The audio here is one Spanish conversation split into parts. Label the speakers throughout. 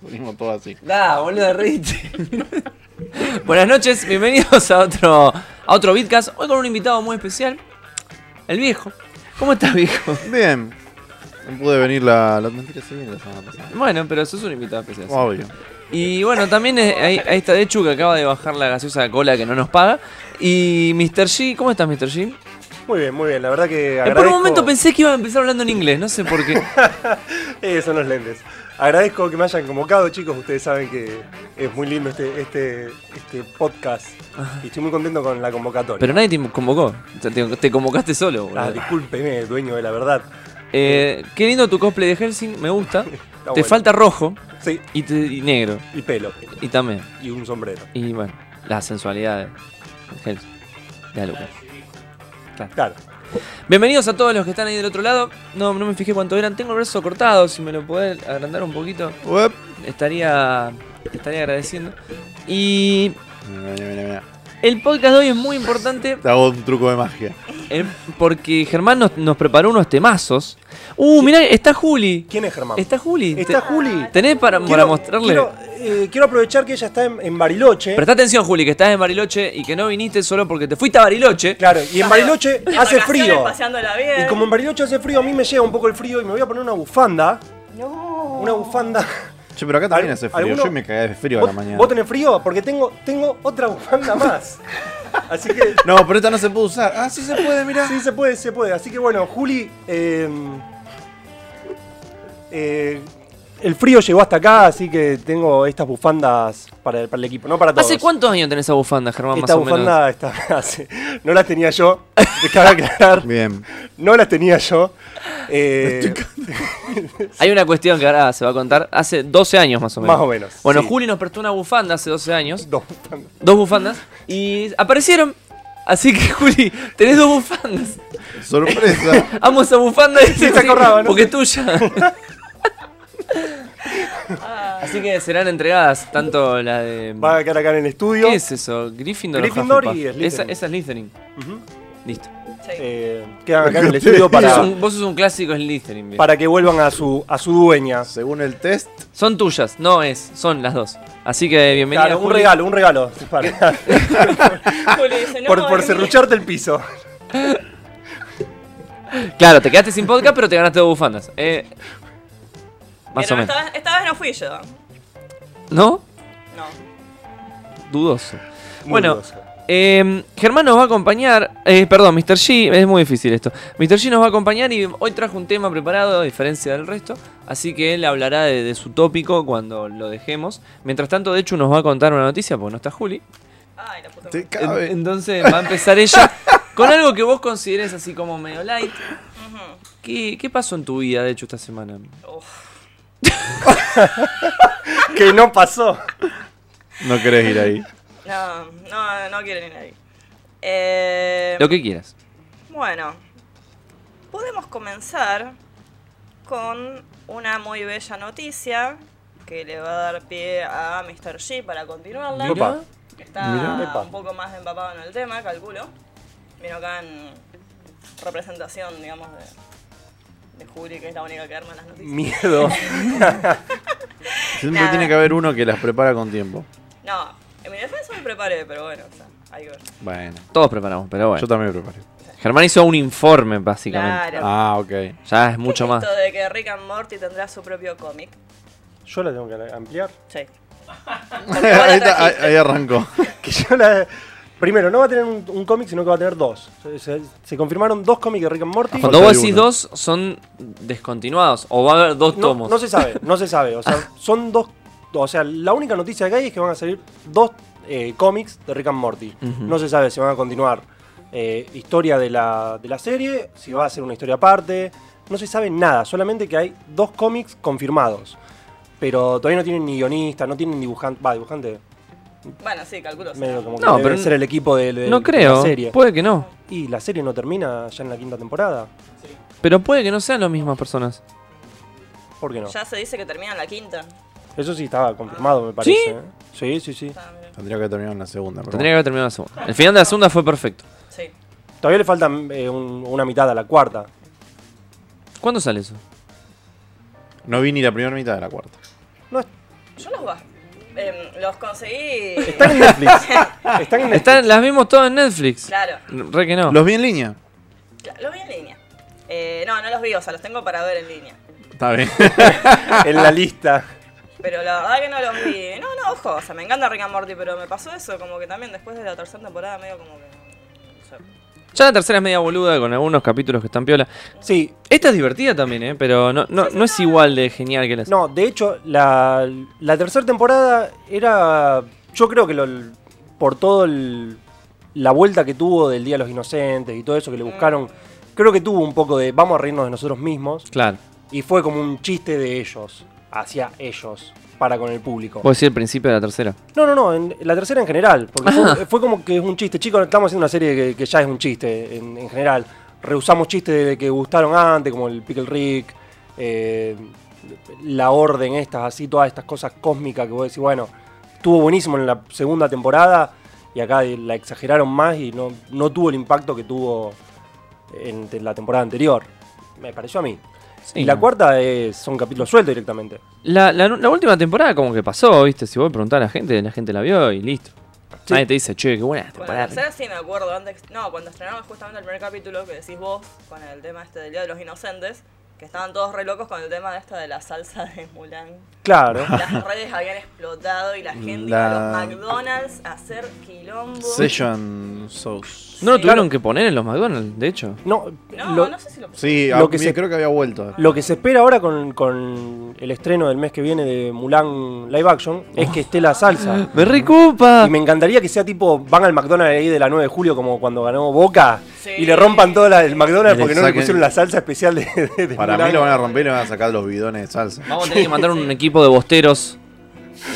Speaker 1: Ponimos todo así.
Speaker 2: Da, boludo, reíste. Buenas noches, bienvenidos a otro, a otro Bitcast. Hoy con un invitado muy especial, el viejo. ¿Cómo estás, viejo?
Speaker 1: Bien. No pude venir la, la mentira se viene la semana pasada.
Speaker 2: Bueno, pero sos un invitado especial. sí.
Speaker 1: Obvio.
Speaker 2: Y bueno, también eh, ahí, ahí está Dechu que acaba de bajar la gaseosa cola que no nos paga. Y Mr. G, ¿cómo estás, Mr. G?
Speaker 3: Muy bien, muy bien, la verdad que
Speaker 2: Eh,
Speaker 3: agradezco...
Speaker 2: Por un momento pensé que iba a empezar hablando en inglés, no sé por qué.
Speaker 3: Eh, son los lentes. Agradezco que me hayan convocado, chicos. Ustedes saben que es muy lindo este, este, este podcast. Y estoy muy contento con la convocatoria.
Speaker 2: Pero nadie te convocó, te, te- te convocaste solo, boludo.
Speaker 3: Ah, discúlpeme, dueño de la verdad.
Speaker 2: Eh, qué lindo tu cosplay de Helsing, me gusta. te
Speaker 3: bueno.
Speaker 2: falta rojo
Speaker 3: Sí,
Speaker 2: y, te- y negro.
Speaker 3: y pelo.
Speaker 2: Y también.
Speaker 3: Y un sombrero.
Speaker 2: Y bueno, la sensualidad de Helsing. De Alucard.
Speaker 3: Claro.
Speaker 2: Bienvenidos a todos los que están ahí del otro lado. No, no me fijé cuánto eran. Tengo el brazo cortado, si me lo podés agrandar un poquito.
Speaker 1: Uep.
Speaker 2: Estaría, estaría agradeciendo. Y
Speaker 1: Mira, mira, mira, mira.
Speaker 2: el podcast de hoy es muy importante
Speaker 1: Te hago un truco de magia.
Speaker 2: eh, porque Germán nos, nos preparó unos temazos. Uh, mirá, está Juli.
Speaker 3: ¿Quién es Germán?
Speaker 2: Está Juli.
Speaker 3: Está
Speaker 2: Te-
Speaker 3: Juli.
Speaker 2: ¿Tenés para, para
Speaker 3: Quiero-
Speaker 2: Ah, este- mostrarle?
Speaker 3: Quiero, eh, quiero aprovechar que ella está en, en Bariloche.
Speaker 2: Presta atención, Juli, que estás en Bariloche y que no viniste solo porque te fuiste a Bariloche.
Speaker 3: Claro, y en Bariloche hace
Speaker 4: Vacaciones,
Speaker 3: frío.
Speaker 4: Paseándola bien.
Speaker 3: Y como en Bariloche hace frío, a mí me llega un poco el frío y me voy a poner una bufanda.
Speaker 4: No.
Speaker 3: Una bufanda.
Speaker 1: Che, pero acá también
Speaker 3: Al-
Speaker 1: hace frío.
Speaker 3: alguno-
Speaker 1: Yo me cagué de frío a
Speaker 3: ¿Vos,
Speaker 1: la mañana.
Speaker 3: vos tenés frío? Porque tengo, tengo otra bufanda más. Así que
Speaker 1: No, pero esta no se puede usar. Ah, sí se puede, mirá.
Speaker 3: sí, se puede, se puede. Así que bueno, Juli, eh, eh, el frío llegó hasta acá, así que tengo estas bufandas para el, para el equipo, no para todos.
Speaker 2: ¿Hace cuántos años tenés esa bufanda, Germán?
Speaker 3: Esta
Speaker 2: más o menos?
Speaker 3: bufanda está, hace- no las tenía yo, te cabe aclarar,
Speaker 1: Bien.
Speaker 3: no las tenía yo. Eh,
Speaker 2: Hay una cuestión que ahora se va a contar. Hace 12 años más o menos.
Speaker 3: Más o menos,
Speaker 2: Bueno,
Speaker 3: sí.
Speaker 2: Juli nos prestó una bufanda hace 12 años.
Speaker 3: dos bufandas.
Speaker 2: Dos bufandas. Y aparecieron. Así que, Juli, tenés dos bufandas.
Speaker 1: Sorpresa.
Speaker 2: Amo esa bufanda.
Speaker 3: Sí, se acordaba, ¿no?
Speaker 2: Porque es tuya.
Speaker 4: Ah,
Speaker 2: Así que serán entregadas tanto la de...
Speaker 3: Va a quedar acá en el estudio.
Speaker 2: ¿Qué es eso? Gryffindor, o
Speaker 3: Gryffindor y
Speaker 2: Hufflepuff?
Speaker 3: Slytherin.
Speaker 2: Esa, esa es Slytherin. Listo.
Speaker 4: Sí.
Speaker 3: Eh, quedan acá en el estudio
Speaker 2: Vos
Speaker 3: para,
Speaker 2: sos un, vos sos un clásico Slytherin. viejo.
Speaker 3: para que vuelvan a su, a su dueña.
Speaker 1: Según el test,
Speaker 2: Son tuyas, no es, son las dos. Así que bienvenida.
Speaker 3: Claro, un
Speaker 2: Juli.
Speaker 3: regalo, un regalo. Para-
Speaker 4: Juli dice, no,
Speaker 3: por por
Speaker 4: es mi-
Speaker 3: serrucharte el piso.
Speaker 2: Claro, te quedaste sin podcast, pero te ganaste dos bufandas. Eh, más
Speaker 4: Pero
Speaker 2: o menos.
Speaker 4: Esta, vez- esta vez no fui yo.
Speaker 2: ¿No?
Speaker 4: No.
Speaker 2: Dudoso.
Speaker 3: Muy
Speaker 2: bueno,
Speaker 3: dudoso.
Speaker 2: eh, Germán nos va a acompañar. eh, perdón, Mr. G, es muy difícil esto. Mr. G nos va a acompañar y hoy trajo un tema preparado, a diferencia del resto. Así que él hablará de, de su tópico cuando lo dejemos. Mientras tanto, de hecho, nos va a contar una noticia, porque no está Juli.
Speaker 4: Ay, la puta.
Speaker 1: te
Speaker 2: En-
Speaker 1: cabe.
Speaker 2: Entonces va a empezar ella con algo que vos consideres así como medio light. ¿Qué, qué pasó en tu vida, de hecho, esta semana?
Speaker 4: Uf.
Speaker 3: Que no pasó.
Speaker 1: No querés ir ahí.
Speaker 4: No, no, no quiero ni nadie. Eh,
Speaker 2: Lo que quieras.
Speaker 4: Bueno, podemos comenzar con una muy bella noticia que le va a dar pie a Mr. G para continuarla.
Speaker 2: Mirá.
Speaker 3: Opa.
Speaker 4: Está
Speaker 3: Mirá. Epa.
Speaker 4: un poco más empapado en el tema, calculo. Vino acá en representación, digamos, de, de Juli, que es la única que arma las noticias.
Speaker 3: Miedo.
Speaker 1: Siempre
Speaker 4: Nada.
Speaker 1: tiene que haber uno que las prepara con tiempo.
Speaker 4: No, en mi defensa me preparé, pero bueno, o sea, hay que ver.
Speaker 1: Bueno.
Speaker 2: Todos preparamos, pero bueno.
Speaker 1: Yo también me preparé.
Speaker 2: Germán hizo un informe, básicamente.
Speaker 4: Claro.
Speaker 1: Ah, ok.
Speaker 2: Ya es mucho más.
Speaker 4: Esto de que Rick and Morty tendrá su propio cómic.
Speaker 3: Yo la tengo que ampliar.
Speaker 4: Sí.
Speaker 1: ahí, está, ahí- ahí arrancó.
Speaker 3: Que yo la. Primero, no va a tener un, un cómic, sino que va a tener dos. Se, se- se confirmaron dos cómics de Rick and Morty.
Speaker 1: Falta
Speaker 2: Cuando vos
Speaker 1: de
Speaker 2: decís
Speaker 1: uno.
Speaker 2: dos, son descontinuados. O va a haber dos
Speaker 3: No,
Speaker 2: tomos.
Speaker 3: no se sabe, no se sabe. O sea, son dos. O sea, la única noticia que hay es que van a salir dos eh, cómics de Rick and Morty. No se sabe si van a continuar eh, historia de la, de la serie, si va a ser una historia aparte. No se sabe nada, solamente que hay dos cómics confirmados. Pero todavía no tienen ni guionista, no tienen dibujante. Va, dibujante.
Speaker 4: Bueno, sí, calculo. o sea,
Speaker 3: Medio como que
Speaker 2: No,
Speaker 3: debe
Speaker 2: pero
Speaker 3: ser el equipo del- del- de,
Speaker 2: No creo.
Speaker 3: la serie.
Speaker 2: Puede que no.
Speaker 3: Y la serie no termina ya en la quinta temporada.
Speaker 2: Pero puede que no sean las mismas personas.
Speaker 3: ¿Por qué no?
Speaker 4: Ya se dice que termina en la quinta.
Speaker 3: Eso sí estaba confirmado, me parece.
Speaker 2: ¿Sí?
Speaker 3: ¿eh? Sí, sí, sí.
Speaker 4: Ah, mira.
Speaker 1: Tendría que terminar en la segunda. pero
Speaker 2: Tendría que haber terminado la segunda. El final de la segunda fue perfecto.
Speaker 4: Sí.
Speaker 3: Todavía le falta eh, un- una mitad a la cuarta.
Speaker 2: ¿Cuándo sale eso?
Speaker 1: bueno. No vi ni la primera mitad de la cuarta.
Speaker 3: No es
Speaker 4: Yo los, va- em, los conseguí.
Speaker 3: Están en Netflix. Están en Netflix.
Speaker 2: Están, las vimos todas en Netflix.
Speaker 4: Claro,
Speaker 2: Re que no.
Speaker 1: Los vi en línea.
Speaker 4: claro, los vi en línea. Eh, no, no los vi, o sea, los tengo para ver en línea.
Speaker 1: Está bien.
Speaker 3: en la lista.
Speaker 4: Pero la verdad que no los vi. No, no, ojo, o sea, me encanta Rick and Morty, pero me pasó eso, como que también después de la tercera temporada medio como que... no sé.
Speaker 2: Ya la tercera es media boluda con algunos capítulos que están piola.
Speaker 3: Sí,
Speaker 2: Esta es divertida también, ¿eh? Pero no, no, no es igual de genial que las.
Speaker 3: No, de hecho, la, la tercera temporada era. Yo creo que lo, por todo el- la vuelta que tuvo del Día de los Inocentes y todo eso que le buscaron, creo que tuvo un poco de vamos a reírnos de nosotros mismos
Speaker 2: Claro.
Speaker 3: y fue como un chiste de ellos, hacia ellos, para con el público.
Speaker 2: Puedo decir el principio de la tercera.
Speaker 3: No, no, no, en- la tercera en general, porque fue, fue como que es un chiste. Chicos, estamos haciendo una serie que, que ya es un chiste en, en general. Rehusamos chistes de que gustaron antes, como el Pickle Rick, eh, la Orden, estas, así, todas estas cosas cósmicas que vos decís, bueno, estuvo buenísimo en la segunda temporada y acá la exageraron más y no, no tuvo el impacto que tuvo en, en la temporada anterior. Me pareció a mí.
Speaker 2: Sí,
Speaker 3: y la
Speaker 2: no.
Speaker 3: cuarta es, son capítulos sueltos directamente.
Speaker 2: La, la- la última temporada como que pasó, ¿viste? Si vos preguntás a la gente, la gente la vio y listo.
Speaker 3: Sí.
Speaker 2: Nadie te dice, che, qué buena
Speaker 4: Bueno, la
Speaker 2: temporada.
Speaker 4: tercera sí me acuerdo, antes, no, cuando estrenaron justamente el primer capítulo que decís vos, con el tema este del Día de los Inocentes, que estaban todos re locos con el tema de esta de la salsa de Mulan.
Speaker 3: Claro.
Speaker 4: Las redes habían explotado y la gente iba
Speaker 1: La-
Speaker 4: a los McDonald's a hacer quilombo.
Speaker 1: Szechuan sauce.
Speaker 2: no lo
Speaker 4: sí.
Speaker 2: tuvieron que poner en los McDonald's, de hecho.
Speaker 3: No,
Speaker 4: No,
Speaker 3: lo-
Speaker 4: no sé si lo
Speaker 1: Sí,
Speaker 3: Lo
Speaker 1: ah,
Speaker 3: que
Speaker 1: mira,
Speaker 3: se-
Speaker 1: creo que había vuelto.
Speaker 3: Lo que se espera ahora con, con el estreno del mes que viene de Mulan Live Action es que esté la salsa.
Speaker 2: ¡Me recupa!
Speaker 3: Y me encantaría que sea tipo, van al McDonald's ahí de la 9 de julio como cuando ganó Boca
Speaker 4: Sí.
Speaker 3: y le rompan todo la- el McDonald's
Speaker 1: Le
Speaker 3: porque no le
Speaker 1: saquen-
Speaker 3: pusieron la salsa especial de, de- de
Speaker 1: Para
Speaker 3: Mulan.
Speaker 1: mí lo van a romper y le van a sacar los bidones de salsa.
Speaker 2: Vamos a tener que mandar un equipo de bosteros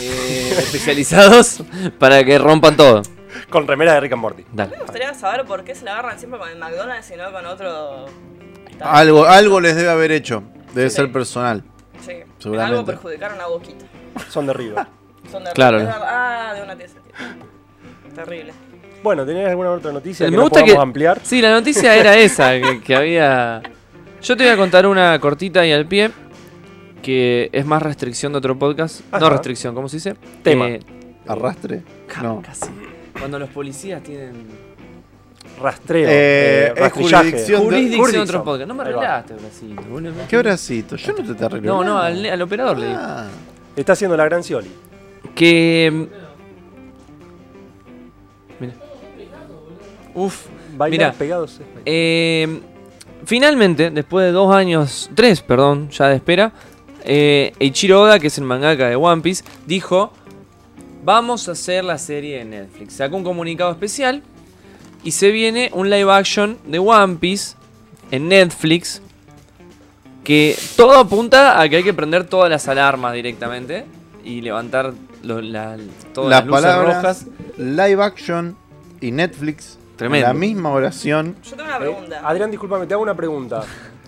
Speaker 2: eh, especializados para que rompan todo.
Speaker 3: Con remera de Rick and Morty.
Speaker 2: Dale.
Speaker 4: Me gustaría saber por qué se la agarran siempre con el McDonald's y no con otro.
Speaker 1: Algo, algo les debe haber hecho. Debe
Speaker 4: Sí.
Speaker 1: ser personal.
Speaker 4: Sí, en
Speaker 1: Seguramente.
Speaker 4: algo perjudicaron a Boquita.
Speaker 3: Son de River.
Speaker 4: Son de
Speaker 2: Claro.
Speaker 4: es verdad. Ah, de una tía. Terrible.
Speaker 3: Bueno, ¿tenés alguna otra noticia que
Speaker 2: me
Speaker 3: no
Speaker 2: gusta
Speaker 3: podamos
Speaker 2: que.
Speaker 3: ampliar?
Speaker 2: Sí, la noticia era esa, que, que había. Yo te voy a contar una cortita y al pie, que es más restricción de otro podcast. No
Speaker 3: Ajá.
Speaker 2: restricción, ¿cómo se dice?
Speaker 3: Tema.
Speaker 2: Eh,
Speaker 1: ¿Arrastre?
Speaker 2: ca-
Speaker 1: No.
Speaker 2: Casi. Cuando los policías tienen.
Speaker 3: Rastreo.
Speaker 1: Eh,
Speaker 3: eh,
Speaker 1: es
Speaker 3: rastrillaje.
Speaker 1: jurisdicción. ¿Dónde?
Speaker 2: Jurisdicción de otro
Speaker 3: Jurisdicción.
Speaker 2: podcast. No me
Speaker 3: Ahí va.
Speaker 2: arreglaste, Brasil. boludo.
Speaker 1: ¿Qué bracito? Yo no te te arreglo
Speaker 2: No, no,
Speaker 1: nada.
Speaker 2: al, al operador le digo.
Speaker 1: Ah.
Speaker 3: Está haciendo la gran Cioli.
Speaker 2: Que. mm, Mira. Uf.
Speaker 3: Bailar
Speaker 2: Mirá.
Speaker 3: pegados. este. es bailar.
Speaker 2: Eh, finalmente, después de dos años, tres, perdón, ya de espera, eh, Ichiro Oda, que es el mangaka de One Piece, dijo, vamos a hacer la serie de Netflix. Sacó un comunicado especial y se viene un live action de One Piece en Netflix que todo apunta a que hay que prender todas las alarmas directamente y levantar lo- la- todas las,
Speaker 1: Las
Speaker 2: luces
Speaker 1: palabras
Speaker 2: rojas.
Speaker 1: live action y Netflix.
Speaker 2: Tremendo.
Speaker 1: La misma oración.
Speaker 4: Yo tengo una
Speaker 3: Eh,
Speaker 4: pregunta.
Speaker 3: Adrián, discúlpame, te hago una pregunta.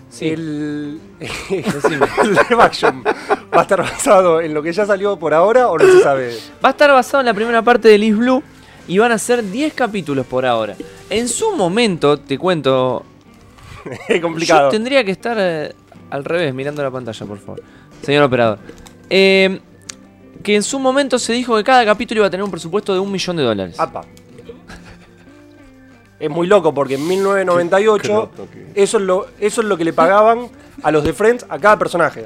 Speaker 2: Sí.
Speaker 3: El,
Speaker 2: Decime.
Speaker 3: el live action va a estar basado en lo que ya salió por ahora o no se sabe.
Speaker 2: Va a estar basado en la primera parte de Liz Blue y van a ser 10 capítulos por ahora. En su momento, te cuento,
Speaker 3: Es complicado.
Speaker 2: yo tendría que estar eh, al revés mirando la pantalla, por favor. Señor operador. Eh, que en su momento se dijo que cada capítulo iba a tener un presupuesto de un millón de dólares.
Speaker 3: Apa. Es muy loco porque en 1998
Speaker 1: Qué croto que-
Speaker 3: eso es, lo, eso es lo que le pagaban a los de Friends a cada personaje.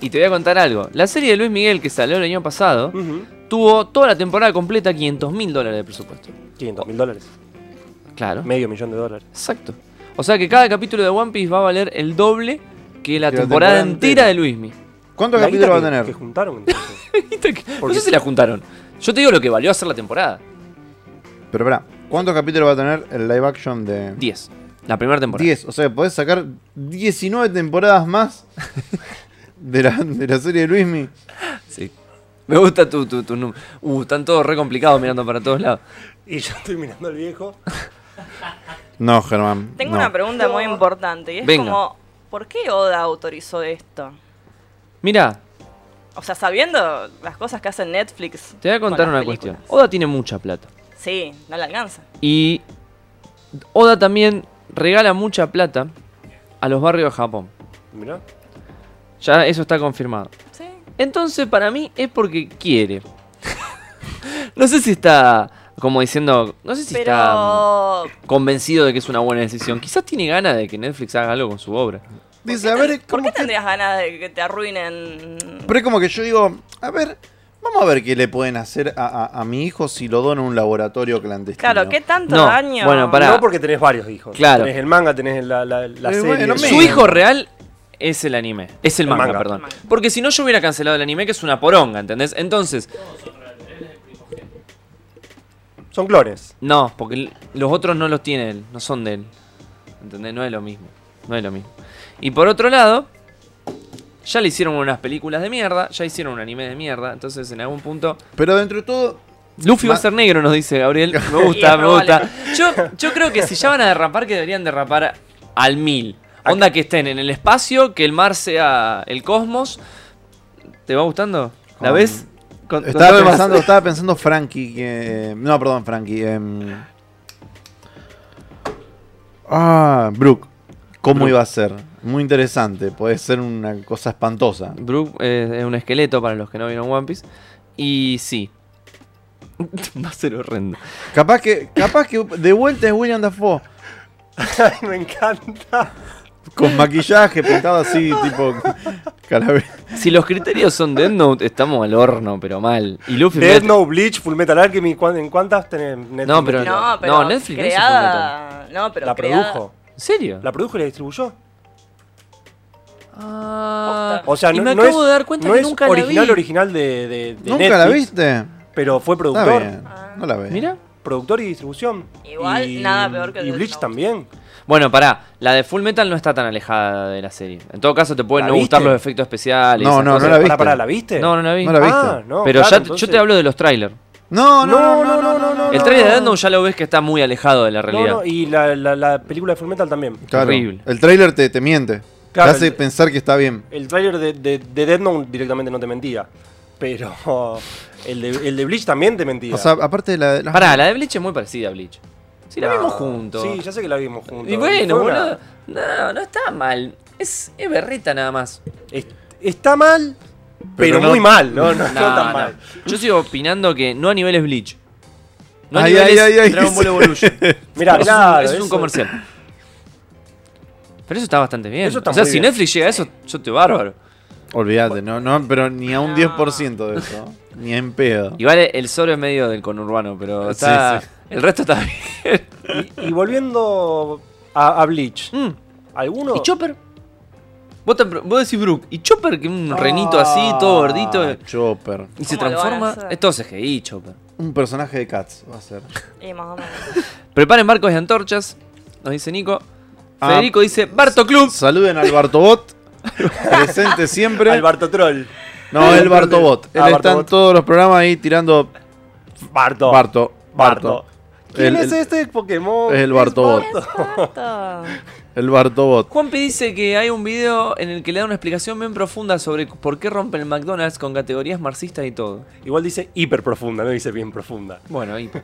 Speaker 2: Y te voy a contar algo. La serie de Luis Miguel que salió el año pasado
Speaker 3: Ujú.
Speaker 2: tuvo toda la temporada completa 500 mil dólares de presupuesto.
Speaker 3: 500 mil dólares.
Speaker 2: Claro.
Speaker 3: Medio millón de dólares.
Speaker 2: Exacto. O sea que cada capítulo de One Piece va a valer el doble que la,
Speaker 1: Que la
Speaker 2: temporada,
Speaker 1: temporada
Speaker 2: entera
Speaker 1: entera.
Speaker 2: de Luismi.
Speaker 1: ¿Cuántos
Speaker 3: La guita
Speaker 1: capítulos va a
Speaker 3: que-
Speaker 1: tener?
Speaker 3: Que juntaron entonces.
Speaker 2: Viste que- No
Speaker 3: Porque-
Speaker 2: sé si la juntaron. Yo te digo lo que valió hacer la temporada.
Speaker 1: Pero espera, ¿cuántos capítulos va a tener el live action de
Speaker 2: 10. La primera temporada.
Speaker 1: 10? O sea, podés sacar 19 temporadas más de la, de la serie de Luismi.
Speaker 2: Sí. Me gusta tu, tu, tu num- Uh, están todos re complicados mirando para todos lados.
Speaker 3: y yo estoy mirando al viejo.
Speaker 1: No, Germán.
Speaker 4: Tengo
Speaker 1: no.
Speaker 4: una pregunta muy importante y es
Speaker 2: Venga.
Speaker 4: como, ¿por qué Oda autorizó esto?
Speaker 2: Mira,
Speaker 4: O sea, sabiendo las cosas que hace Netflix.
Speaker 2: te voy a
Speaker 4: con
Speaker 2: contar
Speaker 4: las
Speaker 2: una
Speaker 4: películas.
Speaker 2: cuestión. Oda tiene mucha plata.
Speaker 4: Sí, no la alcanza.
Speaker 2: Y Oda también regala mucha plata a los barrios de Japón.
Speaker 3: Mirá.
Speaker 2: Ya eso está confirmado.
Speaker 4: Sí.
Speaker 2: Entonces, para mí es porque quiere. no sé si está, como diciendo, no sé si está
Speaker 4: Pero.
Speaker 2: mm, convencido de que es una buena decisión. Quizás tiene ganas de que Netflix haga algo con su obra.
Speaker 1: Dice, a ver,
Speaker 4: ¿Por
Speaker 1: como
Speaker 4: qué
Speaker 1: que-
Speaker 4: tendrías ganas de que te arruinen?
Speaker 1: Pero es como que yo digo, a ver, vamos a ver qué le pueden hacer a, a- a mi hijo si lo dono a un laboratorio clandestino.
Speaker 4: Claro, ¿qué tanto
Speaker 2: No,
Speaker 4: daño?
Speaker 2: bueno, pará.
Speaker 3: No porque tenés varios hijos.
Speaker 2: Claro.
Speaker 3: Tenés el manga, tenés la, la, la
Speaker 1: Eh,
Speaker 3: serie.
Speaker 1: bueno,
Speaker 3: el-
Speaker 1: me-
Speaker 2: Su hijo real es el anime. Es el,
Speaker 3: El
Speaker 2: manga,
Speaker 3: manga.
Speaker 2: perdón.
Speaker 4: El manga.
Speaker 2: Porque si no, yo hubiera cancelado el anime, que es una poronga, ¿entendés? Entonces,
Speaker 3: Son clones.
Speaker 2: no, porque l- los otros no los tiene él, no son de él. ¿Entendés? No es lo mismo. No es lo mismo. Y por otro lado, ya le hicieron unas películas de mierda, ya hicieron un anime de mierda, entonces en algún punto.
Speaker 1: Pero dentro de todo,
Speaker 2: Luffy va a
Speaker 1: Ma-
Speaker 2: ser negro, nos dice Gabriel. Me
Speaker 4: Y
Speaker 2: gusta,
Speaker 4: es
Speaker 2: me gusta. Yo, yo creo que si ya van a derrapar, que deberían derrapar al mil. Onda que estén en el espacio, que el mar sea el cosmos. ¿Te va gustando? ¿La
Speaker 1: Con-
Speaker 2: ves? Con- con-
Speaker 1: estaba
Speaker 2: con-
Speaker 1: pensando, estaba pensando Frankie que. No, perdón, Frankie. em, ah, Brooke. ¿Cómo
Speaker 2: Brooke.
Speaker 1: iba a ser? Muy interesante. Puede ser una cosa espantosa.
Speaker 2: Brook eh, es un esqueleto para los que no vieron One Piece. Y sí. Va a ser horrendo.
Speaker 1: Capaz que, capaz que de vuelta es William Dafoe.
Speaker 3: Ay, me encanta.
Speaker 1: Con maquillaje pintado así, tipo. calavera.
Speaker 2: Si los criterios son Dead Note, estamos al horno, pero mal. Y Luffy.
Speaker 3: Dead No Bleach, Full Metal Alchemy. ¿cuán- ¿En cuántas tenés Netflix
Speaker 2: No, pero-
Speaker 3: metido?
Speaker 4: No, pero
Speaker 2: No, Netflix no hizo
Speaker 4: creada. No, pero
Speaker 3: La
Speaker 4: creada-
Speaker 3: produjo.
Speaker 2: ¿En serio?
Speaker 3: La produjo y la distribuyó.
Speaker 2: Ah,
Speaker 3: O sea,
Speaker 2: y
Speaker 3: no,
Speaker 2: me
Speaker 3: no
Speaker 2: acabo
Speaker 3: es,
Speaker 2: de dar cuenta
Speaker 3: no
Speaker 2: que
Speaker 3: es
Speaker 2: nunca la
Speaker 3: original,
Speaker 2: vi.
Speaker 3: original de, de- de
Speaker 1: ¿Nunca
Speaker 3: Netflix,
Speaker 1: la viste?
Speaker 3: Pero fue
Speaker 1: Está
Speaker 3: productor.
Speaker 1: bien. No la ve.
Speaker 2: Mira.
Speaker 3: Productor y distribución.
Speaker 4: Igual,
Speaker 3: Y-
Speaker 4: nada peor que
Speaker 3: Y
Speaker 4: Death
Speaker 3: Bleach
Speaker 4: Note.
Speaker 3: también.
Speaker 2: Bueno, pará, la de Full Metal no está tan alejada de la serie. En todo caso, te pueden
Speaker 3: ¿La
Speaker 2: no gustar
Speaker 3: viste?
Speaker 2: los efectos especiales. y
Speaker 1: No,
Speaker 2: esas
Speaker 1: no, no
Speaker 2: cosas.
Speaker 1: la vi.
Speaker 3: Pará,
Speaker 1: viste?
Speaker 3: pará, ¿la viste?
Speaker 2: No, no la vi.
Speaker 1: No la vi.
Speaker 3: Ah,
Speaker 1: viste.
Speaker 3: no,
Speaker 2: Pero
Speaker 3: claro,
Speaker 2: ya t-
Speaker 3: entonces-
Speaker 2: yo te hablo de los trailers.
Speaker 1: No, no,
Speaker 3: No,
Speaker 1: no, no, no, no.
Speaker 2: El trailer de Death Note ya lo ves que está muy alejado de la realidad.
Speaker 3: No, no, y la, la- la película de Fullmetal también.
Speaker 1: Claro,
Speaker 2: Horrible.
Speaker 1: El trailer te, te miente.
Speaker 3: Claro,
Speaker 1: te hace
Speaker 3: el-
Speaker 1: pensar que está bien.
Speaker 3: El trailer de, de, de Death Note directamente no te mentía. Pero el de, el de Bleach también te mentía.
Speaker 1: O sea, aparte de la. de la-
Speaker 2: Pará, la de Bleach es muy parecida a Bleach. Sí, la
Speaker 3: No.
Speaker 2: vimos juntos.
Speaker 3: Ah, Sí, ya sé que la vimos juntos.
Speaker 2: y bueno,
Speaker 3: Fue una-
Speaker 2: boludo. No, no está mal. Es, es berreta nada más.
Speaker 3: Es- está mal, pero,
Speaker 1: no-
Speaker 3: muy mal. No, no, no
Speaker 2: No,
Speaker 3: tan
Speaker 2: no.
Speaker 3: mal.
Speaker 2: Yo sigo opinando que no a niveles Bleach. No a
Speaker 1: Ay,
Speaker 2: niveles
Speaker 1: ay, ay, ay,
Speaker 2: Dragon Ball
Speaker 1: dice.
Speaker 2: Evolution.
Speaker 3: Mirá,
Speaker 2: Eso es un-
Speaker 3: claro,
Speaker 2: eso es un
Speaker 3: eso-
Speaker 2: comercial. Pero eso está bastante bien.
Speaker 3: Eso está
Speaker 2: o sea,
Speaker 3: muy
Speaker 2: si
Speaker 3: bien.
Speaker 2: Netflix llega a eso, yo te bárbaro.
Speaker 1: Olvídate, no, no, pero ni a un
Speaker 4: No.
Speaker 1: 10% de eso. Ni en pedo.
Speaker 2: Igual el sobre es medio del conurbano, pero
Speaker 1: Sí,
Speaker 2: está,
Speaker 1: sí.
Speaker 2: el resto está bien.
Speaker 3: Y, y volviendo a, a Bleach,
Speaker 2: Mm.
Speaker 3: ¿alguno?
Speaker 2: ¿Y Chopper? Vos, te- vos decís Brook, ¿y Chopper que un
Speaker 1: Ah,
Speaker 2: renito así, todo gordito?
Speaker 1: Chopper.
Speaker 2: Y se
Speaker 4: ¿Cómo lo van a
Speaker 2: transforma.
Speaker 4: hacer?
Speaker 2: Es todo CGI, Chopper.
Speaker 1: Un personaje de Cats va a ser.
Speaker 4: Y más o menos.
Speaker 2: Preparen barcos y antorchas, nos dice Nico.
Speaker 1: Ah.
Speaker 2: Federico dice, Barto Club.
Speaker 1: Saluden al Bartobot. presente
Speaker 2: ¿eh?
Speaker 1: siempre.
Speaker 3: Al Barto Troll.
Speaker 1: no, el Bartobot. Él
Speaker 3: Ah,
Speaker 1: está en
Speaker 3: Bartobot.
Speaker 1: todos los programas ahí tirando
Speaker 3: Barto.
Speaker 1: Barto.
Speaker 3: Barto. ¿Quién
Speaker 1: El-
Speaker 3: es
Speaker 1: el-
Speaker 3: este Pokémon?
Speaker 1: el
Speaker 3: Es
Speaker 1: Bartobot.
Speaker 4: Exacto.
Speaker 1: El Bartobot.
Speaker 2: Juanpe dice que hay un video en el que le da una explicación bien profunda sobre por qué rompen el McDonald's con categorías marxistas y todo.
Speaker 3: Igual dice hiper profunda, no dice bien profunda.
Speaker 4: Ah,
Speaker 2: Bueno, hipo.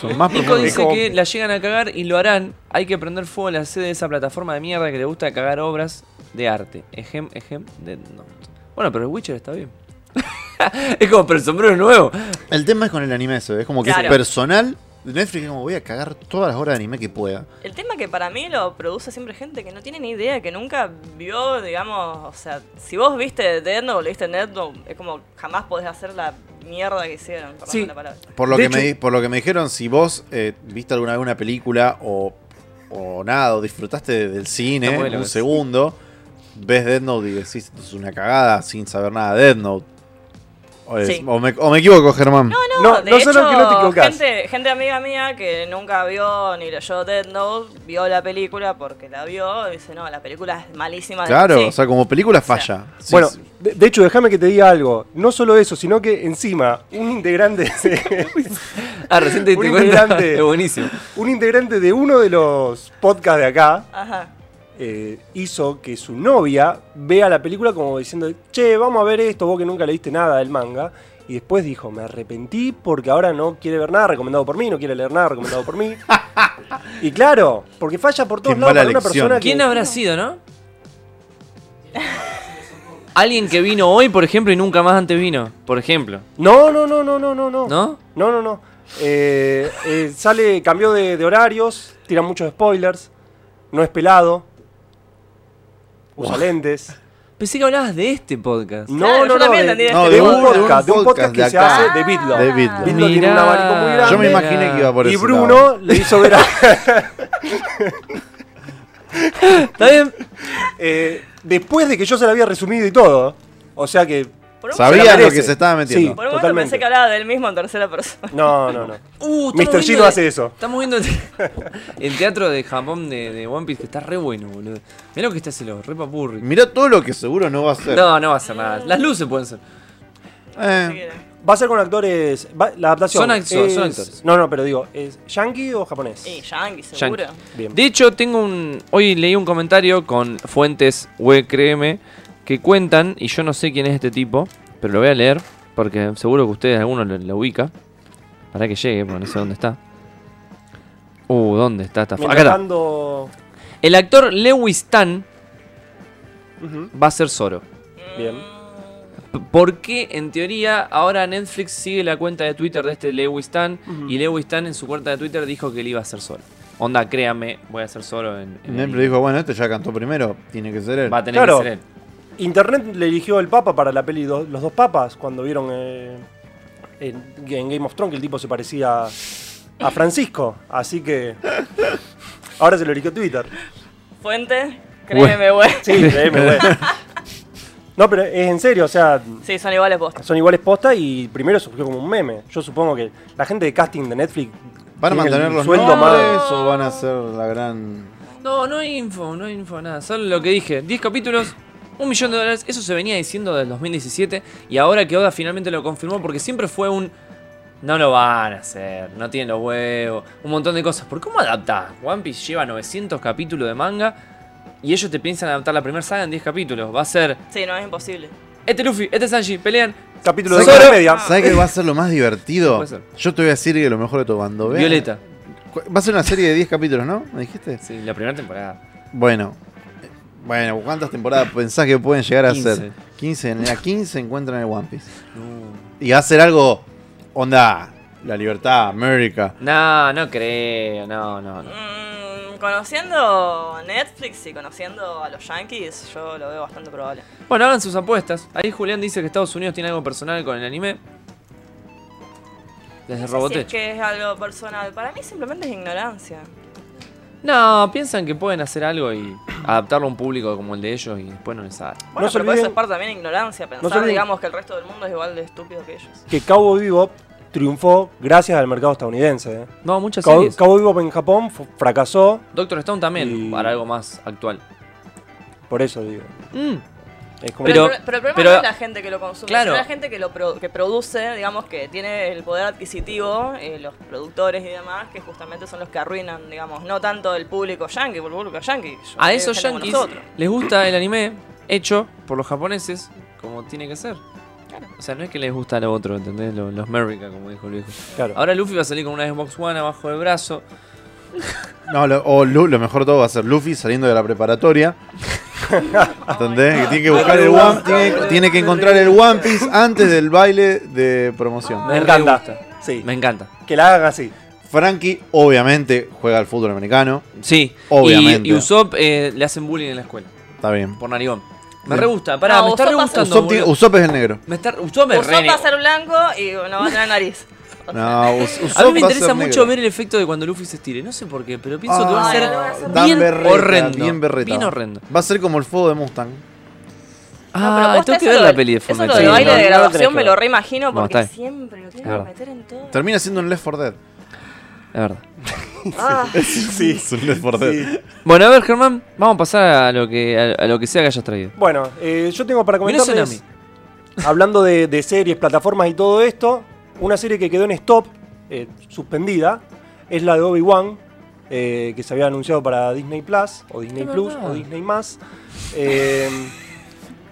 Speaker 1: Son más
Speaker 2: Nico
Speaker 1: profundos.
Speaker 2: dice
Speaker 3: como-
Speaker 2: que la llegan a cagar y lo harán. Hay que prender fuego a la sede de esa plataforma de mierda que le gusta cagar obras de arte. Ejem, ejem, Dead Note. Bueno, pero el Witcher está bien. es como, pero el sombrero es nuevo.
Speaker 1: El tema es con el anime eso. Es como que
Speaker 4: Claro.
Speaker 1: es personal. Netflix es como voy a cagar todas las horas de anime que pueda.
Speaker 4: El tema que para mí lo produce siempre gente que no tiene ni idea, que nunca vio, digamos, o sea, si vos viste Death Note, leíste Death Note, es como jamás podés hacer la mierda que hicieron, perdón
Speaker 3: Sí.
Speaker 4: la palabra.
Speaker 1: Por lo,
Speaker 3: De
Speaker 1: que
Speaker 3: hecho-
Speaker 1: me, di- por lo que me dijeron, si vos eh, viste alguna vez una película o, o nada, o disfrutaste de- del cine
Speaker 2: Está bueno
Speaker 1: un
Speaker 2: eso.
Speaker 1: segundo, ves Dead Note y decís, esto es una cagada sin saber nada de Dead Note. O, es-
Speaker 4: Sí.
Speaker 1: o me, o me equivoco, Germán.
Speaker 4: No,
Speaker 3: No,
Speaker 4: de
Speaker 3: no
Speaker 4: hecho,
Speaker 3: solo que no te equivocás.
Speaker 4: Gente, gente amiga mía que nunca vio ni leyó Death Note, vio la película porque la vio y dice, no, la película es malísima. de-
Speaker 1: claro,
Speaker 4: Sí.
Speaker 1: o sea, como película
Speaker 4: sea.
Speaker 1: falla. Sí,
Speaker 3: bueno,
Speaker 1: sí.
Speaker 3: de, de hecho, déjame que te diga algo. No solo eso, sino que encima, un integrante de ese-
Speaker 2: Ah, recién te
Speaker 3: Un
Speaker 2: diste cuenta.
Speaker 3: integrante.
Speaker 2: Es buenísimo.
Speaker 3: un integrante de uno de los podcasts de acá
Speaker 4: Ajá.
Speaker 3: eh, hizo que su novia vea la película como diciendo, che, vamos a ver esto, vos que nunca leíste nada del manga. Y después dijo, me arrepentí porque ahora no quiere ver nada recomendado por mí, no quiere leer nada recomendado por mí. y claro, porque falla por todos
Speaker 1: Qué
Speaker 3: lados
Speaker 1: mala
Speaker 3: para una
Speaker 1: elección.
Speaker 3: persona que...
Speaker 2: ¿Quién habrá sido, no? Alguien que vino hoy, por ejemplo, y nunca más antes vino. Por ejemplo.
Speaker 3: No, no, no, no, no, no, no.
Speaker 2: ¿No?
Speaker 3: No, no, no. Eh, eh, sale, cambió de, de horarios, tira muchos spoilers, no es pelado, usa lentes.
Speaker 2: Pensé que hablabas de este podcast.
Speaker 3: No, no,
Speaker 4: Claro, yo
Speaker 3: no,
Speaker 4: también
Speaker 3: de,
Speaker 4: entendí
Speaker 1: No,
Speaker 4: este
Speaker 3: de un
Speaker 1: podcast.
Speaker 3: podcast, de un podcast
Speaker 1: de
Speaker 3: que se
Speaker 4: Ah.
Speaker 1: acá.
Speaker 3: hace de Bitlo.
Speaker 1: De Bitlo.
Speaker 3: Bitlo tiene un
Speaker 2: Mirá.
Speaker 3: abanico muy grande.
Speaker 1: Yo me
Speaker 2: Mirá.
Speaker 1: imaginé que iba por
Speaker 3: Y
Speaker 1: ese
Speaker 3: Bruno
Speaker 1: lado.
Speaker 3: le hizo ver a...
Speaker 2: ¿Está bien?
Speaker 3: eh, después de que yo se la había resumido y todo. O sea que...
Speaker 4: Por un,
Speaker 1: Sabía
Speaker 3: Se la
Speaker 1: lo
Speaker 3: merece.
Speaker 1: que se estaba metiendo.
Speaker 4: por un momento
Speaker 3: Totalmente.
Speaker 4: pensé que hablaba del mismo en tercera persona.
Speaker 3: No, no, no.
Speaker 2: Uh,
Speaker 3: Mr.
Speaker 2: estamos
Speaker 3: G
Speaker 2: viendo
Speaker 3: no
Speaker 2: el-
Speaker 3: hace eso.
Speaker 2: Estamos viendo el, el teatro de Japón de, de One Piece que está re bueno, boludo. Mirá lo que está haciendo, re papurri.
Speaker 1: Mirá todo lo que seguro no va a ser.
Speaker 2: No, no va a ser nada. Las luces pueden ser.
Speaker 1: Eh,
Speaker 4: Si quieren.
Speaker 3: Va a ser con actores... va- la adaptación
Speaker 2: Son acto-
Speaker 3: es-
Speaker 2: son actores.
Speaker 3: No, no, pero digo, ¿es yankee o japonés?
Speaker 4: Y Yankee, seguro.
Speaker 2: Yankee.
Speaker 3: Bien.
Speaker 2: De hecho, tengo un. Hoy leí un comentario con fuentes web, créeme, que cuentan, y yo no sé quién es este tipo, pero lo voy a leer, porque seguro que ustedes alguno lo, lo ubica. Para que llegue, porque no sé dónde está. Uh, ¿dónde está esta fo- Acá
Speaker 3: Mientras
Speaker 2: está.
Speaker 3: tanto-
Speaker 2: El actor Lewis Tan
Speaker 3: Ujú,
Speaker 2: va a ser Zoro.
Speaker 3: Bien.
Speaker 2: P- ¿Por qué, en teoría, ahora Netflix sigue la cuenta de Twitter de este Lewis Tan?
Speaker 3: Ujú.
Speaker 2: Y Lewis Tan en su cuenta de Twitter dijo que él iba a ser Zoro. Onda, créame, voy a ser Zoro en. en
Speaker 1: Nemple dijo, bueno, este ya cantó primero, tiene que ser él.
Speaker 2: Va a tener
Speaker 3: Claro.
Speaker 2: que ser él.
Speaker 3: Internet le eligió el Papa para la peli do- Los dos Papas cuando vieron eh, en, en Game of Thrones que el tipo se parecía a Francisco. Así que ahora se lo eligió Twitter.
Speaker 4: Fuente, créeme, güey.
Speaker 3: Sí, créeme, güey. No, pero es en serio, o sea,
Speaker 4: Sí, son iguales vos.
Speaker 3: son iguales posta y primero surgió como un meme. Yo supongo que la gente de casting de Netflix
Speaker 1: ¿Van a
Speaker 3: tiene el
Speaker 1: mantener los
Speaker 3: sueldo
Speaker 1: nombres
Speaker 3: más.
Speaker 1: o van a ser la gran...
Speaker 2: No, no hay info, no hay info, nada. Solo lo que dije. 10 capítulos, un millón de dólares. Eso se venía diciendo desde el 2017. Y ahora que Oda finalmente lo confirmó, porque siempre fue un. No lo van a hacer, no tienen los huevos, un montón de cosas. ¿Por cómo adaptar? One Piece lleva 900 capítulos de manga y ellos te piensan adaptar la primera saga en 10 capítulos. Va a ser
Speaker 4: Sí, no, es imposible.
Speaker 2: este Luffy, este Sanji, pelean.
Speaker 3: Capítulo de
Speaker 2: Solo-
Speaker 3: hora y media.
Speaker 1: ¿Sabes qué va a ser lo más divertido?
Speaker 2: Puede ser.
Speaker 1: Yo te voy a decir que lo mejor de todo cuando veas-
Speaker 2: Violeta.
Speaker 1: Cu- Va a ser una serie de 10 capítulos, ¿no? ¿Me dijiste?
Speaker 2: Sí, la primera temporada.
Speaker 1: Bueno. Eh, Bueno, ¿cuántas temporadas pensás que pueden llegar a
Speaker 2: 15.
Speaker 1: ser? 15. En la 15 encuentran el One Piece. Y va a ser algo... Onda, la libertad, América.
Speaker 2: No, no creo, no, no, no.
Speaker 4: Mm, conociendo Netflix y conociendo a los Yankees, yo lo veo bastante probable.
Speaker 2: Bueno, hagan sus apuestas. Ahí Julián dice que Estados Unidos tiene algo personal con el anime. Desde
Speaker 4: No sé si
Speaker 2: Robotech.
Speaker 4: es que es algo personal. Para mí simplemente es ignorancia.
Speaker 2: No, piensan que pueden hacer algo y adaptarlo a un público como el de ellos y después no les sale.
Speaker 4: Bueno,
Speaker 3: se
Speaker 4: pero por
Speaker 3: olviden-
Speaker 4: eso es parte también de ignorancia. Pensar,
Speaker 3: olviden-
Speaker 4: digamos, que el resto del mundo es igual de estúpido que ellos.
Speaker 3: Que Cowboy Bebop triunfó gracias al mercado estadounidense. eh.
Speaker 2: No, muchas
Speaker 3: Cow-
Speaker 2: series.
Speaker 3: Cowboy Bebop en Japón fu- fracasó,
Speaker 2: Doctor Stone también,
Speaker 3: Y-
Speaker 2: para algo más actual.
Speaker 3: por eso digo.
Speaker 2: Mm,
Speaker 3: Es como
Speaker 2: Pero-
Speaker 4: Pero, el pro- pero el problema
Speaker 2: pero-
Speaker 4: no es la gente que lo consume,
Speaker 2: Claro.
Speaker 4: sino la gente que lo pro- que produce, digamos, que tiene el poder adquisitivo, eh, los productores y demás, que justamente son los que arruinan, digamos, no tanto el público yankee, por el público yankee. yo-
Speaker 2: A
Speaker 4: hay
Speaker 2: esos
Speaker 4: gente como
Speaker 2: yankees
Speaker 4: eh, nosotros.
Speaker 2: les gusta el anime hecho por los japoneses como tiene que ser. O sea, no es que les gusta lo otro, ¿entendés? Lo- Los America, como dijo el viejo.
Speaker 3: Claro.
Speaker 2: Ahora Luffy va a salir con una Xbox One abajo del brazo.
Speaker 1: No, lo, o Lu- lo mejor de todo va a ser Luffy saliendo de la preparatoria. ¿Entendés? Que tiene que buscar el One tiene, tiene que encontrar el One Piece antes del baile de promoción.
Speaker 3: Me
Speaker 2: Me
Speaker 3: encanta.
Speaker 2: re
Speaker 3: Sí.
Speaker 2: Me encanta.
Speaker 3: Que la hagan así.
Speaker 1: Frankie, obviamente, juega al fútbol americano.
Speaker 2: Sí,
Speaker 1: Obviamente.
Speaker 2: Y, y Usopp eh, le hacen bullying en la escuela,
Speaker 1: Está bien.
Speaker 2: por narigón. Me
Speaker 1: Bien.
Speaker 2: re gusta, pará,
Speaker 4: No,
Speaker 2: me está
Speaker 4: Usopp
Speaker 2: re
Speaker 4: va a
Speaker 2: gustando.
Speaker 1: Usopp, tiene-
Speaker 2: boludo.
Speaker 1: Usopp es el negro.
Speaker 2: me está, Usopp me
Speaker 4: Usopp
Speaker 2: re
Speaker 4: va a ser blanco y no va a tener nariz.
Speaker 1: No, Us-
Speaker 2: A mí
Speaker 1: Usopp
Speaker 2: me
Speaker 1: va a
Speaker 2: interesa
Speaker 1: ser
Speaker 2: mucho
Speaker 1: negro.
Speaker 2: ver el efecto de cuando Luffy se estire. No sé por qué, pero pienso que va a
Speaker 4: Ay,
Speaker 2: ser
Speaker 4: no, va a ser
Speaker 1: tan
Speaker 2: bien
Speaker 1: berreta,
Speaker 2: horrendo.
Speaker 1: Bien berreta.
Speaker 2: horrendo.
Speaker 1: Va a ser como el fuego de Mustang.
Speaker 4: No,
Speaker 2: Ah,
Speaker 4: pero posta,
Speaker 2: tengo que
Speaker 4: eso
Speaker 2: ver
Speaker 4: lo
Speaker 2: la
Speaker 4: del-
Speaker 2: peli de
Speaker 4: Eso
Speaker 2: Fullmetal.
Speaker 4: lo del
Speaker 3: Sí,
Speaker 4: baile
Speaker 3: no,
Speaker 4: de
Speaker 3: no lo
Speaker 4: graduación
Speaker 3: tenés que
Speaker 4: me lo
Speaker 3: ver.
Speaker 4: reimagino
Speaker 2: No, está
Speaker 4: porque
Speaker 2: bien.
Speaker 4: siempre lo tienen
Speaker 2: Claro.
Speaker 4: que meter en todo.
Speaker 1: Termina siendo un Left 4 Dead.
Speaker 2: Es verdad.
Speaker 4: Ah,
Speaker 3: Sí.
Speaker 1: Es un Left 4
Speaker 3: Sí.
Speaker 2: Bueno, a ver, Germán, vamos a pasar a lo que, a, a lo que sea que hayas traído.
Speaker 3: Bueno, eh, yo tengo para
Speaker 2: Mirá
Speaker 3: comentarles,
Speaker 2: Tsunami.
Speaker 3: hablando de, de series, plataformas y todo esto, una serie que quedó en stop, eh, suspendida, es la de Obi-Wan, eh, que se había anunciado para Disney Plus, o Disney
Speaker 2: Es
Speaker 3: Plus,
Speaker 2: verdad.
Speaker 3: o Disney Más. eh,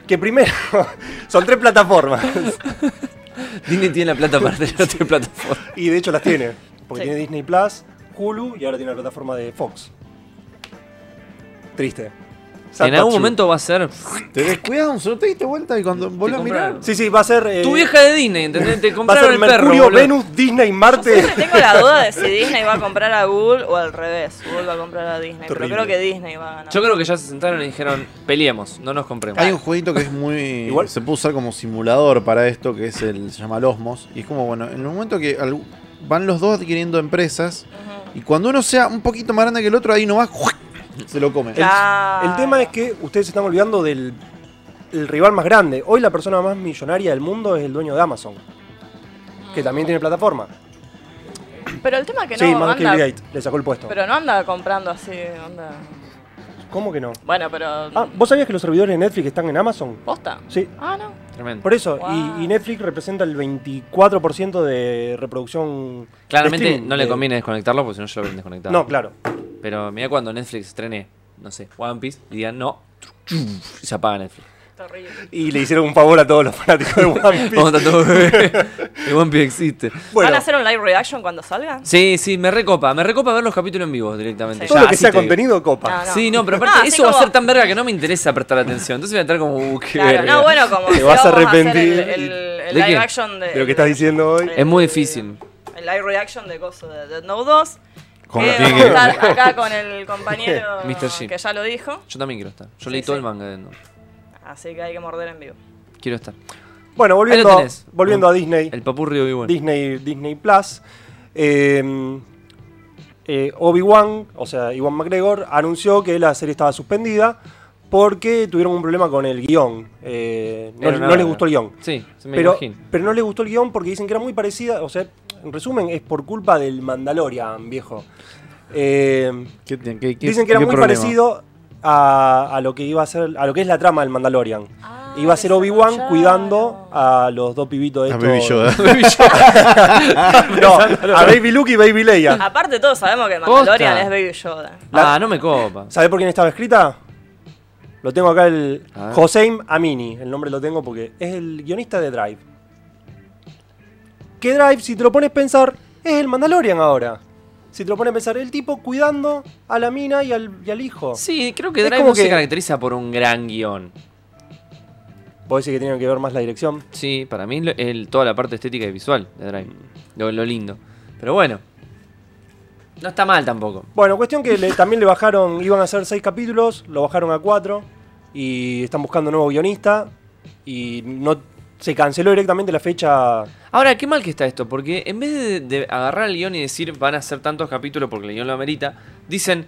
Speaker 3: que primero, son tres plataformas,
Speaker 2: Disney tiene la plata para tener otra plataforma.
Speaker 3: y de hecho las tiene, porque
Speaker 4: Sí.
Speaker 3: tiene Disney Plus, Hulu, y ahora tiene la plataforma de Fox. Triste.
Speaker 2: en algún momento va a ser
Speaker 1: Te descuidas un sorteo y te vuelta y cuando volvés a mirar.
Speaker 2: compraron.
Speaker 3: Sí, sí, va a ser. eh,
Speaker 2: tu vieja de Disney, ¿entendés? Te
Speaker 3: Va a
Speaker 2: compraron
Speaker 3: ser
Speaker 2: el perro.
Speaker 3: Mercurio,
Speaker 2: boludo.
Speaker 3: Venus, Disney,
Speaker 4: Yo
Speaker 3: Marte.
Speaker 4: siempre tengo la duda de si Disney va a comprar a Google o al revés. Google va a comprar a Disney.
Speaker 3: Terrible.
Speaker 4: Pero creo que Disney va a ganar.
Speaker 2: Ah. Yo creo que ya se sentaron y dijeron, peleemos, no nos compremos.
Speaker 1: Hay un jueguito que es muy.
Speaker 3: Igual-
Speaker 1: Se puede usar como simulador para esto, que es el. Se llama el Osmos. Y es como, bueno, en el momento que al- van los dos adquiriendo empresas.
Speaker 4: Ujú.
Speaker 1: Y cuando uno sea un poquito más grande que el otro, ahí no va. Se lo come.
Speaker 4: Claro.
Speaker 3: El tema es que ustedes se están olvidando del el rival más grande. Hoy la persona más millonaria del mundo es el dueño de Amazon, que también tiene plataforma.
Speaker 4: Pero el tema es que
Speaker 3: sí,
Speaker 4: no
Speaker 3: más que Bill
Speaker 4: anda...
Speaker 3: Gates, le sacó el puesto.
Speaker 4: Pero no anda comprando así, onda...
Speaker 3: ¿Cómo que no?
Speaker 4: Bueno, pero...
Speaker 3: Ah, ¿vos sabías que los servidores de Netflix están en Amazon?
Speaker 4: ¿Posta?
Speaker 3: Sí.
Speaker 4: Ah, no.
Speaker 2: Tremendo.
Speaker 3: Por eso,
Speaker 4: Wow.
Speaker 3: y, y Netflix representa el 24% de reproducción. de
Speaker 2: Claramente
Speaker 3: streaming
Speaker 2: no le
Speaker 3: de-
Speaker 2: conviene desconectarlo porque si no yo lo ven desconectado.
Speaker 3: No, claro.
Speaker 2: Pero mira cuando Netflix estrene, no sé, One Piece y digan no, y se apaga Netflix.
Speaker 4: Terrible.
Speaker 3: Y le hicieron un favor a todos los fanáticos de One Piece.
Speaker 2: Vamos a todo El One Piece existe.
Speaker 4: ¿Van
Speaker 3: bueno,
Speaker 4: a hacer un live reaction cuando salga?
Speaker 2: Sí, sí, me recopa. Me recopa ver los capítulos en vivo directamente.
Speaker 4: Sí.
Speaker 3: todo
Speaker 2: Ya,
Speaker 3: lo que
Speaker 2: así
Speaker 3: sea
Speaker 2: te digo.
Speaker 3: contenido, copa.
Speaker 4: Ah, No, no.
Speaker 2: Sí, no, pero aparte
Speaker 4: No, así
Speaker 2: eso va a
Speaker 4: como-
Speaker 2: ser tan verga que no me interesa prestar atención. Entonces voy a estar como, uh, qué
Speaker 4: Claro,
Speaker 2: verga.
Speaker 4: no, bueno, como
Speaker 3: Te
Speaker 4: si
Speaker 3: vas a
Speaker 4: vamos hacer
Speaker 3: arrepentir
Speaker 4: el, el- el
Speaker 2: ¿De
Speaker 4: live
Speaker 2: qué?
Speaker 4: action de,
Speaker 3: De lo que estás diciendo hoy.
Speaker 2: Es muy difícil.
Speaker 4: El live reaction de Coso de Dead Note 2.
Speaker 1: Como
Speaker 4: que
Speaker 1: tiene
Speaker 4: vamos a
Speaker 1: que-
Speaker 4: estar acá con el compañero
Speaker 2: Mr. G.
Speaker 4: que ya lo dijo.
Speaker 2: Yo también quiero estar. Yo
Speaker 4: Sí,
Speaker 2: leí todo
Speaker 4: sí.
Speaker 2: el manga de no.
Speaker 4: Así que hay que morder en vivo.
Speaker 2: Quiero estar.
Speaker 3: Bueno, volviendo, a-
Speaker 2: tenés.
Speaker 3: volviendo a Disney.
Speaker 2: El papurrio y bueno.
Speaker 3: Disney, Disney Plus. eh, eh, Obi-Wan, o sea, Iwan McGregor, anunció que la serie estaba suspendida porque tuvieron un problema con el guión. eh, no,
Speaker 2: Era una
Speaker 3: no les
Speaker 2: verga.
Speaker 3: gustó el guión.
Speaker 2: Sí, se me
Speaker 3: Pero,
Speaker 2: imagino.
Speaker 3: pero no les gustó el guión porque dicen que era muy parecida. O sea, en resumen, es por culpa del Mandalorian, viejo. Eh,
Speaker 1: ¿Qué tiene- qué- qué-
Speaker 3: Dicen que era
Speaker 1: qué
Speaker 3: muy
Speaker 1: problema?
Speaker 3: parecido a, a lo que iba a ser, a lo que es la trama del Mandalorian.
Speaker 4: Ah,
Speaker 3: iba a ser Obi-Wan
Speaker 4: desarrollaron.
Speaker 3: cuidando a los dos pibitos
Speaker 1: A
Speaker 3: estos.
Speaker 1: Baby Yoda.
Speaker 3: No, a Baby Luke y Baby Leia.
Speaker 4: Aparte todos sabemos que
Speaker 2: Posta.
Speaker 4: Mandalorian es Baby Yoda.
Speaker 2: Ah, no me copa.
Speaker 3: ¿Sabés por quién estaba escrita? Lo tengo acá el
Speaker 2: A
Speaker 1: Ah.
Speaker 2: ver.
Speaker 3: Joseim Amini, el nombre lo tengo porque es el guionista de Drive. Que Drive, si te lo pones a pensar, es el Mandalorian ahora. Si te lo pones a pensar, el tipo cuidando a la mina y al, y al hijo.
Speaker 2: Sí, creo que
Speaker 3: Es
Speaker 2: Drive
Speaker 3: como
Speaker 2: no se
Speaker 3: que-
Speaker 2: caracteriza por un gran guión.
Speaker 3: Vos decís que tiene que ver más la dirección.
Speaker 2: Sí, para mí lo- el- toda la parte estética y visual de Drive. Lo, lo lindo. Pero bueno. No está mal tampoco.
Speaker 3: Bueno, cuestión que le- también le bajaron, iban a hacer seis capítulos, lo bajaron a cuatro y están buscando nuevo guionista y no se canceló directamente la fecha.
Speaker 2: Ahora, qué mal que está esto, porque en vez de, de agarrar el guión y decir van a hacer tantos capítulos porque el guión lo amerita, dicen,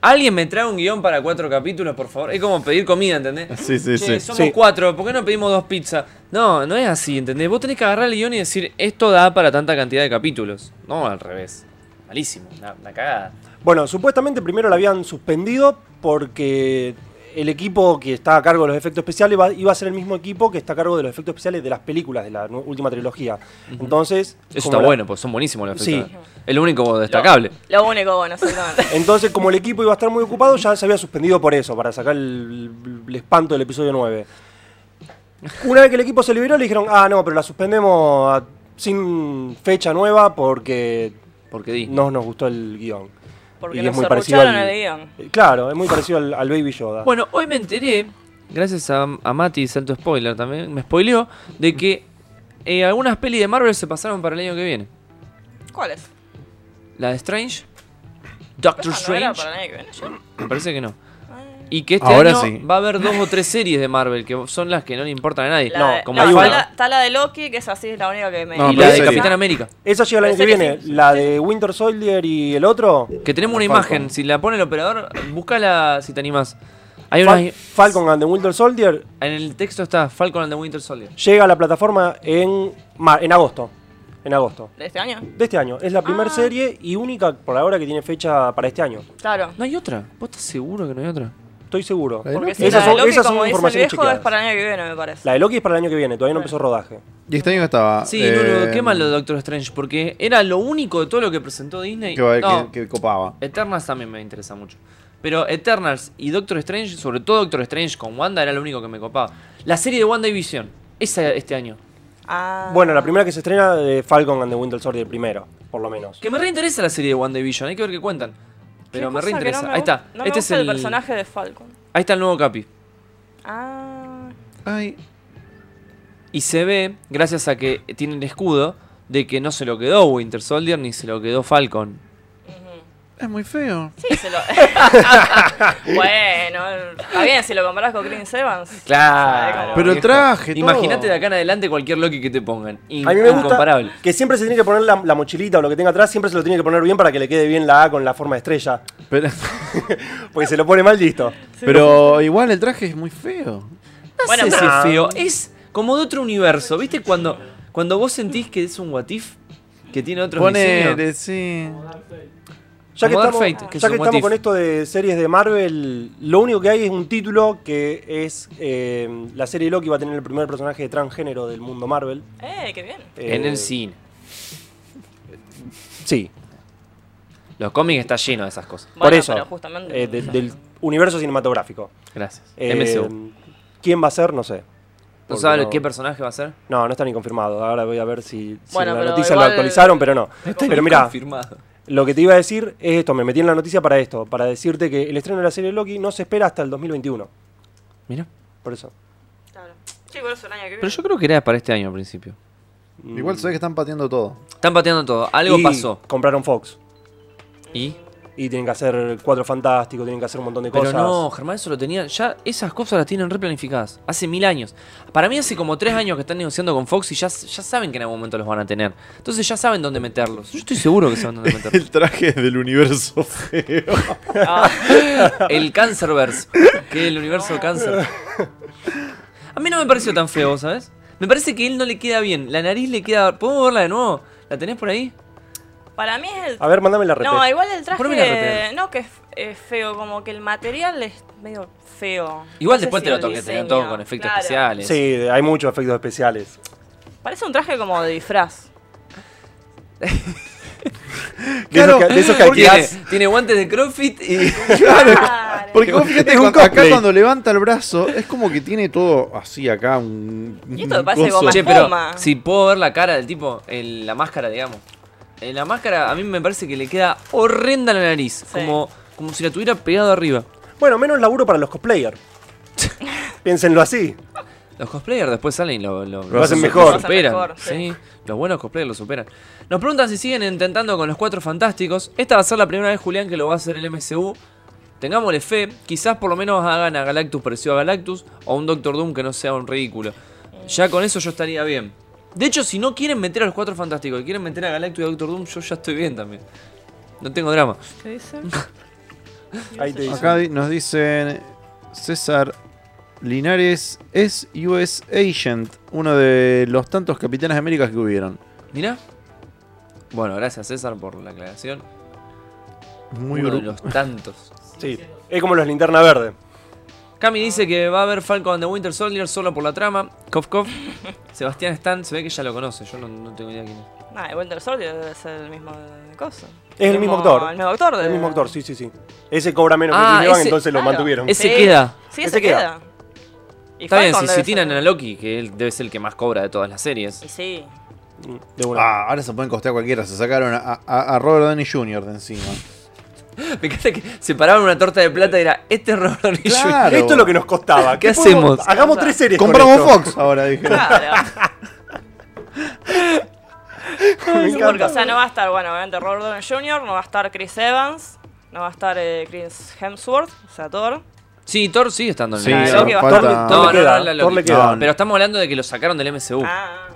Speaker 2: alguien me trae un guión para cuatro capítulos, por favor. Es como pedir comida, ¿entendés?
Speaker 1: Sí, sí,
Speaker 2: Che,
Speaker 1: sí.
Speaker 2: somos
Speaker 3: Sí.
Speaker 2: cuatro, ¿por qué no pedimos dos pizzas? No, no es así, ¿entendés? Vos tenés que agarrar el guión y decir, esto da para tanta cantidad de capítulos. No, al revés. Malísimo, una, una cagada.
Speaker 3: Bueno, supuestamente primero la habían suspendido porque el equipo que está a cargo de los efectos especiales va- iba a ser el mismo equipo que está a cargo de los efectos especiales de las películas de la nu- última trilogía. Entonces,
Speaker 2: Eso
Speaker 3: como
Speaker 2: está
Speaker 3: la-
Speaker 2: bueno, porque son buenísimos los
Speaker 3: Sí.
Speaker 2: efectos. Es lo único destacable.
Speaker 4: Lo único bueno, exactamente.
Speaker 3: Entonces, como el equipo iba a estar muy ocupado, ya se había suspendido por eso, para sacar el, el espanto del episodio 9. Una vez que el equipo se liberó, le dijeron, ah, no, pero la suspendemos a- sin fecha nueva porque
Speaker 2: Porque di.
Speaker 3: no nos gustó el guión.
Speaker 4: Porque nos arrucharon el guión.
Speaker 3: Eh, Claro, es muy parecido al, al Baby Yoda.
Speaker 2: Bueno, hoy me enteré, gracias a, a Mati, Salto Spoiler también, me spoileó, de que eh, algunas pelis de Marvel se pasaron para el año que viene.
Speaker 4: ¿Cuál es?
Speaker 2: La de Strange, Doctor
Speaker 4: ¿Esa no era
Speaker 2: Strange,
Speaker 4: para el año que viene ya?
Speaker 2: me parece que no. Y que este
Speaker 1: Ahora
Speaker 2: año
Speaker 1: sí.
Speaker 2: va a haber dos o tres series de Marvel que son las que no le importan a nadie.
Speaker 4: La
Speaker 3: No,
Speaker 4: de-
Speaker 2: como
Speaker 4: no,
Speaker 2: hay
Speaker 4: está,
Speaker 2: una.
Speaker 4: la, está la de Loki, que es así, es la única que me...
Speaker 1: No,
Speaker 2: y
Speaker 1: pero
Speaker 2: la
Speaker 1: es
Speaker 2: de
Speaker 1: serie.
Speaker 2: Capitán América.
Speaker 3: Esa llega el año que
Speaker 4: Parece que
Speaker 3: viene,
Speaker 4: sí.
Speaker 3: la de Winter Soldier y el otro.
Speaker 2: Que tenemos una
Speaker 1: Falcon.
Speaker 2: imagen, si la pone el operador, búscala si te animás. Hay una,
Speaker 3: Fal- Falcon and the Winter Soldier
Speaker 2: en el texto está Falcon and the Winter Soldier.
Speaker 3: llega a la plataforma en, mar- en agosto. En agosto.
Speaker 4: ¿De este año?
Speaker 3: De este año. Es la primera
Speaker 4: Ah.
Speaker 3: serie y única por ahora que tiene fecha para este año.
Speaker 4: Claro.
Speaker 2: ¿No hay otra? ¿Vos estás seguro que no hay otra?
Speaker 3: Estoy seguro.
Speaker 1: La de
Speaker 4: Porque
Speaker 1: Loki.
Speaker 4: si
Speaker 3: Esas
Speaker 4: la de
Speaker 3: son-
Speaker 4: Loki,
Speaker 3: esas son
Speaker 4: como dice el
Speaker 3: informaciones
Speaker 4: viejo,
Speaker 3: chequeadas.
Speaker 4: es para Ah. el año que viene, me parece.
Speaker 3: La de Loki es para el año que viene, todavía no empezó rodaje.
Speaker 1: Y este año que estaba.
Speaker 2: Sí,
Speaker 1: eh,
Speaker 2: no, no, qué malo Doctor Strange, porque era lo único de todo lo que presentó Disney.
Speaker 1: Que, va-
Speaker 2: No,
Speaker 1: que- que copaba.
Speaker 2: Eternals también me interesa mucho. Pero Eternals y Doctor Strange, sobre todo Doctor Strange con Wanda, era lo único que me copaba. La serie de WandaVision, esa este año.
Speaker 4: Ah.
Speaker 3: Bueno, la primera que se estrena de Falcon and the Winter Soldier primero, por lo menos.
Speaker 2: Que me reinteresa la serie de WandaVision, hay que ver qué cuentan.
Speaker 4: Qué
Speaker 2: Pero me
Speaker 4: cosa que
Speaker 2: reinteresa.
Speaker 4: no me
Speaker 2: Ahí está.
Speaker 4: gu- No me
Speaker 2: este
Speaker 4: gusta
Speaker 2: es
Speaker 4: el personaje de Falcon.
Speaker 2: Ahí está el nuevo Capi.
Speaker 4: Ah.
Speaker 1: Ay,
Speaker 2: Y se ve, gracias a que tiene el escudo, de que no se lo quedó Winter Soldier ni se lo quedó Falcon.
Speaker 4: ujú.
Speaker 1: es muy feo.
Speaker 4: Sí, se lo. bueno, está bien si lo comparás con Chris Evans.
Speaker 2: Claro.
Speaker 1: Pero
Speaker 2: viejo.
Speaker 1: traje todo.
Speaker 2: Imagínate de acá en adelante cualquier Loki que te pongan. In-
Speaker 3: A mí me gusta
Speaker 2: incomparable.
Speaker 3: que siempre se tiene que poner la, la mochilita o lo que tenga atrás, siempre se lo tiene que poner bien para que le quede bien la A con la forma de estrella.
Speaker 1: Pero,
Speaker 3: Porque se lo pone mal listo.
Speaker 1: pero igual el traje es muy feo.
Speaker 2: No
Speaker 4: Bueno,
Speaker 2: sé si
Speaker 3: pero-
Speaker 2: es feo. Es como de otro universo. ¿Viste cuando, cuando vos sentís que es un What If? Que tiene otro
Speaker 1: Ponele, sí.
Speaker 3: Ya que,
Speaker 2: Como Dark
Speaker 3: estamos,
Speaker 2: Fate, que
Speaker 3: ya
Speaker 2: es
Speaker 3: que
Speaker 2: un what
Speaker 3: estamos
Speaker 2: if.
Speaker 3: con esto de series de Marvel, lo único que hay es un título que es eh, la serie Loki va a tener el primer personaje transgénero del mundo Marvel.
Speaker 4: Eh, qué bien.
Speaker 3: Eh,
Speaker 2: En el cine.
Speaker 3: Sí,
Speaker 2: Los cómics está lleno de esas cosas.
Speaker 3: por
Speaker 4: Bueno,
Speaker 3: eso.
Speaker 4: pero justamente-
Speaker 3: eh, de- del universo cinematográfico.
Speaker 2: Gracias.
Speaker 3: Eh,
Speaker 2: MCU.
Speaker 3: ¿Quién va a ser? No sé.
Speaker 2: ¿No
Speaker 3: Porque
Speaker 2: sabes
Speaker 3: no-
Speaker 2: qué personaje va a ser?
Speaker 3: No, no está ni confirmado. Ahora voy a ver si, si
Speaker 4: Bueno,
Speaker 3: en la
Speaker 4: pero
Speaker 3: noticia
Speaker 4: igual-
Speaker 3: lo actualizaron, pero no. pero mira,
Speaker 2: Confirmado.
Speaker 3: lo que te iba a decir es esto. Me metí en la noticia para esto. Para decirte que el estreno de la serie Loki no se espera hasta el 2021.
Speaker 2: Mira.
Speaker 3: Por eso.
Speaker 4: Claro. Sí, por eso el año que viene.
Speaker 2: Pero yo creo que era para este año al principio.
Speaker 3: Mm.
Speaker 1: Igual sabés que están pateando todo.
Speaker 2: Están pateando todo. Algo
Speaker 3: Y
Speaker 2: pasó.
Speaker 3: Compraron Fox.
Speaker 2: ¿Y?
Speaker 3: Y tienen que hacer Cuatro Fantásticos, tienen que hacer un montón de
Speaker 2: Pero
Speaker 3: cosas.
Speaker 2: no, Germán, eso lo tenía. Ya esas cosas las tienen replanificadas. Hace mil años. Para mí hace como tres años que están negociando con Fox y ya, ya saben que en algún momento los van a tener. Entonces ya saben dónde meterlos. Yo estoy seguro que saben dónde meterlos. Ah,
Speaker 1: El traje del universo feo.
Speaker 2: El Cancerverse. Que es el universo cáncer. A mí no me pareció tan feo, ¿sabes? Me parece que él no le queda bien. La nariz le queda... ¿Podemos verla de nuevo? ¿La tenés por ahí?
Speaker 4: Para mí es el.
Speaker 3: A ver, mándame la repetición.
Speaker 4: No, igual el
Speaker 2: Poneme la
Speaker 4: traje.
Speaker 2: repera.
Speaker 4: No, que es es feo, como que el material es medio feo.
Speaker 2: Igual
Speaker 4: No sé
Speaker 2: después
Speaker 4: si
Speaker 2: te lo
Speaker 4: el
Speaker 2: toquetean
Speaker 4: diseño.
Speaker 2: todo con efectos
Speaker 4: Claro.
Speaker 2: especiales.
Speaker 3: Sí, hay muchos efectos especiales.
Speaker 4: Parece un traje como de disfraz.
Speaker 3: De esos
Speaker 1: Claro,
Speaker 3: que- de esos que
Speaker 2: Tiene,
Speaker 3: alquilás.
Speaker 2: tiene guantes de CrossFit y...
Speaker 4: Claro.
Speaker 1: Porque vos fíjate,
Speaker 3: Es un
Speaker 1: cuando- acá
Speaker 3: cosplay.
Speaker 1: cuando levanta el brazo, es como que tiene todo así acá. Un,
Speaker 4: Y esto me
Speaker 1: un
Speaker 4: parece
Speaker 1: coso.
Speaker 4: goma.
Speaker 2: Che, pero
Speaker 4: Toma.
Speaker 2: si puedo ver la cara del tipo, el- la máscara, digamos. En la máscara a mí me parece que le queda horrenda la nariz, como, como si la tuviera pegado arriba.
Speaker 3: Bueno, menos laburo para los cosplayers. Piénsenlo así.
Speaker 2: Los cosplayers después salen y lo, lo,
Speaker 1: Lo hacen
Speaker 2: lo
Speaker 1: mejor.
Speaker 4: Lo hacen
Speaker 2: superan.
Speaker 4: mejor,
Speaker 2: sí.
Speaker 4: sí.
Speaker 2: los buenos cosplayers lo superan. Nos preguntan si siguen intentando con los cuatro fantásticos. Esta va a ser la primera vez, Julián, que lo va a hacer el MCU. Tengámosle fe, quizás por lo menos hagan a Galactus parecido a Galactus o a un Doctor Doom que no sea un ridículo. Ya con eso yo estaría bien. De hecho, si no quieren meter a los cuatro fantásticos, y quieren meter a Galactus y a Doctor Doom, yo ya estoy bien también. No tengo drama.
Speaker 4: ¿Qué dice?
Speaker 3: Ahí te dice.
Speaker 1: Acá di- nos dicen César Linares es US Agent, uno de los tantos capitanes de América que hubieron.
Speaker 2: Mirá. Bueno, gracias César por la aclaración.
Speaker 1: Muy
Speaker 2: Uno de
Speaker 1: bru-
Speaker 2: los tantos.
Speaker 3: Sí. Es como los linterna verde.
Speaker 2: Cami dice que va a ver Falcon and the Winter Soldier solo por la trama. Cof, cof. Sebastián Stan se ve que ya lo conoce. Yo no, no tengo idea quién es.
Speaker 4: Nah, Ah, el Winter Soldier debe ser el mismo de cosa.
Speaker 3: Es el mismo actor.
Speaker 4: El mismo actor. de-
Speaker 3: El mismo actor, sí, sí, sí. Ese cobra menos
Speaker 2: Ah,
Speaker 3: que Chris Evans,
Speaker 2: ese-
Speaker 3: entonces lo
Speaker 4: claro.
Speaker 3: mantuvieron.
Speaker 2: Ese queda.
Speaker 4: Sí,
Speaker 3: Ese
Speaker 4: ese
Speaker 3: queda.
Speaker 4: queda. Y
Speaker 2: Está bien,
Speaker 4: Falcon
Speaker 2: si,
Speaker 4: debe
Speaker 2: si tiran
Speaker 4: ser-
Speaker 2: a Loki, que él debe ser el que más cobra de todas las series.
Speaker 4: Y sí.
Speaker 3: Mm, De una.
Speaker 1: Ah, ahora se pueden costear cualquiera. Se sacaron a, a- a Robert Downey Jr. de encima.
Speaker 2: Me encanta que separaban una torta de plata y era este es Robert Downey Jr.
Speaker 1: Claro.
Speaker 3: Esto es lo que nos costaba.
Speaker 2: ¿Qué
Speaker 3: podemos-
Speaker 2: hacemos?
Speaker 3: Hagamos tres series. con
Speaker 1: Compramos
Speaker 3: esto.
Speaker 1: Fox ahora, dije.
Speaker 4: Ah, Claro.
Speaker 3: Me
Speaker 4: Sí, porque, o
Speaker 3: encanta.
Speaker 4: sea, no va a estar, bueno, obviamente Robert Downey Jr., no va a estar Chris Evans, no va a estar eh, Chris Hemsworth, o sea, Thor.
Speaker 2: Sí, Thor sigue estando en
Speaker 1: Sí,
Speaker 2: el
Speaker 4: Claro,
Speaker 1: ahora
Speaker 4: Loki va a
Speaker 3: Thor,
Speaker 1: falta-
Speaker 3: le-
Speaker 2: No,
Speaker 3: Thor
Speaker 2: no,
Speaker 3: le
Speaker 2: no,
Speaker 3: queda.
Speaker 2: no, la
Speaker 3: Thor le
Speaker 2: Loki.
Speaker 3: queda.
Speaker 1: No.
Speaker 2: Pero estamos hablando de que lo sacaron del
Speaker 3: Uh.
Speaker 2: MCU.
Speaker 4: Ah,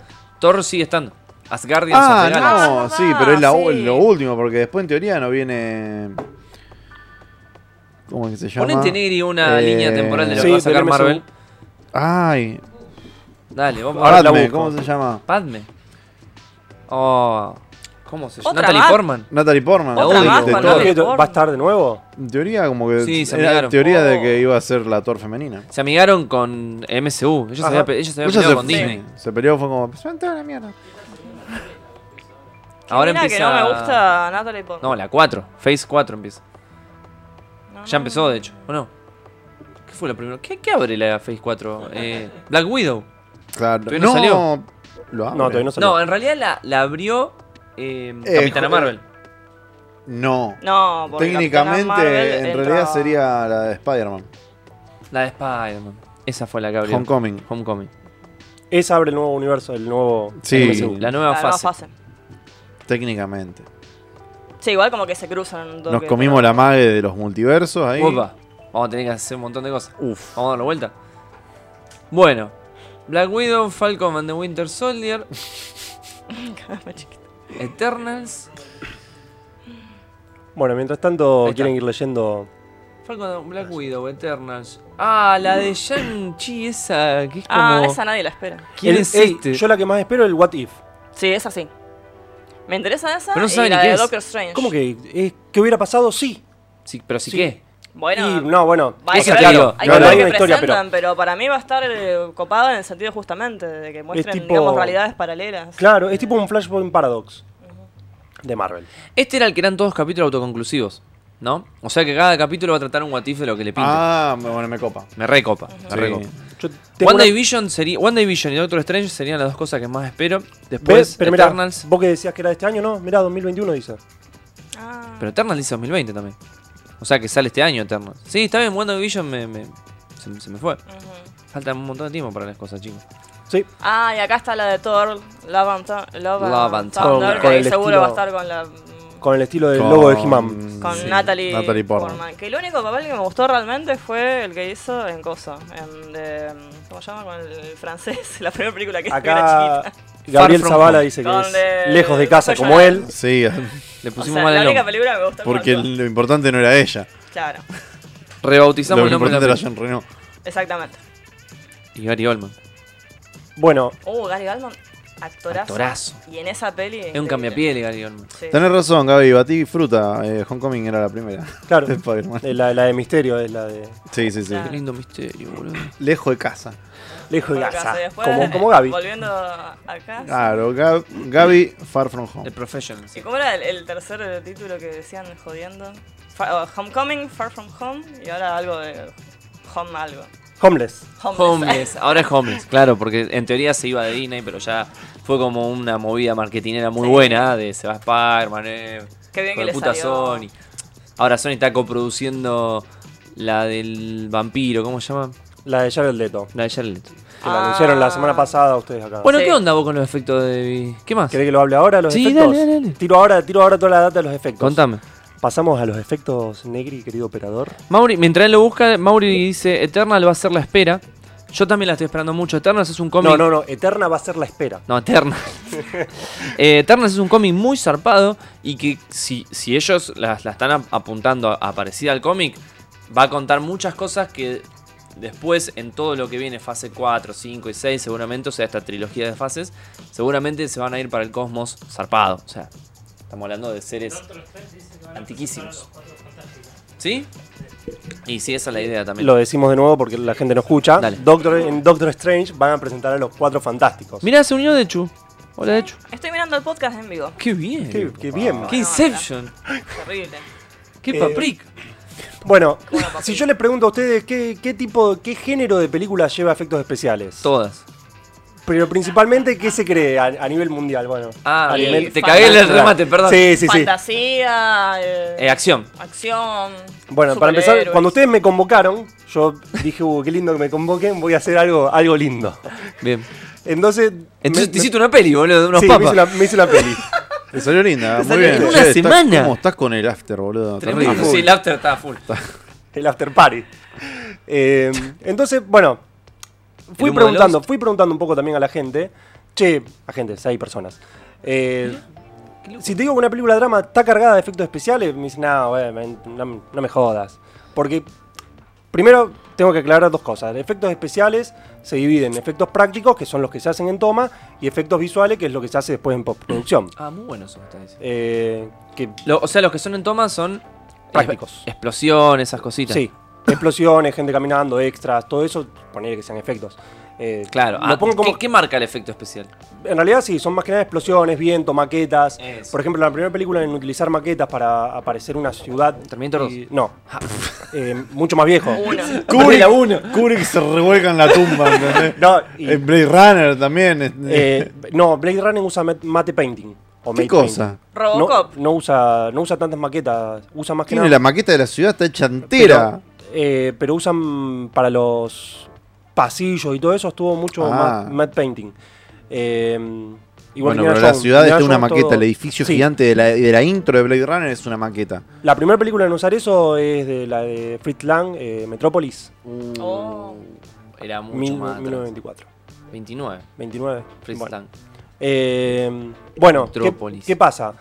Speaker 2: Thor sigue estando. Asgardians of
Speaker 1: Ah,
Speaker 2: the Galaxy.
Speaker 1: no,
Speaker 4: Galaxy.
Speaker 1: sí, pero es la-
Speaker 4: Ah, Sí.
Speaker 1: lo último, porque después en teoría no viene. ¿Cómo es que se llama?
Speaker 2: Ponete Negri una
Speaker 1: Eh,
Speaker 2: línea temporal de lo
Speaker 3: sí,
Speaker 2: que va a sacar
Speaker 3: del MCU.
Speaker 2: Marvel.
Speaker 1: Ay,
Speaker 2: Dale, vamos
Speaker 3: Ahora la
Speaker 1: Padme,
Speaker 3: busco.
Speaker 1: ¿cómo se llama?
Speaker 2: Padme. Oh. ¿Cómo se llama?
Speaker 4: ¿Otra
Speaker 2: Natalie
Speaker 4: más?
Speaker 2: Portman.
Speaker 1: Natalie Portman.
Speaker 4: Otra
Speaker 1: sí,
Speaker 4: más
Speaker 1: de
Speaker 4: con
Speaker 1: Thor.
Speaker 4: Natalie.
Speaker 3: ¿Va a estar de nuevo?
Speaker 1: En teoría, como que.
Speaker 2: Sí, se
Speaker 1: era
Speaker 2: amigaron.
Speaker 1: teoría de
Speaker 4: Oh.
Speaker 1: que iba a ser la Thor femenina.
Speaker 2: Se amigaron con MSU. Ella se
Speaker 3: Ajá.
Speaker 2: había, pe- ella se había
Speaker 1: Ella
Speaker 2: peleado
Speaker 1: se,
Speaker 2: con
Speaker 1: sí,
Speaker 2: Disney.
Speaker 1: se peleó, fue como. "Se van toda la mierda.
Speaker 2: Ahora
Speaker 4: mira
Speaker 2: empieza.
Speaker 4: que no me gusta Natalie Portman.
Speaker 2: No, la 4. Phase 4 empieza.
Speaker 4: No,
Speaker 2: Ya
Speaker 4: no.
Speaker 2: empezó, de hecho. ¿O no? ¿Qué fue lo primero? ¿Qué, qué abre la Phase 4? Eh, Black Widow.
Speaker 1: Claro.
Speaker 2: ¿Todavía no salió?
Speaker 1: Lo abre.
Speaker 3: No, todavía no salió.
Speaker 2: No, en realidad la, la abrió eh,
Speaker 1: Eh,
Speaker 2: Capitana
Speaker 1: joder.
Speaker 2: Marvel.
Speaker 1: No.
Speaker 4: No, porque Capitana
Speaker 1: Técnicamente,
Speaker 4: Marvel
Speaker 1: en
Speaker 4: entra-
Speaker 1: realidad sería la de Spider-Man.
Speaker 2: La de Spider-Man. Esa fue la que abrió.
Speaker 1: Homecoming.
Speaker 2: Homecoming.
Speaker 3: Esa abre el nuevo universo, el nuevo.
Speaker 1: Sí.
Speaker 3: MCU.
Speaker 2: La nueva
Speaker 4: La nueva
Speaker 2: fase.
Speaker 4: fase.
Speaker 1: Técnicamente.
Speaker 4: Sí, igual como que se cruzan un toque,
Speaker 1: Nos comimos la mague de los multiversos ahí.
Speaker 2: Opa. Vamos a tener que hacer un montón de cosas. Uf. Vamos a darle vuelta. Bueno. Black Widow, Falcon and the Winter Soldier,
Speaker 4: pero- Chiquito.
Speaker 2: Eternals.
Speaker 3: Bueno, mientras tanto,
Speaker 2: Ahí está.
Speaker 3: quieren ir leyendo.
Speaker 2: Falcon and Black Widow, Eternals. Ah, la de Shang-Chi, esa que es como.
Speaker 4: Ah, esa nadie la espera.
Speaker 2: ¿Quién
Speaker 3: El-
Speaker 2: es
Speaker 3: el-
Speaker 2: este?
Speaker 3: Yo la que más espero es el What If.
Speaker 4: Sí, esa sí. Me interesa esa
Speaker 2: Pero no
Speaker 4: y
Speaker 2: sabe ni
Speaker 4: la
Speaker 2: qué
Speaker 4: de
Speaker 2: es.
Speaker 4: Doctor Strange.
Speaker 3: ¿Cómo que? eh, ¿Qué hubiera pasado? Sí.
Speaker 2: Sí, pero sí,
Speaker 3: Sí.
Speaker 2: que.
Speaker 4: Bueno,
Speaker 3: Y, no, bueno.
Speaker 4: va, hay
Speaker 2: Esa
Speaker 4: que
Speaker 2: te
Speaker 4: ver,
Speaker 2: digo.
Speaker 4: hay
Speaker 3: No,
Speaker 4: que
Speaker 3: no
Speaker 4: ver
Speaker 3: hay
Speaker 4: qué
Speaker 3: una historia, pero-
Speaker 4: presentan, pero... para mí va a estar eh, copada en el sentido justamente de que muestren,
Speaker 3: tipo-
Speaker 4: digamos, realidades paralelas.
Speaker 3: Claro, es tipo un Flashpoint Paradox de Marvel.
Speaker 2: Este era el que eran todos capítulos autoconclusivos, ¿no? O sea que cada capítulo va a tratar un guatif de lo que le pinte.
Speaker 1: Ah, me- bueno, me copa.
Speaker 2: Me recopa, me
Speaker 1: Sí.
Speaker 2: recopa.
Speaker 3: Yo tengo una-
Speaker 2: WandaVision, sería, WandaVision y Doctor Strange serían las dos cosas que más espero.
Speaker 3: ¿Ves?
Speaker 2: Después,
Speaker 3: Pero mirá,
Speaker 2: Eternals.
Speaker 3: vos que decías que era de este año, no, mirá, 2021 dice.
Speaker 4: Ah.
Speaker 2: Pero Eternals dice 2020 también. O sea que sale este año Eternals. Sí, está bien, WandaVision me, me, se, se me fue.
Speaker 4: Ujú.
Speaker 2: Falta un montón de tiempo para las cosas, chicos.
Speaker 3: Sí,
Speaker 4: Ah, y acá está la de Thor, Love and, Thu- Love and
Speaker 2: Love and
Speaker 4: Thunder,
Speaker 3: Thunder.
Speaker 4: que
Speaker 3: Con el
Speaker 4: seguro
Speaker 3: estilo-
Speaker 4: va a estar con la... mm,
Speaker 3: con el estilo del logo de He-Man.
Speaker 4: Con
Speaker 1: Sí.
Speaker 4: Natalie,
Speaker 1: Natalie Portman.
Speaker 4: Que el único papel que me gustó realmente fue el que hizo en Cosa, en de, ¿cómo se llama? Con el francés, la primera película que hizo que era
Speaker 3: Acá
Speaker 4: chiquita.
Speaker 3: Gabriel
Speaker 2: Far From
Speaker 3: Zavala
Speaker 2: Home.
Speaker 3: dice que
Speaker 4: Con de-
Speaker 3: es lejos de casa
Speaker 4: Professional.
Speaker 3: como él.
Speaker 1: Sí,
Speaker 2: Le
Speaker 4: O
Speaker 2: pusimos
Speaker 4: sea,
Speaker 2: mal
Speaker 4: la
Speaker 2: el
Speaker 4: única
Speaker 2: nombre.
Speaker 4: película que me gustó
Speaker 1: porque
Speaker 4: mucho.
Speaker 1: lo importante no era ella.
Speaker 4: Claro,
Speaker 2: Rebautizamos
Speaker 1: Lo
Speaker 2: el nombre de
Speaker 1: importante
Speaker 2: la
Speaker 1: era Jean Reno.
Speaker 4: exactamente.
Speaker 2: película. Y Gary Oldman.
Speaker 3: Bueno,
Speaker 4: Uh, Gary Galdman, actorazo.
Speaker 2: Actorazo.
Speaker 4: Y en esa peli...
Speaker 2: Es un
Speaker 4: increíble.
Speaker 2: cambiapiel Gary Oldman.
Speaker 4: Sí.
Speaker 1: Tenés razón, Gaby. Batí fruta. Eh, Homecoming era la primera.
Speaker 3: claro,
Speaker 1: De Spider-Man.
Speaker 3: eh, la, la de Misterio es la de
Speaker 1: Sí, sí, sí.
Speaker 4: Claro.
Speaker 2: Qué lindo misterio, boludo.
Speaker 1: Lejos de casa.
Speaker 3: lejos de
Speaker 4: Bueno,
Speaker 3: casa,
Speaker 4: y después,
Speaker 3: como,
Speaker 4: eh,
Speaker 3: como Gaby.
Speaker 4: Volviendo acá.
Speaker 1: Claro, Gab- Gaby, Far From
Speaker 2: The
Speaker 1: Home.
Speaker 2: Professional. sí.
Speaker 4: ¿Y cómo era el, el tercer título que decían jodiendo? Fa- oh, Homecoming, Far From Home y ahora algo de Home algo.
Speaker 3: Homeless.
Speaker 2: Homeless, ahora es homeless, claro, porque en teoría se iba de Disney, pero ya fue como una movida marketinera muy
Speaker 4: Sí.
Speaker 2: buena de se va Spider-Man, eh,
Speaker 4: Qué bien
Speaker 2: hijo
Speaker 4: que
Speaker 2: de
Speaker 4: le
Speaker 2: puta
Speaker 4: salió.
Speaker 2: Sony. Ahora Sony está coproduciendo la del vampiro, ¿cómo se llama?
Speaker 3: La de Jared Leto,
Speaker 2: La de Charlotte.
Speaker 3: que la
Speaker 4: Ah.
Speaker 3: anunciaron la semana pasada ustedes acá.
Speaker 2: Bueno,
Speaker 4: Sí.
Speaker 2: ¿qué onda vos con los efectos de... ¿Qué más?
Speaker 3: ¿Querés que lo hable ahora los
Speaker 2: Sí,
Speaker 3: efectos?
Speaker 2: dale, dale, dale.
Speaker 3: Tiro ahora, tiro ahora toda la data de los efectos.
Speaker 2: Contame.
Speaker 3: Pasamos a los efectos negri, querido operador.
Speaker 2: Mauri, mientras él lo busca, Mauri dice, Eternal va a ser la espera. Yo también la estoy esperando mucho. Eternal es un cómic...
Speaker 3: No, no, no, Eterna va a ser la espera.
Speaker 2: No, Eternals. Eh, Eternals es un cómic muy zarpado y que si, si ellos la, la están ap- apuntando a, a parecida al cómic, va a contar muchas cosas que después en todo lo que viene, fase 4, 5 y 6 seguramente, o sea, esta trilogía de fases, seguramente se van a ir para el cosmos zarpado. O sea, estamos hablando de seres antiquísimos. ¿Sí? Y sí, esa es la idea también.
Speaker 3: Lo decimos de nuevo porque la gente no escucha.
Speaker 2: Dale.
Speaker 3: Doctor, en Doctor Strange van a presentar a los cuatro fantásticos.
Speaker 2: Mirá, se unió Dechu. Hola Dechu.
Speaker 4: Estoy mirando el podcast en vivo.
Speaker 2: Qué bien.
Speaker 3: Qué,
Speaker 2: Qué,
Speaker 3: qué bien.
Speaker 4: Qué-
Speaker 2: Inception.
Speaker 4: Terrible.
Speaker 2: Qué
Speaker 3: Eh,
Speaker 2: paprika.
Speaker 3: Bueno,
Speaker 4: Bueno, papi.
Speaker 3: si yo les pregunto a ustedes qué, qué tipo, qué género de película lleva efectos especiales.
Speaker 2: Todas.
Speaker 3: Pero principalmente, ¿qué se cree a, a nivel mundial? Bueno,
Speaker 2: Ah,
Speaker 3: a
Speaker 4: y
Speaker 3: nivel-
Speaker 2: te
Speaker 4: Fantasma.
Speaker 2: cagué el remate, perdón.
Speaker 3: Sí, sí, sí.
Speaker 4: Fantasía, eh,
Speaker 2: Eh, acción.
Speaker 4: acción.
Speaker 3: Bueno, para empezar,
Speaker 4: superhéroes.
Speaker 3: cuando ustedes me convocaron, yo dije, uh, qué lindo que me convoquen, voy a hacer algo, algo lindo.
Speaker 2: Bien.
Speaker 3: Entonces.
Speaker 2: Entonces
Speaker 3: me-
Speaker 2: te hiciste una peli, boludo, de unos
Speaker 3: sí, me
Speaker 2: papas.
Speaker 3: hice, una, me hice una peli.
Speaker 1: Te salió linda. Muy
Speaker 2: salió
Speaker 1: bien.
Speaker 2: en una
Speaker 1: Che, estás-
Speaker 2: semana.
Speaker 1: ¿Cómo estás con el after, boludo?
Speaker 2: Tremendo.
Speaker 1: Terrible.
Speaker 2: Sí, el after estaba full.
Speaker 3: el after party. Eh, entonces, bueno, fui
Speaker 2: humo de
Speaker 3: preguntando,
Speaker 2: Lost?
Speaker 3: fui preguntando un poco también a la gente. Che, a gente, seis personas. Eh, si te digo que una película de drama está cargada de efectos especiales, me dicen, no, eh, men, no, me- no me jodas. Porque primero tengo que aclarar dos cosas. Efectos especiales se dividen en efectos prácticos, que son los que se hacen en toma, y efectos visuales, que es lo que se hace después en postproducción.
Speaker 2: Ah, muy bueno eso me está diciendo.
Speaker 3: Eh, que
Speaker 2: Lo- o sea, los que son en toma son.
Speaker 3: Prácticos.
Speaker 2: es- Explosión, esas cositas.
Speaker 3: Sí, explosiones, gente caminando, extras, todo eso, poner que sean efectos. Eh,
Speaker 2: Claro.
Speaker 3: lo
Speaker 2: Ah,
Speaker 3: pongo como-
Speaker 2: ¿qué, qué marca el efecto especial?
Speaker 3: En realidad sí, son más que nada explosiones, viento, maquetas.
Speaker 2: Eso.
Speaker 3: Por ejemplo, la primera película en utilizar maquetas para aparecer una ciudad.
Speaker 2: Terminator Ah.
Speaker 3: y- No, eh, mucho más viejo.
Speaker 4: Uno.
Speaker 1: Kubrick, Kubrick se revuelca en la tumba, ¿entendés?
Speaker 3: No, y-
Speaker 1: En Blade Runner también. es-
Speaker 3: Eh, no, Blade Runner usa mat- mate painting. O
Speaker 1: ¿Qué
Speaker 3: mate
Speaker 1: cosa?
Speaker 3: painting.
Speaker 4: Robocop.
Speaker 3: No, no usa, no usa tantas maquetas, usa más que
Speaker 1: Tiene
Speaker 3: nada.
Speaker 1: la maqueta de la ciudad, está hecha entera.
Speaker 3: Pero, eh, pero usan para los pasillos y todo eso, estuvo mucho
Speaker 1: Ah.
Speaker 3: ma- matte painting. Eh, igual
Speaker 1: Bueno,
Speaker 3: Indiana
Speaker 1: pero la
Speaker 3: Jones,
Speaker 1: ciudad
Speaker 3: Indiana
Speaker 1: está una
Speaker 3: Jones,
Speaker 1: maqueta.
Speaker 3: todo-
Speaker 1: El edificio
Speaker 3: Sí,
Speaker 1: gigante de la, de la intro de Blade Runner es una maqueta.
Speaker 3: La primera película en usar eso es de la de Fritz Lang, eh, Metrópolis,
Speaker 2: Oh, era mucho
Speaker 3: Uh. mil-
Speaker 2: más. atrás.
Speaker 3: 1924.
Speaker 2: 29.
Speaker 3: 29.
Speaker 2: Fritz
Speaker 3: bueno.
Speaker 2: Lang.
Speaker 3: Eh, bueno, ¿qué,
Speaker 2: Metrópolis.
Speaker 3: qué pasa?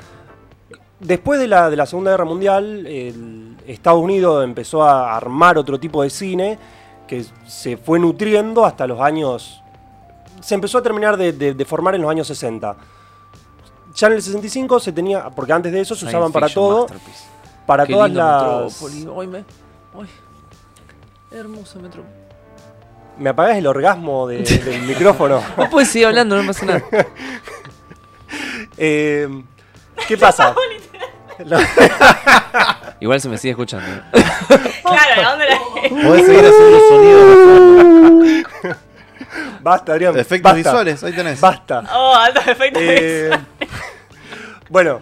Speaker 3: Después de la, de la Segunda Guerra Mundial, el- Estados Unidos empezó a armar otro tipo de cine que se fue nutriendo hasta los años... Se empezó a terminar de, de- de formar en los años 60. Ya en el 65 se tenía, porque antes de eso se usaban
Speaker 2: Science
Speaker 3: para
Speaker 2: fiction
Speaker 3: todo,
Speaker 2: masterpiece.
Speaker 3: para
Speaker 2: Qué
Speaker 3: todas
Speaker 2: lindo
Speaker 3: las...
Speaker 2: Metrópolis. Hoy me. hoy. Hermoso Metrópolis.
Speaker 3: Me apagas el orgasmo de- del micrófono.
Speaker 2: Vos podés seguir hablando, no me pasa nada.
Speaker 3: Eh, ¿Qué pasa?
Speaker 2: Igual se me sigue escuchando. ¿eh?
Speaker 4: Claro, ¿a dónde la-
Speaker 1: Podés seguir haciendo sonidos.
Speaker 3: Basta, Adrián.
Speaker 1: Efectos
Speaker 3: basta,
Speaker 1: visuales, ahí tenés.
Speaker 3: Basta.
Speaker 4: Oh, altos efectos
Speaker 3: Eh, bueno,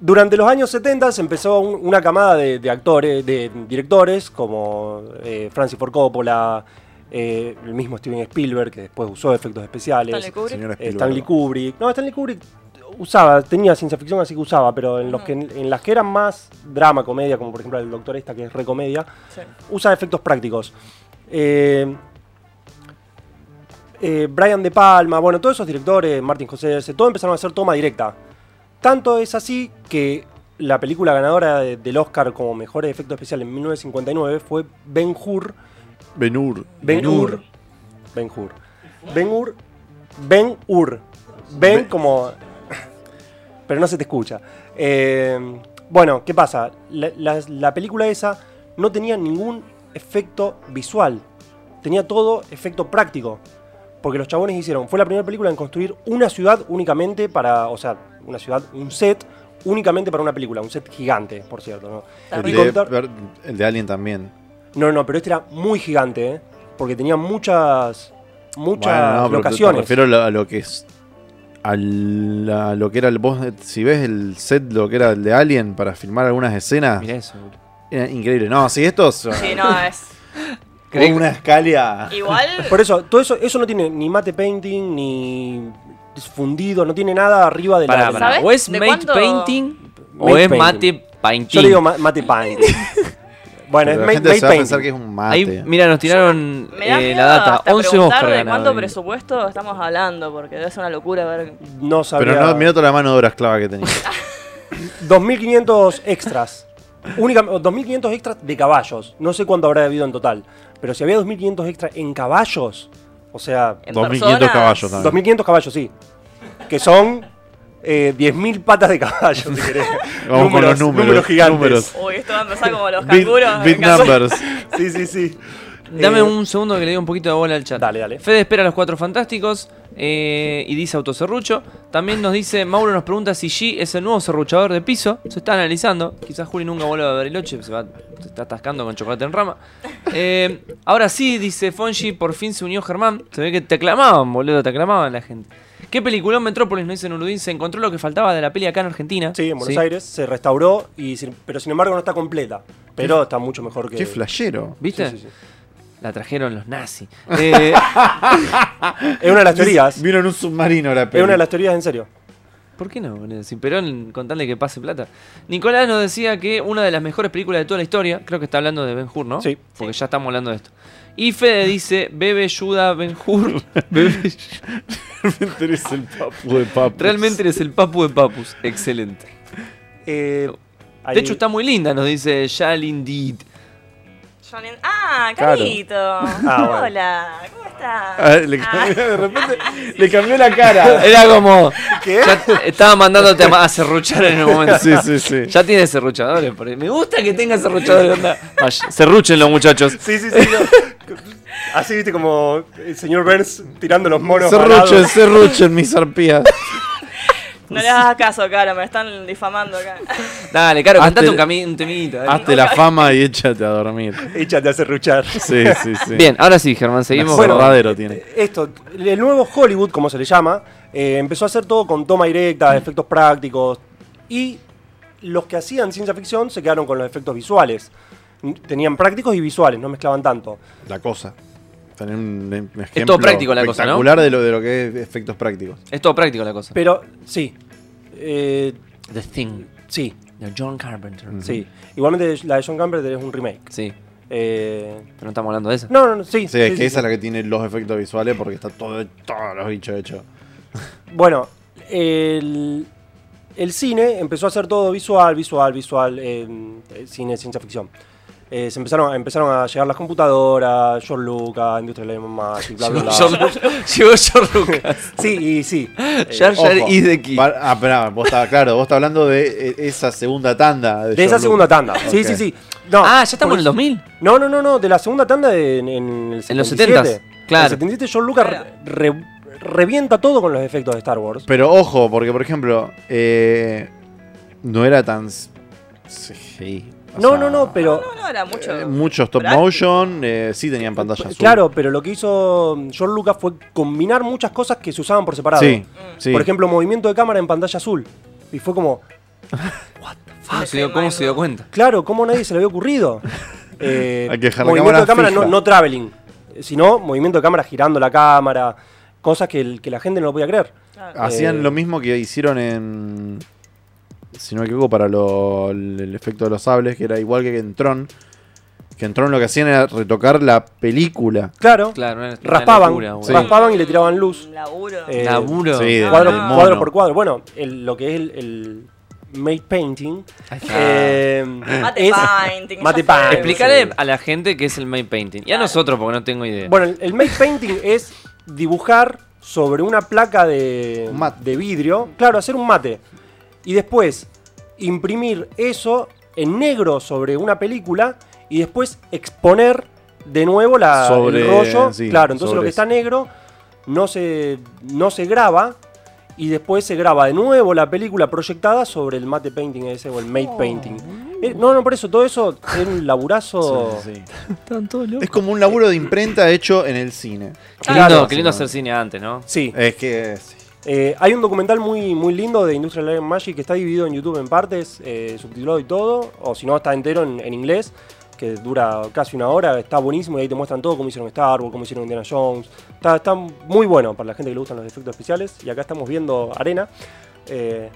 Speaker 3: durante los años 70 se empezó un- una camada de, de actores, de directores, como eh, Francis Ford Coppola, eh, el mismo Steven Spielberg, que después usó efectos especiales.
Speaker 4: visuales.
Speaker 1: Señora
Speaker 3: eh,
Speaker 1: Spielberg.
Speaker 3: Stanley Kubrick. No, Stanley Kubrick usaba, tenía ciencia ficción, así que usaba, pero en, los que, en las que eran más drama, comedia, como por ejemplo el Doctor Esta, que es recomedia,
Speaker 4: Sí.
Speaker 3: usa efectos prácticos. Eh, eh, Brian De Palma, bueno, todos esos directores, Martin Scorsese, todos empezaron a hacer toma directa. Tanto es así que la película ganadora de- del Oscar como mejor efecto especial en 1959 fue Ben Hur.
Speaker 1: Benur.
Speaker 3: Ben Hur. Ben Hur. Ben Hur. Ben Hur. Ben como. Pero no se te escucha. Eh, bueno, ¿qué pasa? La, la- la película esa no tenía ningún efecto visual. Tenía todo efecto práctico. Porque los chabones hicieron. Fue la primera película en construir una ciudad únicamente para. O sea, una ciudad, un set únicamente para una película. Un set gigante, por cierto, ¿no?
Speaker 1: El
Speaker 3: Y
Speaker 1: de,
Speaker 3: contar-
Speaker 1: per- el de Alien también.
Speaker 3: no, no, pero este era muy gigante, ¿eh? Porque tenía muchas. Muchas
Speaker 1: Bueno, no, pero te-
Speaker 3: locaciones.
Speaker 1: Te refiero a lo, a lo que es. A, la- lo que era el vos, si ves el set, lo que era el de Alien para filmar algunas escenas,
Speaker 2: Mirá eso.
Speaker 1: era increíble. No, si esto es
Speaker 4: Sí, no, es.
Speaker 1: con una escala.
Speaker 4: Igual.
Speaker 3: Por eso, todo eso, eso no tiene ni mate painting, ni fundido, no tiene nada arriba de
Speaker 2: Pará,
Speaker 3: la.
Speaker 2: pará.
Speaker 4: ¿Sabes
Speaker 2: ¿O es
Speaker 4: de
Speaker 2: mate
Speaker 4: cuándo-
Speaker 2: painting? ¿O
Speaker 3: Mate
Speaker 2: es
Speaker 3: painting.
Speaker 2: mate painting?
Speaker 3: Yo le digo ma- mate painting. bueno, es
Speaker 1: la
Speaker 3: ma-
Speaker 1: gente
Speaker 3: mate
Speaker 1: se va a
Speaker 3: painting.
Speaker 1: pensar que es un mate.
Speaker 2: Ahí, mira, nos tiraron
Speaker 4: Me da
Speaker 2: eh,
Speaker 4: miedo
Speaker 2: la data.
Speaker 4: hasta
Speaker 2: 11
Speaker 4: preguntar
Speaker 2: Oscar
Speaker 4: de cuánto
Speaker 2: ganaron.
Speaker 4: presupuesto estamos hablando, porque debe ser una locura ver.
Speaker 3: No sabía.
Speaker 1: Pero no, mira toda la mano de obra esclava que tenía.
Speaker 3: 2.500 extras. Única, 2.500 extras de caballos. No sé cuánto habrá habido en total. Pero si había 2.500 extras en caballos, o sea,
Speaker 4: En
Speaker 1: 2500
Speaker 4: personas.
Speaker 1: caballos también.
Speaker 3: 2.500 caballos, sí. Que son eh, 10.000 patas de caballo, si querés.
Speaker 1: Vamos con los números,
Speaker 3: gigantes.
Speaker 1: números.
Speaker 4: Uy, esto va a empezar como los
Speaker 1: Big,
Speaker 4: canguros.
Speaker 1: big
Speaker 4: en casa.
Speaker 1: numbers.
Speaker 3: Sí, sí, sí.
Speaker 2: Dame
Speaker 3: Eh,
Speaker 2: un segundo que le dé un poquito de bola al chat.
Speaker 3: Dale, dale.
Speaker 2: Fede espera a los cuatro fantásticos eh, y dice autocerrucho. También nos dice, Mauro nos pregunta si G es el nuevo serruchador de piso. Se está analizando. Quizás Juli nunca vuelva a Bariloche, se, va, se está atascando con chocolate en rama. Eh, ahora sí, dice Fonji, por fin se unió Germán. Se ve que te aclamaban, boludo, te aclamaban la gente. ¿Qué peliculón Metrópolis nos dice Nurudin? Se encontró lo que faltaba de la peli acá en Argentina.
Speaker 3: Sí, en Buenos Aires se restauró, y, sin- pero sin embargo no está completa. Pero está mucho mejor que.
Speaker 1: Qué flashero.
Speaker 3: Sí,
Speaker 2: ¿Viste?
Speaker 3: sí, sí.
Speaker 2: La trajeron los nazis. Eh,
Speaker 3: Es una de las teorías.
Speaker 1: Vino en un submarino la
Speaker 3: Es
Speaker 1: peli.
Speaker 3: una de las teorías, en serio.
Speaker 2: ¿Por qué no? boludo? Si Perón, con tal de que pase plata. Nicolás nos decía que una de las mejores películas de toda la historia, creo que está hablando de Ben Hur, ¿no?
Speaker 3: Sí.
Speaker 2: Porque ya estamos hablando de esto. Y Fede dice, bebe Yuda Ben Hur. Bebe-
Speaker 1: Realmente eres el papu de papu.
Speaker 2: Realmente eres el papu de papus. Excelente.
Speaker 3: Eh, ahí-
Speaker 2: De hecho está muy linda, nos dice Shall Indeed.
Speaker 4: Johnny- Ah,
Speaker 1: Claro.
Speaker 4: Carito.
Speaker 3: bueno.
Speaker 4: Hola, ¿cómo estás?
Speaker 1: Ah, le
Speaker 4: Ah,
Speaker 1: cambió- de repente le cambió la cara.
Speaker 2: Era como... ya te- estaba mandándote a a serruchar en el momento.
Speaker 1: Sí, sí, sí.
Speaker 2: Ya tiene serruchadores. por ahí. Me gusta que tenga serruchadores. onda. Vaya, Serruchenlo, muchachos.
Speaker 3: Sí, sí, sí. no. Así, viste, como el señor Burns tirando los monos.
Speaker 1: Serruchen,
Speaker 3: alados.
Speaker 1: serruchen, mis arpías.
Speaker 4: no le hagas caso, cara, me están difamando acá.
Speaker 2: Dale, Caro,
Speaker 1: Hazte-
Speaker 2: cantate un, cami- un temita. dale.
Speaker 1: Hazte la fama y échate a dormir.
Speaker 3: Échate a serruchar.
Speaker 1: Sí, sí, sí.
Speaker 2: Bien, ahora sí, Germán, seguimos.
Speaker 1: Bueno, eh,
Speaker 2: con-
Speaker 1: verdadero tiene.
Speaker 3: Eh, Esto, el nuevo Hollywood, como se le llama, eh, empezó a hacer todo con toma
Speaker 1: Mm.
Speaker 3: directa, efectos prácticos. Y los que hacían ciencia ficción se quedaron con los efectos visuales. tenían prácticos y visuales, no mezclaban tanto.
Speaker 1: La cosa. Tener un, un ejemplo
Speaker 2: práctico la cosa, ¿no?
Speaker 1: espectacular de lo, de lo que es efectos prácticos.
Speaker 2: Es todo práctico la cosa.
Speaker 3: Pero sí, eh,
Speaker 2: The Thing,
Speaker 3: sí,
Speaker 2: de John Carpenter.
Speaker 3: sí. Igualmente la de John Carpenter es un remake.
Speaker 2: Sí,
Speaker 3: Eh,
Speaker 2: pero no estamos hablando de esa.
Speaker 3: no, no, no, sí.
Speaker 1: Sí, es
Speaker 3: sí,
Speaker 1: que
Speaker 3: sí,
Speaker 1: esa
Speaker 3: sí.
Speaker 1: es la que tiene los efectos visuales porque está todo, todos los bichos hechos.
Speaker 3: Bueno, el, el cine empezó a hacer todo visual, visual, visual, eh, eh, cine, ciencia ficción. Eh, se empezaron, empezaron a llegar las computadoras, George Lucas, Industrial Light and Magic, bla, bla,
Speaker 2: Llegó
Speaker 3: bla.
Speaker 2: George llegó George Lucas.
Speaker 3: Sí, y sí. Eh,
Speaker 2: Jar Jar
Speaker 1: Ojo.
Speaker 2: y The Key.
Speaker 1: Pa- Ah, pará, vos estás, claro, vos estás hablando de eh, esa segunda tanda. De,
Speaker 3: de esa
Speaker 1: George
Speaker 3: segunda
Speaker 1: Lucas.
Speaker 3: tanda. Sí,
Speaker 1: Ok.
Speaker 3: sí, sí. No,
Speaker 2: ah, ya estamos en
Speaker 3: por
Speaker 2: el
Speaker 3: eso-
Speaker 2: 2000.
Speaker 3: No, no, no, no, de la segunda tanda de- en, en el 77.
Speaker 2: En los 70s, claro.
Speaker 3: En el 77 George Lucas re- re- revienta todo con los efectos de Star Wars.
Speaker 1: Pero ojo, porque por ejemplo, eh, no era tan s- CGI. O
Speaker 3: No,
Speaker 1: sea,
Speaker 3: no, no, pero...
Speaker 4: No, no, era mucho.
Speaker 1: eh, mucho stop
Speaker 4: práctico.
Speaker 1: motion, eh, sí tenían pantalla azul.
Speaker 3: Claro, pero lo que hizo George Lucas fue combinar muchas cosas que se usaban por separado.
Speaker 1: Sí, sí.
Speaker 3: Mm. Por ejemplo, movimiento de cámara en pantalla azul. Y fue como,
Speaker 2: ¿Cómo se dio, cómo se dio cuenta?
Speaker 3: claro, ¿cómo a nadie se le había ocurrido? Eh,
Speaker 1: Hay que dejar la
Speaker 3: movimiento
Speaker 1: cámara
Speaker 3: de cámara, no,
Speaker 1: fija.
Speaker 3: no traveling, sino movimiento de cámara girando la cámara, cosas que, el- que la gente no lo podía creer.
Speaker 4: Claro.
Speaker 1: Hacían
Speaker 3: Eh,
Speaker 1: lo mismo que hicieron en. Si no me equivoco, para lo- el, el efecto de los sables, que era igual que en Tron. Que en Tron lo que hacían era retocar la película.
Speaker 3: Claro,
Speaker 2: Claro, una- una
Speaker 3: raspaban,
Speaker 2: locura, boludo.
Speaker 1: Sí.
Speaker 3: raspaban y le tiraban luz.
Speaker 4: Un Laburo.
Speaker 3: Eh,
Speaker 2: Laburo.
Speaker 1: Sí, de-
Speaker 3: cuadro,
Speaker 1: del mono.
Speaker 3: cuadro por cuadro. Bueno, el- lo que es el, el made painting.
Speaker 2: Ahí está.
Speaker 3: eh,
Speaker 4: Mate
Speaker 3: es-
Speaker 4: painting,
Speaker 3: Mate
Speaker 4: ya fue.
Speaker 3: painting.
Speaker 2: Explícale a la gente qué es el main painting. Y a nosotros, porque no tengo idea.
Speaker 3: Bueno, el, el matte painting es dibujar sobre una placa de,
Speaker 1: Un mate.
Speaker 3: de vidrio. Claro, hacer un mate. Y después imprimir eso en negro sobre una película y después exponer de nuevo la,
Speaker 1: Sobre-
Speaker 3: el rollo.
Speaker 1: sí,
Speaker 3: claro, entonces
Speaker 1: sobre
Speaker 3: lo que
Speaker 1: eso.
Speaker 3: está negro no se, no se graba y después se graba de nuevo la película proyectada sobre el mate painting ese o el matte
Speaker 1: Oh.
Speaker 3: painting. Eh, No, no, por eso todo eso es un laburazo.
Speaker 1: Es como un laburo de imprenta hecho en el cine.
Speaker 2: qué lindo,
Speaker 3: claro,
Speaker 2: qué lindo
Speaker 1: sí,
Speaker 2: hacer cine antes, ¿no?
Speaker 3: Sí.
Speaker 1: Es que. sí.
Speaker 3: Eh, hay un documental muy, muy lindo de Industrial Light and Magic que está dividido en YouTube en partes, eh, subtitulado y todo, o si no, está entero en, en inglés, que dura casi una hora, está buenísimo y ahí te muestran todo, cómo hicieron Star Wars, cómo hicieron Indiana Jones. Está, está muy bueno para la gente que le gustan los efectos especiales. Y acá estamos viendo arena. Eh,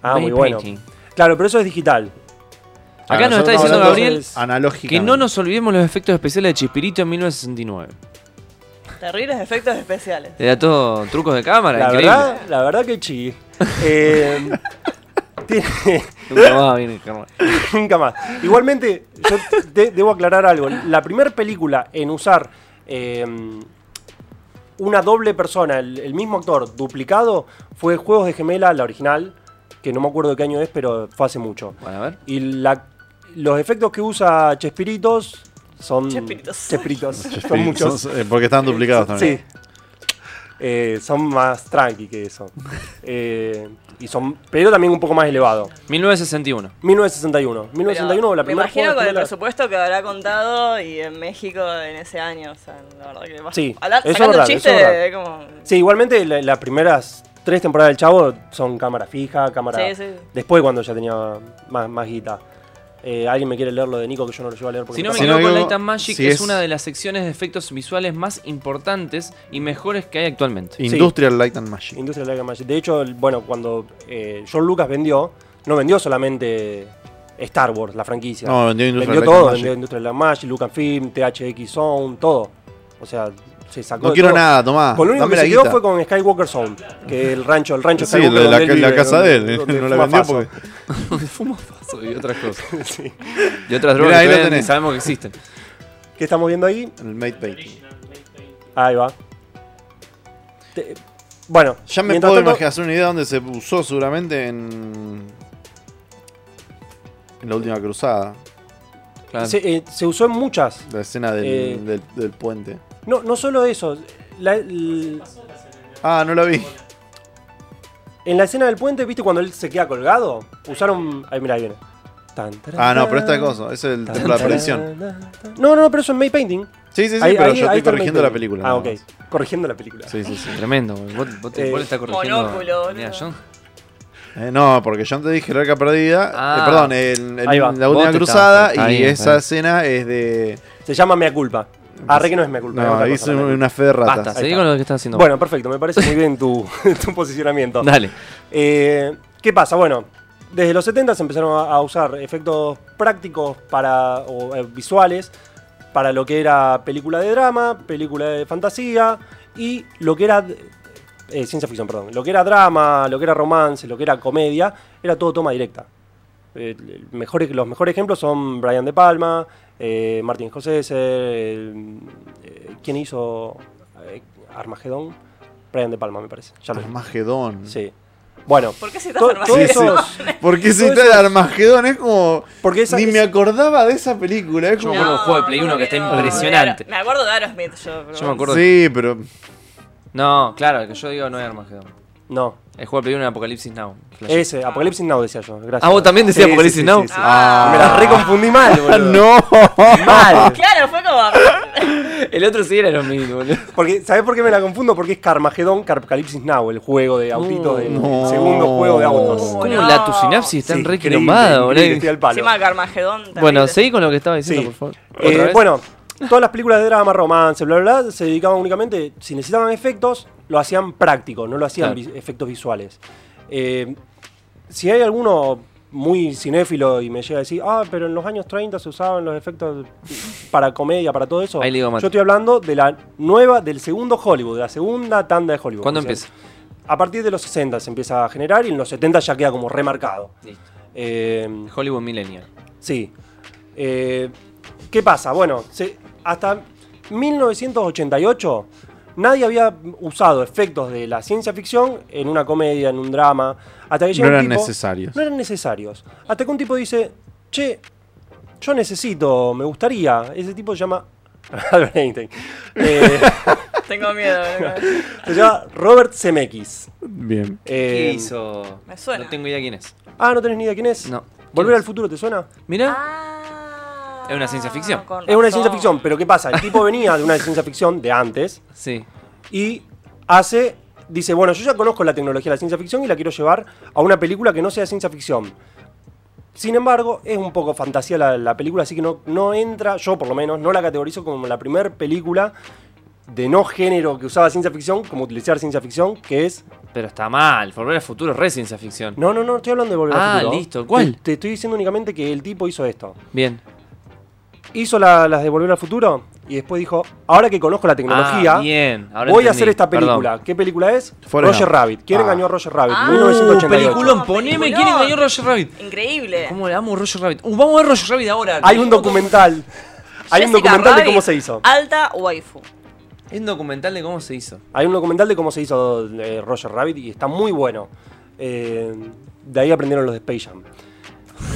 Speaker 3: ah,
Speaker 2: Matte
Speaker 3: muy bueno.
Speaker 2: painting.
Speaker 3: Claro, pero eso es digital.
Speaker 2: Acá
Speaker 1: nosotros
Speaker 2: nos está
Speaker 1: estamos
Speaker 2: diciendo
Speaker 1: Ah, hablando
Speaker 2: Gabriel
Speaker 1: Analógicamente.
Speaker 2: que no nos olvidemos los efectos especiales de Chispirito en 1969.
Speaker 4: Terribles efectos especiales.
Speaker 2: Era todo trucos de cámara,
Speaker 3: La
Speaker 2: increíble.
Speaker 3: verdad, la verdad que chi. Eh, tiene-
Speaker 2: Nunca más viene el Germán.
Speaker 3: Nunca más. Igualmente, yo de- debo aclarar algo. La primera película en usar eh, una doble persona, el, el mismo actor, duplicado, fue Juegos de Gemela, la original, que no me acuerdo de qué año es, pero fue hace mucho.
Speaker 2: Bueno, a ver.
Speaker 3: Y la- los efectos que usa Chespiritos son...
Speaker 4: Chespiritos.
Speaker 3: Chespiritos. son
Speaker 1: Sí,
Speaker 3: muchos.
Speaker 1: son- eh, porque están duplicados también.
Speaker 3: Sí. Eh, son más tranqui que eso. Eh, y son, pero también un poco más elevado.
Speaker 2: 1961.
Speaker 3: 1961. 1961, la
Speaker 4: me
Speaker 3: primera
Speaker 4: imagino
Speaker 3: Juegos
Speaker 4: con
Speaker 3: de
Speaker 4: el
Speaker 3: Gemela-
Speaker 4: presupuesto que habrá contado y en México en ese año. O sea, la verdad que va-
Speaker 3: Sí,
Speaker 4: hablar-
Speaker 3: eso es
Speaker 4: sacando
Speaker 3: verdad,
Speaker 4: un
Speaker 3: eso es
Speaker 4: chiste como.
Speaker 3: Sí, igualmente la- las primeras tres temporadas del Chavo son cámara fija, cámara...
Speaker 4: Sí, sí.
Speaker 3: Después cuando ya tenía más, más guita. Eh, ¿Alguien me quiere leer lo de Nico que yo no lo llevo a leer? Porque
Speaker 2: Si no me
Speaker 1: Si
Speaker 3: está-
Speaker 1: no
Speaker 2: equivoco,
Speaker 1: digo-
Speaker 2: Light and Magic
Speaker 1: si
Speaker 2: es,
Speaker 1: es-
Speaker 2: una de las secciones de efectos visuales más importantes y mejores que hay actualmente.
Speaker 1: Industrial Light and Magic.
Speaker 3: Industria de la Magic. De hecho, el- bueno, cuando eh, John Lucas vendió, no vendió solamente Star Wars, la franquicia.
Speaker 1: No, vendió Industrial Light
Speaker 3: vendió
Speaker 1: and
Speaker 3: todo,
Speaker 1: Magic.
Speaker 3: vendió Industria de la Magic, Lucasfilm, THX Zone, todo. O sea, se sacó
Speaker 1: No
Speaker 3: de
Speaker 1: quiero
Speaker 3: todo.
Speaker 1: nada, tomá.
Speaker 3: Con lo único
Speaker 1: Ah, dame
Speaker 3: que
Speaker 1: la
Speaker 3: se quedó
Speaker 1: guita.
Speaker 3: fue con Skywalker Zone, que el rancho, el rancho
Speaker 1: Sí,
Speaker 3: Skywalker
Speaker 1: la, la-
Speaker 3: donde él
Speaker 1: la
Speaker 3: vive,
Speaker 1: casa
Speaker 3: donde-
Speaker 1: de él. eh,
Speaker 3: donde
Speaker 1: No la
Speaker 3: fuma
Speaker 1: vendió
Speaker 3: faso.
Speaker 1: porque.
Speaker 2: Fumo faso y otras cosas.
Speaker 3: Sí.
Speaker 2: Y
Speaker 1: Mirá,
Speaker 2: otras drogas
Speaker 1: ahí
Speaker 2: que
Speaker 1: lo
Speaker 2: todavía ni
Speaker 1: tenés.
Speaker 2: sabemos que existen.
Speaker 3: ¿Qué estamos viendo ahí?
Speaker 1: El Mate Painting.
Speaker 3: Ahí va. Te- bueno,
Speaker 1: Ya me
Speaker 3: mientras
Speaker 1: puedo
Speaker 3: tanto-
Speaker 1: imaginar, hacer una idea de dónde se usó seguramente en. En la última cruzada.
Speaker 2: Claro.
Speaker 3: Se, eh, se usó en muchas.
Speaker 1: La escena del,
Speaker 3: Eh.
Speaker 1: del- del puente.
Speaker 3: No, no solo eso. la- l-
Speaker 1: Ah, no la vi.
Speaker 3: en la escena del puente, ¿viste cuando él se queda colgado? Usaron. Ahí, mira, ahí viene. Tan, taran,
Speaker 1: Ah, no, pero esta
Speaker 3: tan,
Speaker 1: es cosa. Es el
Speaker 3: tan,
Speaker 1: templo de la
Speaker 3: taran,
Speaker 1: perdición.
Speaker 3: tan, tan. No, no, pero eso es May Painting.
Speaker 1: Sí, sí, sí, pero
Speaker 3: Ahí- ahí-
Speaker 1: yo
Speaker 3: ahí
Speaker 1: estoy
Speaker 3: está el
Speaker 1: corrigiendo
Speaker 3: May
Speaker 1: la
Speaker 3: Painting.
Speaker 1: película.
Speaker 3: Ah,
Speaker 1: nada
Speaker 3: ok.
Speaker 1: más.
Speaker 3: Corrigiendo la película.
Speaker 1: Sí, sí, sí.
Speaker 2: Tremendo, güey. vos, vos te-
Speaker 3: Eh,
Speaker 2: vos le estás corrigiendo.
Speaker 4: Monóculo, boludo.
Speaker 2: Mira, John.
Speaker 1: Eh, no, porque yo antes dije la arca perdida.
Speaker 2: Ah.
Speaker 1: eh, perdón, el- el-
Speaker 3: Ahí va.
Speaker 1: la última
Speaker 2: Vos te
Speaker 1: cruzada.
Speaker 2: estás- está
Speaker 1: y
Speaker 2: bien, está
Speaker 1: esa
Speaker 2: bien.
Speaker 1: escena es de.
Speaker 3: Se llama Mea Culpa. Ah, re que no es Mea Culpa. es
Speaker 1: No,
Speaker 3: otra
Speaker 1: hice
Speaker 3: cosa, Mea
Speaker 1: una fe de ratas.
Speaker 2: Basta,
Speaker 3: está.
Speaker 2: seguí con lo que estás haciendo.
Speaker 3: Bueno, perfecto, me parece muy bien tu, tu posicionamiento.
Speaker 2: dale.
Speaker 3: Eh, ¿Qué pasa? Bueno, desde los 70 se empezaron a a usar efectos prácticos para, o eh, visuales para lo que era película de drama, película de fantasía y lo que era eh, ciencia ficción, perdón. Lo que era drama, lo que era romance, lo que era comedia, era todo toma directa. Eh, el mejor- los mejores ejemplos son Brian De Palma, eh, Martin Scorsese, el- eh, ¿quién hizo eh, Armagedón? Brian De Palma, me parece. Ya lo-
Speaker 1: Armagedón.
Speaker 3: Sí. Bueno,
Speaker 4: ¿Por qué citas
Speaker 3: to- todo,
Speaker 4: Armagedón?
Speaker 1: Sí,
Speaker 3: eso.
Speaker 1: Porque si
Speaker 3: Todo
Speaker 1: está
Speaker 3: eso-
Speaker 1: Armagedón es como.
Speaker 3: Porque esa-
Speaker 1: Ni me acordaba de esa película. Es
Speaker 2: Yo me
Speaker 1: como.
Speaker 2: acuerdo de un juego de Play
Speaker 4: no,
Speaker 2: 1 que está
Speaker 4: no,
Speaker 2: impresionante.
Speaker 4: Ah, Me acuerdo de Aerosmith yo. pero
Speaker 2: Yo me acuerdo.
Speaker 1: Sí, pero.
Speaker 2: No, claro, el que yo digo no es Armagedón.
Speaker 3: No,
Speaker 2: El juego de Play 1 era Apocalipsis Now. Flash.
Speaker 3: ese, Apocalipsis Now decía yo. Gracias.
Speaker 2: Ah, vos también decías
Speaker 3: Sí,
Speaker 2: Apocalipsis
Speaker 3: sí, sí,
Speaker 2: Now.
Speaker 3: sí, sí.
Speaker 1: Ah.
Speaker 3: Me la reconfundí mal, boludo.
Speaker 1: No.
Speaker 3: Mal.
Speaker 4: Claro, fue como.
Speaker 2: El otro sí era lo mismo, boludo.
Speaker 3: Porque, ¿Sabés por qué me la confundo? Porque es Carmageddon, Carpocalipsis Now, el juego de autito, de-
Speaker 1: No.
Speaker 3: el segundo juego de autos.
Speaker 4: Oh, No.
Speaker 2: Como la tu sinapsis está
Speaker 3: Sí,
Speaker 2: re
Speaker 3: increíble,
Speaker 2: quilombada,
Speaker 3: increíble, estoy
Speaker 2: boludo.
Speaker 3: al palo.
Speaker 4: Encima Carmagedón. terrible.
Speaker 2: Bueno, seguí con lo que estaba diciendo, por
Speaker 3: Sí.
Speaker 2: favor.
Speaker 3: Eh,
Speaker 2: ¿Otra vez?
Speaker 3: bueno, todas las películas de drama, romance, bla, bla, bla, se dedicaban únicamente, si necesitaban efectos, lo hacían práctico, no lo hacían
Speaker 2: Claro.
Speaker 3: vi- efectos visuales. Eh, si hay alguno muy cinéfilo y me llega a decir, ah, pero en los años 30 se usaban los efectos para comedia, para todo eso,
Speaker 2: Ahí le digo, Mati.
Speaker 3: yo estoy hablando de la nueva, del segundo Hollywood, de la segunda tanda de Hollywood.
Speaker 2: ¿Cuándo
Speaker 3: O sea,
Speaker 2: empieza?
Speaker 3: A partir de los 60 se empieza a generar y en los 70 ya queda como remarcado.
Speaker 2: Listo.
Speaker 3: Eh,
Speaker 2: Hollywood Millennial.
Speaker 3: Sí. Eh, ¿Qué pasa? Bueno, se- hasta 1988 nadie había usado efectos de la ciencia ficción en una comedia, en un drama. Hasta que llega
Speaker 1: No
Speaker 3: un
Speaker 1: eran
Speaker 3: tipo-
Speaker 1: necesarios.
Speaker 3: No eran necesarios. Hasta que un tipo dice, che, yo necesito, me gustaría. Ese tipo se llama... Albert Einstein. Eh,
Speaker 4: Tengo miedo. eh.
Speaker 3: se llama Robert Zemeckis.
Speaker 1: Bien.
Speaker 2: ¿Qué
Speaker 3: Eh,
Speaker 2: hizo?
Speaker 4: me suena.
Speaker 2: No tengo idea quién es.
Speaker 3: Ah, ¿no tenés ni idea quién es?
Speaker 2: No.
Speaker 3: ¿Volver
Speaker 2: ¿Quién
Speaker 3: al
Speaker 2: es?
Speaker 3: futuro te suena?
Speaker 2: Mira,
Speaker 4: Ah,
Speaker 2: Es una ciencia ficción.
Speaker 4: con
Speaker 3: Es una
Speaker 4: razón.
Speaker 3: ciencia ficción, pero ¿qué pasa? El tipo venía de una ciencia ficción de antes,
Speaker 2: sí.
Speaker 3: y hace, dice, bueno, yo ya conozco la tecnología de la ciencia ficción y la quiero llevar a una película que no sea ciencia ficción. Sin embargo, es un poco fantasía la, la película, así que no, no entra, yo por lo menos, no la categorizo como la primer película de no género que usaba ciencia ficción, como utilizar ciencia ficción, que es...
Speaker 2: Pero está mal. Volver al futuro es re ciencia ficción.
Speaker 3: No, no, no, estoy hablando de Volver al
Speaker 2: Ah,
Speaker 3: Futuro.
Speaker 2: listo, ¿cuál?
Speaker 3: Te, te estoy diciendo únicamente que el tipo hizo esto.
Speaker 2: Bien.
Speaker 3: Hizo la- las de Volver al Futuro y después dijo, ahora que conozco la tecnología...
Speaker 2: Ah, bien. Ahora
Speaker 3: Voy a
Speaker 2: entendí.
Speaker 3: hacer esta
Speaker 2: Perdón.
Speaker 3: película. ¿Qué película es?
Speaker 1: Forrest
Speaker 3: Roger
Speaker 1: Gump.
Speaker 3: Rabbit. ¿Quién
Speaker 1: Ah.
Speaker 3: engañó a Roger Rabbit?
Speaker 4: Ah,
Speaker 2: Uh,
Speaker 3: 1988.
Speaker 2: peliculón, poneme quién
Speaker 4: Peliculón.
Speaker 2: engañó a Roger Rabbit.
Speaker 4: Increíble.
Speaker 2: ¿Cómo le amo a Roger Rabbit? Uh, vamos a ver Roger Rabbit ahora.
Speaker 3: Hay un documental. Hay un
Speaker 4: Jessica
Speaker 3: documental de
Speaker 4: Rabbit,
Speaker 3: cómo se hizo.
Speaker 4: Alta waifu.
Speaker 2: Es un documental de cómo se hizo.
Speaker 3: Hay un documental de cómo se hizo eh, Roger Rabbit y está muy bueno. Eh, de ahí aprendieron los de Space Jam.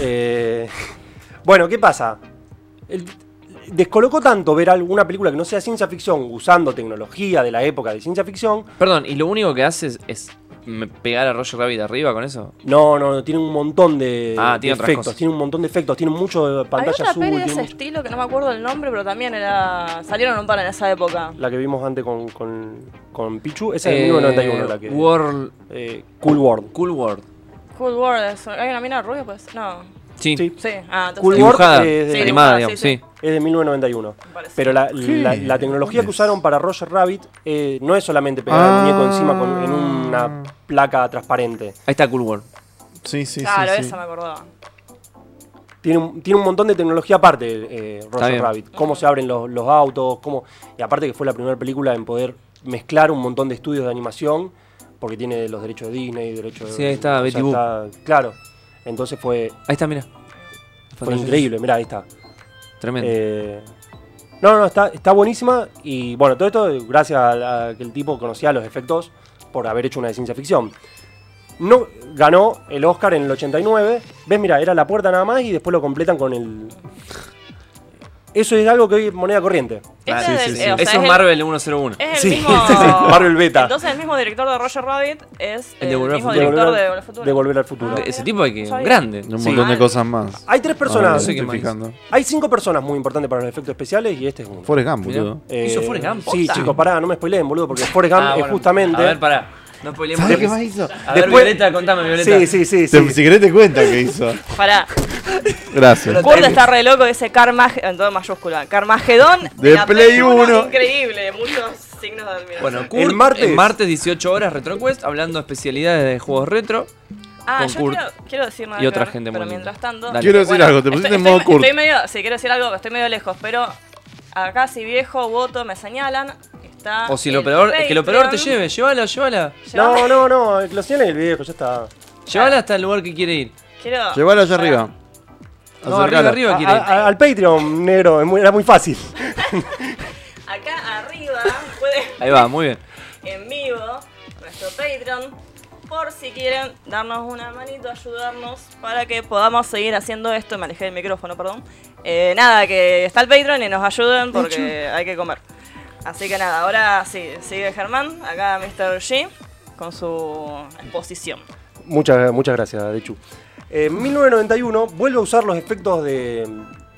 Speaker 3: Eh, bueno, ¿qué pasa? El- descolocó tanto ver alguna película que no sea ciencia ficción usando tecnología de la época de ciencia ficción
Speaker 2: Perdón, y lo único que haces es me- pegar a Roger Rabbit arriba con eso.
Speaker 3: No, no, no, tiene un montón de,
Speaker 2: Ah,
Speaker 3: de
Speaker 2: tiene otras
Speaker 3: efectos,
Speaker 2: cosas.
Speaker 3: tiene un montón de efectos, tiene mucho de
Speaker 4: Hay
Speaker 3: pantalla
Speaker 4: otra
Speaker 3: azul.
Speaker 4: peli de
Speaker 3: tiene
Speaker 4: ese
Speaker 3: mucho-
Speaker 4: estilo que no me acuerdo el nombre, pero también era. Salieron un par en esa época.
Speaker 3: La que vimos antes con, con, con Pichu, esa es de
Speaker 2: Eh,
Speaker 3: 1991 la que.
Speaker 2: World,
Speaker 3: eh, cool World.
Speaker 2: Cool World.
Speaker 4: Cool World. es- ¿Hay una mina rubia? Pues no.
Speaker 2: Sí.
Speaker 3: Sí.
Speaker 4: Sí. Ah, entonces.
Speaker 3: Cool World.
Speaker 2: Dibujada,
Speaker 3: eh, de- Sí,
Speaker 2: animada,
Speaker 4: dibujada,
Speaker 2: digamos,
Speaker 4: sí,
Speaker 2: sí.
Speaker 4: sí.
Speaker 3: Es de 1991.
Speaker 4: parece.
Speaker 3: Pero la, la- la tecnología que usaron para Roger Rabbit eh, no es solamente pegar al
Speaker 1: Ah.
Speaker 3: muñeco encima con, en una placa transparente.
Speaker 2: Ahí está Cool World.
Speaker 1: Sí, sí,
Speaker 4: Claro,
Speaker 1: sí. sí.
Speaker 4: esa me acordaba.
Speaker 3: Tiene un, tiene un montón de tecnología aparte eh, Roger
Speaker 2: bien.
Speaker 3: Rabbit. Cómo se abren los, los autos, cómo... Y aparte que fue la primera película en poder mezclar un montón de estudios de animación, porque tiene los derechos de Disney, derechos de...
Speaker 2: Sí, ahí está,
Speaker 3: ya
Speaker 2: Betty Boop.
Speaker 3: está- Claro. Entonces fue,
Speaker 2: Ahí está, mira.
Speaker 3: fue increíble, mirá, ahí está.
Speaker 2: Tremendo.
Speaker 3: Eh, no, no, está, está buenísima. Y bueno, todo esto eh, gracias a, a que el tipo conocía los efectos por haber hecho una de ciencia ficción. No, ganó el Oscar en el 89. Ves, mira, era la puerta nada más y después lo completan con el. Eso es algo que hoy es moneda corriente.
Speaker 4: Este
Speaker 1: sí,
Speaker 4: es
Speaker 1: sí,
Speaker 4: del-
Speaker 1: sí.
Speaker 4: eh, o
Speaker 2: Eso
Speaker 4: sea, es
Speaker 2: es
Speaker 4: el-
Speaker 2: Marvel 101.
Speaker 4: Es el
Speaker 3: Sí,
Speaker 4: mismo.
Speaker 3: sí, sí, Marvel Beta.
Speaker 4: Entonces, el mismo director de Roger Rabbit es
Speaker 2: El
Speaker 4: el,
Speaker 2: de Volver al
Speaker 4: mismo
Speaker 2: Futuro.
Speaker 4: director de
Speaker 3: Volver
Speaker 4: Volver
Speaker 3: al-
Speaker 4: al Futuro.
Speaker 3: de Volver al futuro.
Speaker 4: Ah,
Speaker 2: Ese tipo hay que.
Speaker 4: No sabía.
Speaker 2: Grande.
Speaker 1: Un
Speaker 3: Sí.
Speaker 1: montón de
Speaker 4: Ah.
Speaker 1: cosas más. Ah,
Speaker 3: Hay
Speaker 1: Ahora
Speaker 3: tres
Speaker 1: me
Speaker 3: personas.
Speaker 2: Ah, sé qué
Speaker 1: estoy
Speaker 2: más hizo.
Speaker 1: fijando.
Speaker 3: hay cinco personas muy importantes para los efectos especiales y este es uno. Eh,
Speaker 1: Forrest Gump,
Speaker 2: Mirá.
Speaker 1: boludo.
Speaker 2: Hizo Forrest Gump.
Speaker 3: Sí,
Speaker 2: Posta.
Speaker 3: chicos, pará, no me spoileen, boludo, porque Forrest Gump
Speaker 2: Ah,
Speaker 3: es
Speaker 2: bueno.
Speaker 3: justamente.
Speaker 2: A ver, pará. No spoilemos
Speaker 1: ¿Sabes
Speaker 2: lo que
Speaker 1: qué más
Speaker 2: es.
Speaker 1: hizo?
Speaker 2: A ver,
Speaker 3: Después-
Speaker 2: Violeta, contame, Violeta.
Speaker 3: Sí, sí, sí.
Speaker 1: Te-
Speaker 3: sí.
Speaker 1: Si querés te cuenta qué hizo.
Speaker 4: Pará.
Speaker 1: Gracias.
Speaker 4: Gordo está re loco, dice Carmagedón, en todo mayúscula. Carmagedón
Speaker 1: De
Speaker 4: la
Speaker 1: Play uno.
Speaker 4: Increíble, muchos signos de admiración.
Speaker 2: Bueno,
Speaker 3: El
Speaker 2: Kurt, el martes.
Speaker 3: martes.
Speaker 2: 18 horas, RetroQuest, hablando especialidades de juegos retro.
Speaker 4: ah,
Speaker 2: con
Speaker 4: yo
Speaker 2: Kurt.
Speaker 4: quiero, quiero decir nada
Speaker 2: Y
Speaker 4: que
Speaker 2: otra
Speaker 4: ver,
Speaker 2: gente
Speaker 4: pero
Speaker 2: muy linda.
Speaker 4: mientras tanto...
Speaker 2: Dale.
Speaker 1: Quiero decir
Speaker 4: Bueno,
Speaker 1: algo, te pusiste
Speaker 4: estoy-
Speaker 1: en modo
Speaker 4: estoy-
Speaker 1: Kurt.
Speaker 4: Estoy medio, sí, quiero decir algo, pero estoy medio lejos, pero acá si viejo, voto, me señalan, está...
Speaker 2: O si el
Speaker 4: el
Speaker 2: operador, que el operador te
Speaker 4: Patreon.
Speaker 2: lleve, llévala, llévala.
Speaker 4: Llevame-
Speaker 3: No, no, no. Lo señalan en el viejo, ya está.
Speaker 2: Llévala hasta el lugar que quiere ir.
Speaker 4: Quiero...
Speaker 1: Llévala allá arriba.
Speaker 2: No, arriba,
Speaker 1: Acercala.
Speaker 2: arriba
Speaker 3: A-
Speaker 2: quiere ir.
Speaker 3: a- al Patreon, negro, es muy- era muy fácil.
Speaker 4: Acá arriba puede...
Speaker 2: Ahí va, muy bien.
Speaker 4: en vivo nuestro Patreon por si quieren darnos una manito, ayudarnos para que podamos seguir haciendo esto. Me alejé del micrófono, perdón. Eh, nada, que está el Patreon y nos ayuden porque hay que comer. Así que nada, ahora sí, sigue Germán, acá Mr. G con su exposición.
Speaker 3: Muchas, muchas gracias, Dechu. Eh, En 1991 vuelve a usar los efectos de,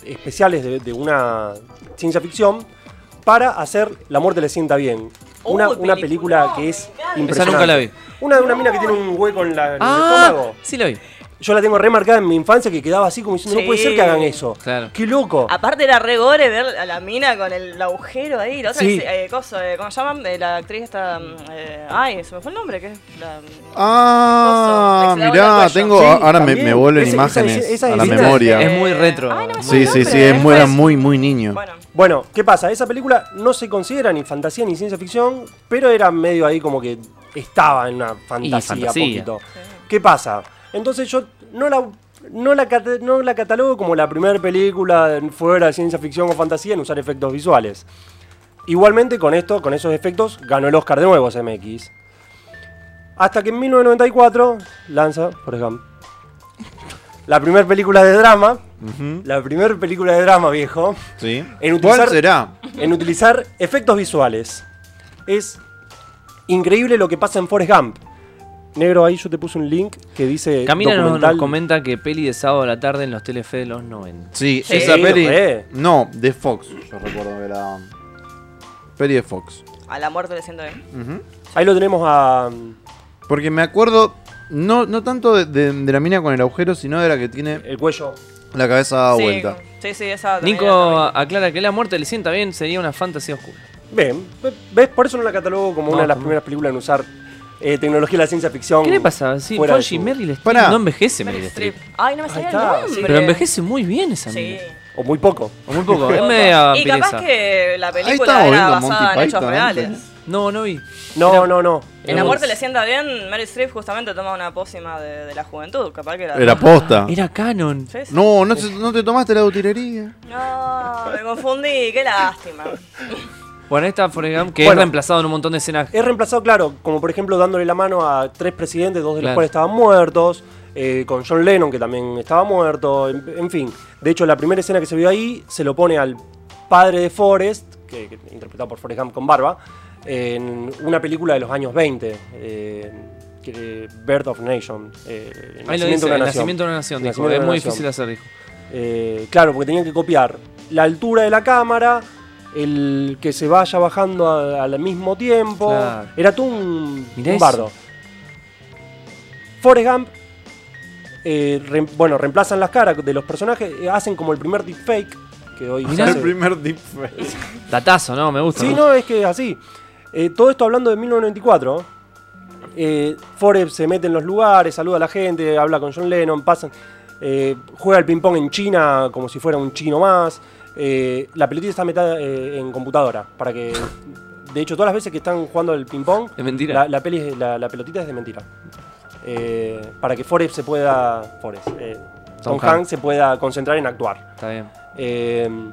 Speaker 3: especiales de, de una ciencia ficción para hacer La muerte le sienta bien. Una,
Speaker 4: Uy,
Speaker 3: una película
Speaker 4: película,
Speaker 3: que es
Speaker 4: me encanta.
Speaker 3: impresionante.
Speaker 2: Oh, Esa nunca la vi.
Speaker 3: Una de una mina que tiene un hueco en, la, en el
Speaker 2: Ah,
Speaker 3: estómago.
Speaker 2: sí la vi.
Speaker 3: Yo la tengo remarcada en mi infancia que quedaba así como diciendo,
Speaker 4: Sí.
Speaker 3: no puede ser que hagan eso.
Speaker 2: Claro.
Speaker 3: ¡Qué loco!
Speaker 4: Aparte era re gore ver a la mina con el agujero ahí, la otra
Speaker 3: Sí.
Speaker 4: que se- eh, coso, eh, ¿cómo se llaman? Eh, la actriz esta... mm, eh, ay, se me fue el nombre, que es la...
Speaker 1: Ah,
Speaker 4: Coso, le clavó el
Speaker 1: mirá,
Speaker 4: cuello.
Speaker 1: tengo.
Speaker 3: Sí,
Speaker 1: ahora me,
Speaker 3: también.
Speaker 1: me vuelven
Speaker 3: Esa-
Speaker 1: imágenes
Speaker 3: esa- esa
Speaker 1: a la
Speaker 3: escena
Speaker 1: memoria.
Speaker 2: Es muy retro.
Speaker 4: Ay, no me
Speaker 1: sí, sí, sí, es muy, era muy, muy niño.
Speaker 4: ¿eh? Bueno,
Speaker 3: Bueno, ¿qué pasa? Esa película no se considera ni fantasía ni ciencia ficción, pero era medio ahí como que estaba en una fantasía,
Speaker 2: fantasía.
Speaker 3: poquito. ¿Qué pasa? Entonces yo no la, no la, cata- no la catalogo como la primera película fuera de ciencia ficción o fantasía en usar efectos visuales. Igualmente con esto, con esos efectos, ganó el Oscar de nuevo MX. Hasta que en 1994 lanza, por ejemplo, la primera película de drama. La primera película de drama, viejo
Speaker 1: Sí.
Speaker 3: En
Speaker 1: ¿Cuál
Speaker 3: utilizar-
Speaker 1: será?
Speaker 3: en utilizar efectos visuales. Es increíble lo que pasa en Forrest Gump. Negro, ahí yo te puse un link que dice
Speaker 2: Camila nos,
Speaker 3: Eh, documental.
Speaker 2: nos comenta que peli de sábado a la tarde en los Telefe de los 90.
Speaker 1: Sí,
Speaker 4: Sí,
Speaker 1: esa peli.
Speaker 3: re.
Speaker 1: No, de Fox. Yo recuerdo que era. Peli de Fox.
Speaker 4: a la muerte le siento bien.
Speaker 1: Ujú.
Speaker 3: Ahí lo tenemos a... mm,
Speaker 1: Porque me acuerdo. No, no tanto de, de- de la mina con el agujero, sino de la que tiene
Speaker 3: El cuello.
Speaker 1: la cabeza dada
Speaker 4: sí,
Speaker 1: Ah, vuelta.
Speaker 4: Sí, sí, esa también
Speaker 2: Nico
Speaker 4: era terrible.
Speaker 2: aclara que la muerte le sienta bien, sería una fantasía oscura.
Speaker 3: Bien, ve- ¿ves? Por eso no la catalogo como
Speaker 2: No,
Speaker 3: una de las
Speaker 2: no.
Speaker 3: primeras películas en usar eh, tecnología de la ciencia ficción.
Speaker 2: ¿Qué le pasa? Sí,
Speaker 3: fuera de
Speaker 2: Fonji,
Speaker 3: su-
Speaker 2: Meryl Streep
Speaker 1: Pará.
Speaker 2: no envejece
Speaker 4: Meryl
Speaker 2: Meryl Streep.
Speaker 4: Streep. Ay, no me salía el
Speaker 3: está, sí.
Speaker 4: nombre.
Speaker 2: Pero envejece muy bien esa
Speaker 4: Sí.
Speaker 2: mina.
Speaker 3: O muy poco.
Speaker 2: O muy poco, es
Speaker 4: Todo.
Speaker 2: media
Speaker 4: y capaz
Speaker 2: vampiresa.
Speaker 4: que la
Speaker 1: estaba
Speaker 4: película era
Speaker 1: viendo Monty
Speaker 4: basada en hechos
Speaker 1: Python ¿eh? antes.
Speaker 4: reales.
Speaker 2: No, no vi.
Speaker 3: No, no, no.
Speaker 4: En la
Speaker 3: No,
Speaker 4: muerte
Speaker 3: es-
Speaker 4: le sienta bien, Mary Streep justamente toma una pócima de, de la juventud. Capaz que era.
Speaker 1: Era
Speaker 3: Ah.
Speaker 1: posta.
Speaker 2: Era canon.
Speaker 4: Sí, sí.
Speaker 1: No, no, se- no te tomaste la utilería.
Speaker 4: No, me confundí, qué lástima.
Speaker 2: Bueno, ahí está Forrest Gump, que
Speaker 3: Bueno.
Speaker 2: es reemplazado en un montón de escenas.
Speaker 3: Es reemplazado, claro, como por ejemplo dándole la mano a tres presidentes, dos de
Speaker 2: Claro.
Speaker 3: los cuales estaban muertos, eh, con John Lennon que también estaba muerto, en, en fin. De hecho, la primera escena que se vio ahí se lo pone al padre de Forrest, que, que interpretado por Forrest Gump con barba, en una película de los años 20, eh, que- Birth of Nation. eh, el
Speaker 2: Ahí lo
Speaker 3: nacimiento
Speaker 2: dice,
Speaker 3: de una
Speaker 2: el
Speaker 3: nación.
Speaker 2: nacimiento de una nación.
Speaker 3: El
Speaker 2: dijo,
Speaker 3: nacimiento de
Speaker 2: Es
Speaker 3: una
Speaker 2: muy
Speaker 3: nación.
Speaker 2: difícil hacer, dijo.
Speaker 3: Eh, claro, porque tenían que copiar la altura de la cámara, el que se vaya bajando a- al mismo tiempo.
Speaker 2: Claro.
Speaker 3: Era todo un,
Speaker 2: Mirá
Speaker 3: un
Speaker 2: eso.
Speaker 3: bardo. Forrest Gump, eh, re- bueno, reemplazan las caras de los personajes, eh, hacen como el primer deepfake que hoy se
Speaker 2: Mirá.
Speaker 3: hace.
Speaker 1: El primer deepfake.
Speaker 2: Datazo, ¿no? Me gusta.
Speaker 3: Sí, no, es que es así. Eh, todo esto hablando de 1994. Eh, Forrest se mete en los lugares, saluda a la gente, habla con John Lennon, pasan, eh, juega al ping-pong en China como si fuera un chino más. Eh, la pelotita está metida eh, en computadora para que. De hecho, todas las veces que están jugando al ping-pong,
Speaker 2: Es mentira.
Speaker 3: La, la peli es- la- la pelotita es de mentira. Eh, para que Forrest se pueda. Forrest, eh,
Speaker 2: Tom
Speaker 3: Tom,
Speaker 2: Hanks.
Speaker 3: Hanks se pueda concentrar en actuar.
Speaker 2: Está bien.
Speaker 3: Eh,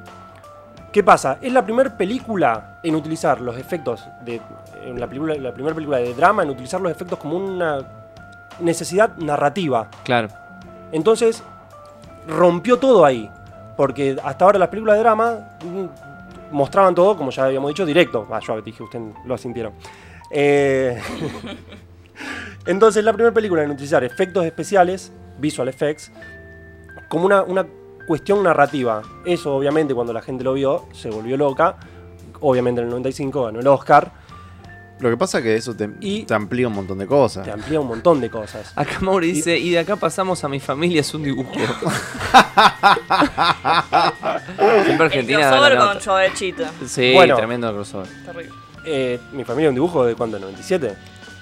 Speaker 3: ¿Qué pasa? Es la primera película en utilizar los efectos de. En la película, la primera película de drama, en utilizar los efectos como una necesidad narrativa.
Speaker 2: Claro.
Speaker 3: Entonces, rompió todo ahí. Porque hasta ahora las películas de drama mm, mostraban todo, como ya habíamos dicho, directo. Ah, yo dije, ustedes lo sintieron. Eh, Entonces, la primera película en utilizar efectos especiales, visual effects, como una, una cuestión narrativa. Eso, obviamente, cuando la gente lo vio, se volvió loca. Obviamente, en el 95 ganó el Oscar.
Speaker 1: Lo que pasa es que eso te,
Speaker 3: Y-
Speaker 1: te amplía un montón de cosas.
Speaker 3: Te amplía un montón de cosas.
Speaker 2: Acá Mauri dice, y de acá pasamos a mi familia, es un dibujo. Siempre Argentina
Speaker 4: el
Speaker 2: da la
Speaker 4: crossover
Speaker 2: nota.
Speaker 4: con Ah. Joechita.
Speaker 2: Sí,
Speaker 3: Bueno.
Speaker 2: tremendo crossover.
Speaker 4: Terrible.
Speaker 3: Eh, Mi familia un dibujo de cuándo, 97.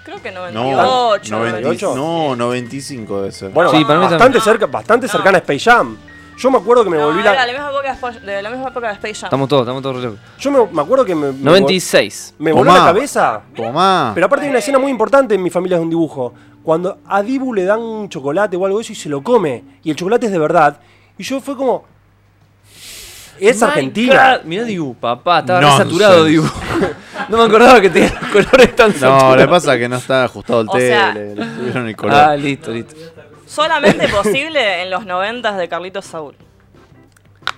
Speaker 4: Creo que
Speaker 1: No,
Speaker 4: 98.
Speaker 1: 98.
Speaker 3: 98.
Speaker 1: No, 95 debe ser.
Speaker 3: Bueno,
Speaker 2: Sí,
Speaker 3: ba-
Speaker 2: para mí también.
Speaker 3: bastante, cerca, bastante cercana a Space Jam. Yo me acuerdo que me
Speaker 4: No,
Speaker 3: volví
Speaker 4: era
Speaker 3: la.
Speaker 4: de la misma época de Spo- de la misma época de Space Jam.
Speaker 2: Estamos todos, estamos todos re locos.
Speaker 3: Yo me, me acuerdo que me. me
Speaker 2: 96.
Speaker 3: vol- Me voló la
Speaker 1: Tomá.
Speaker 3: cabeza.
Speaker 1: Tomá.
Speaker 3: Pero aparte hay una escena muy importante en mi familia es un dibujo. Cuando a Dibu le dan un chocolate o algo de eso y se lo come. Y el chocolate es de verdad. Y yo fue como. Es
Speaker 2: My
Speaker 3: Argentina.
Speaker 2: God. Mirá Dibu, papá, estaba
Speaker 1: Nonsense.
Speaker 2: resaturado Dibu. No me acordaba que tenía los colores tan
Speaker 1: No,
Speaker 2: saturados.
Speaker 1: lo que pasa es que no está ajustado el
Speaker 4: O
Speaker 1: tele,
Speaker 4: sea-
Speaker 1: le subieron el color.
Speaker 2: Ah, listo, listo.
Speaker 4: Solamente posible en los 90 de Carlitos Saúl.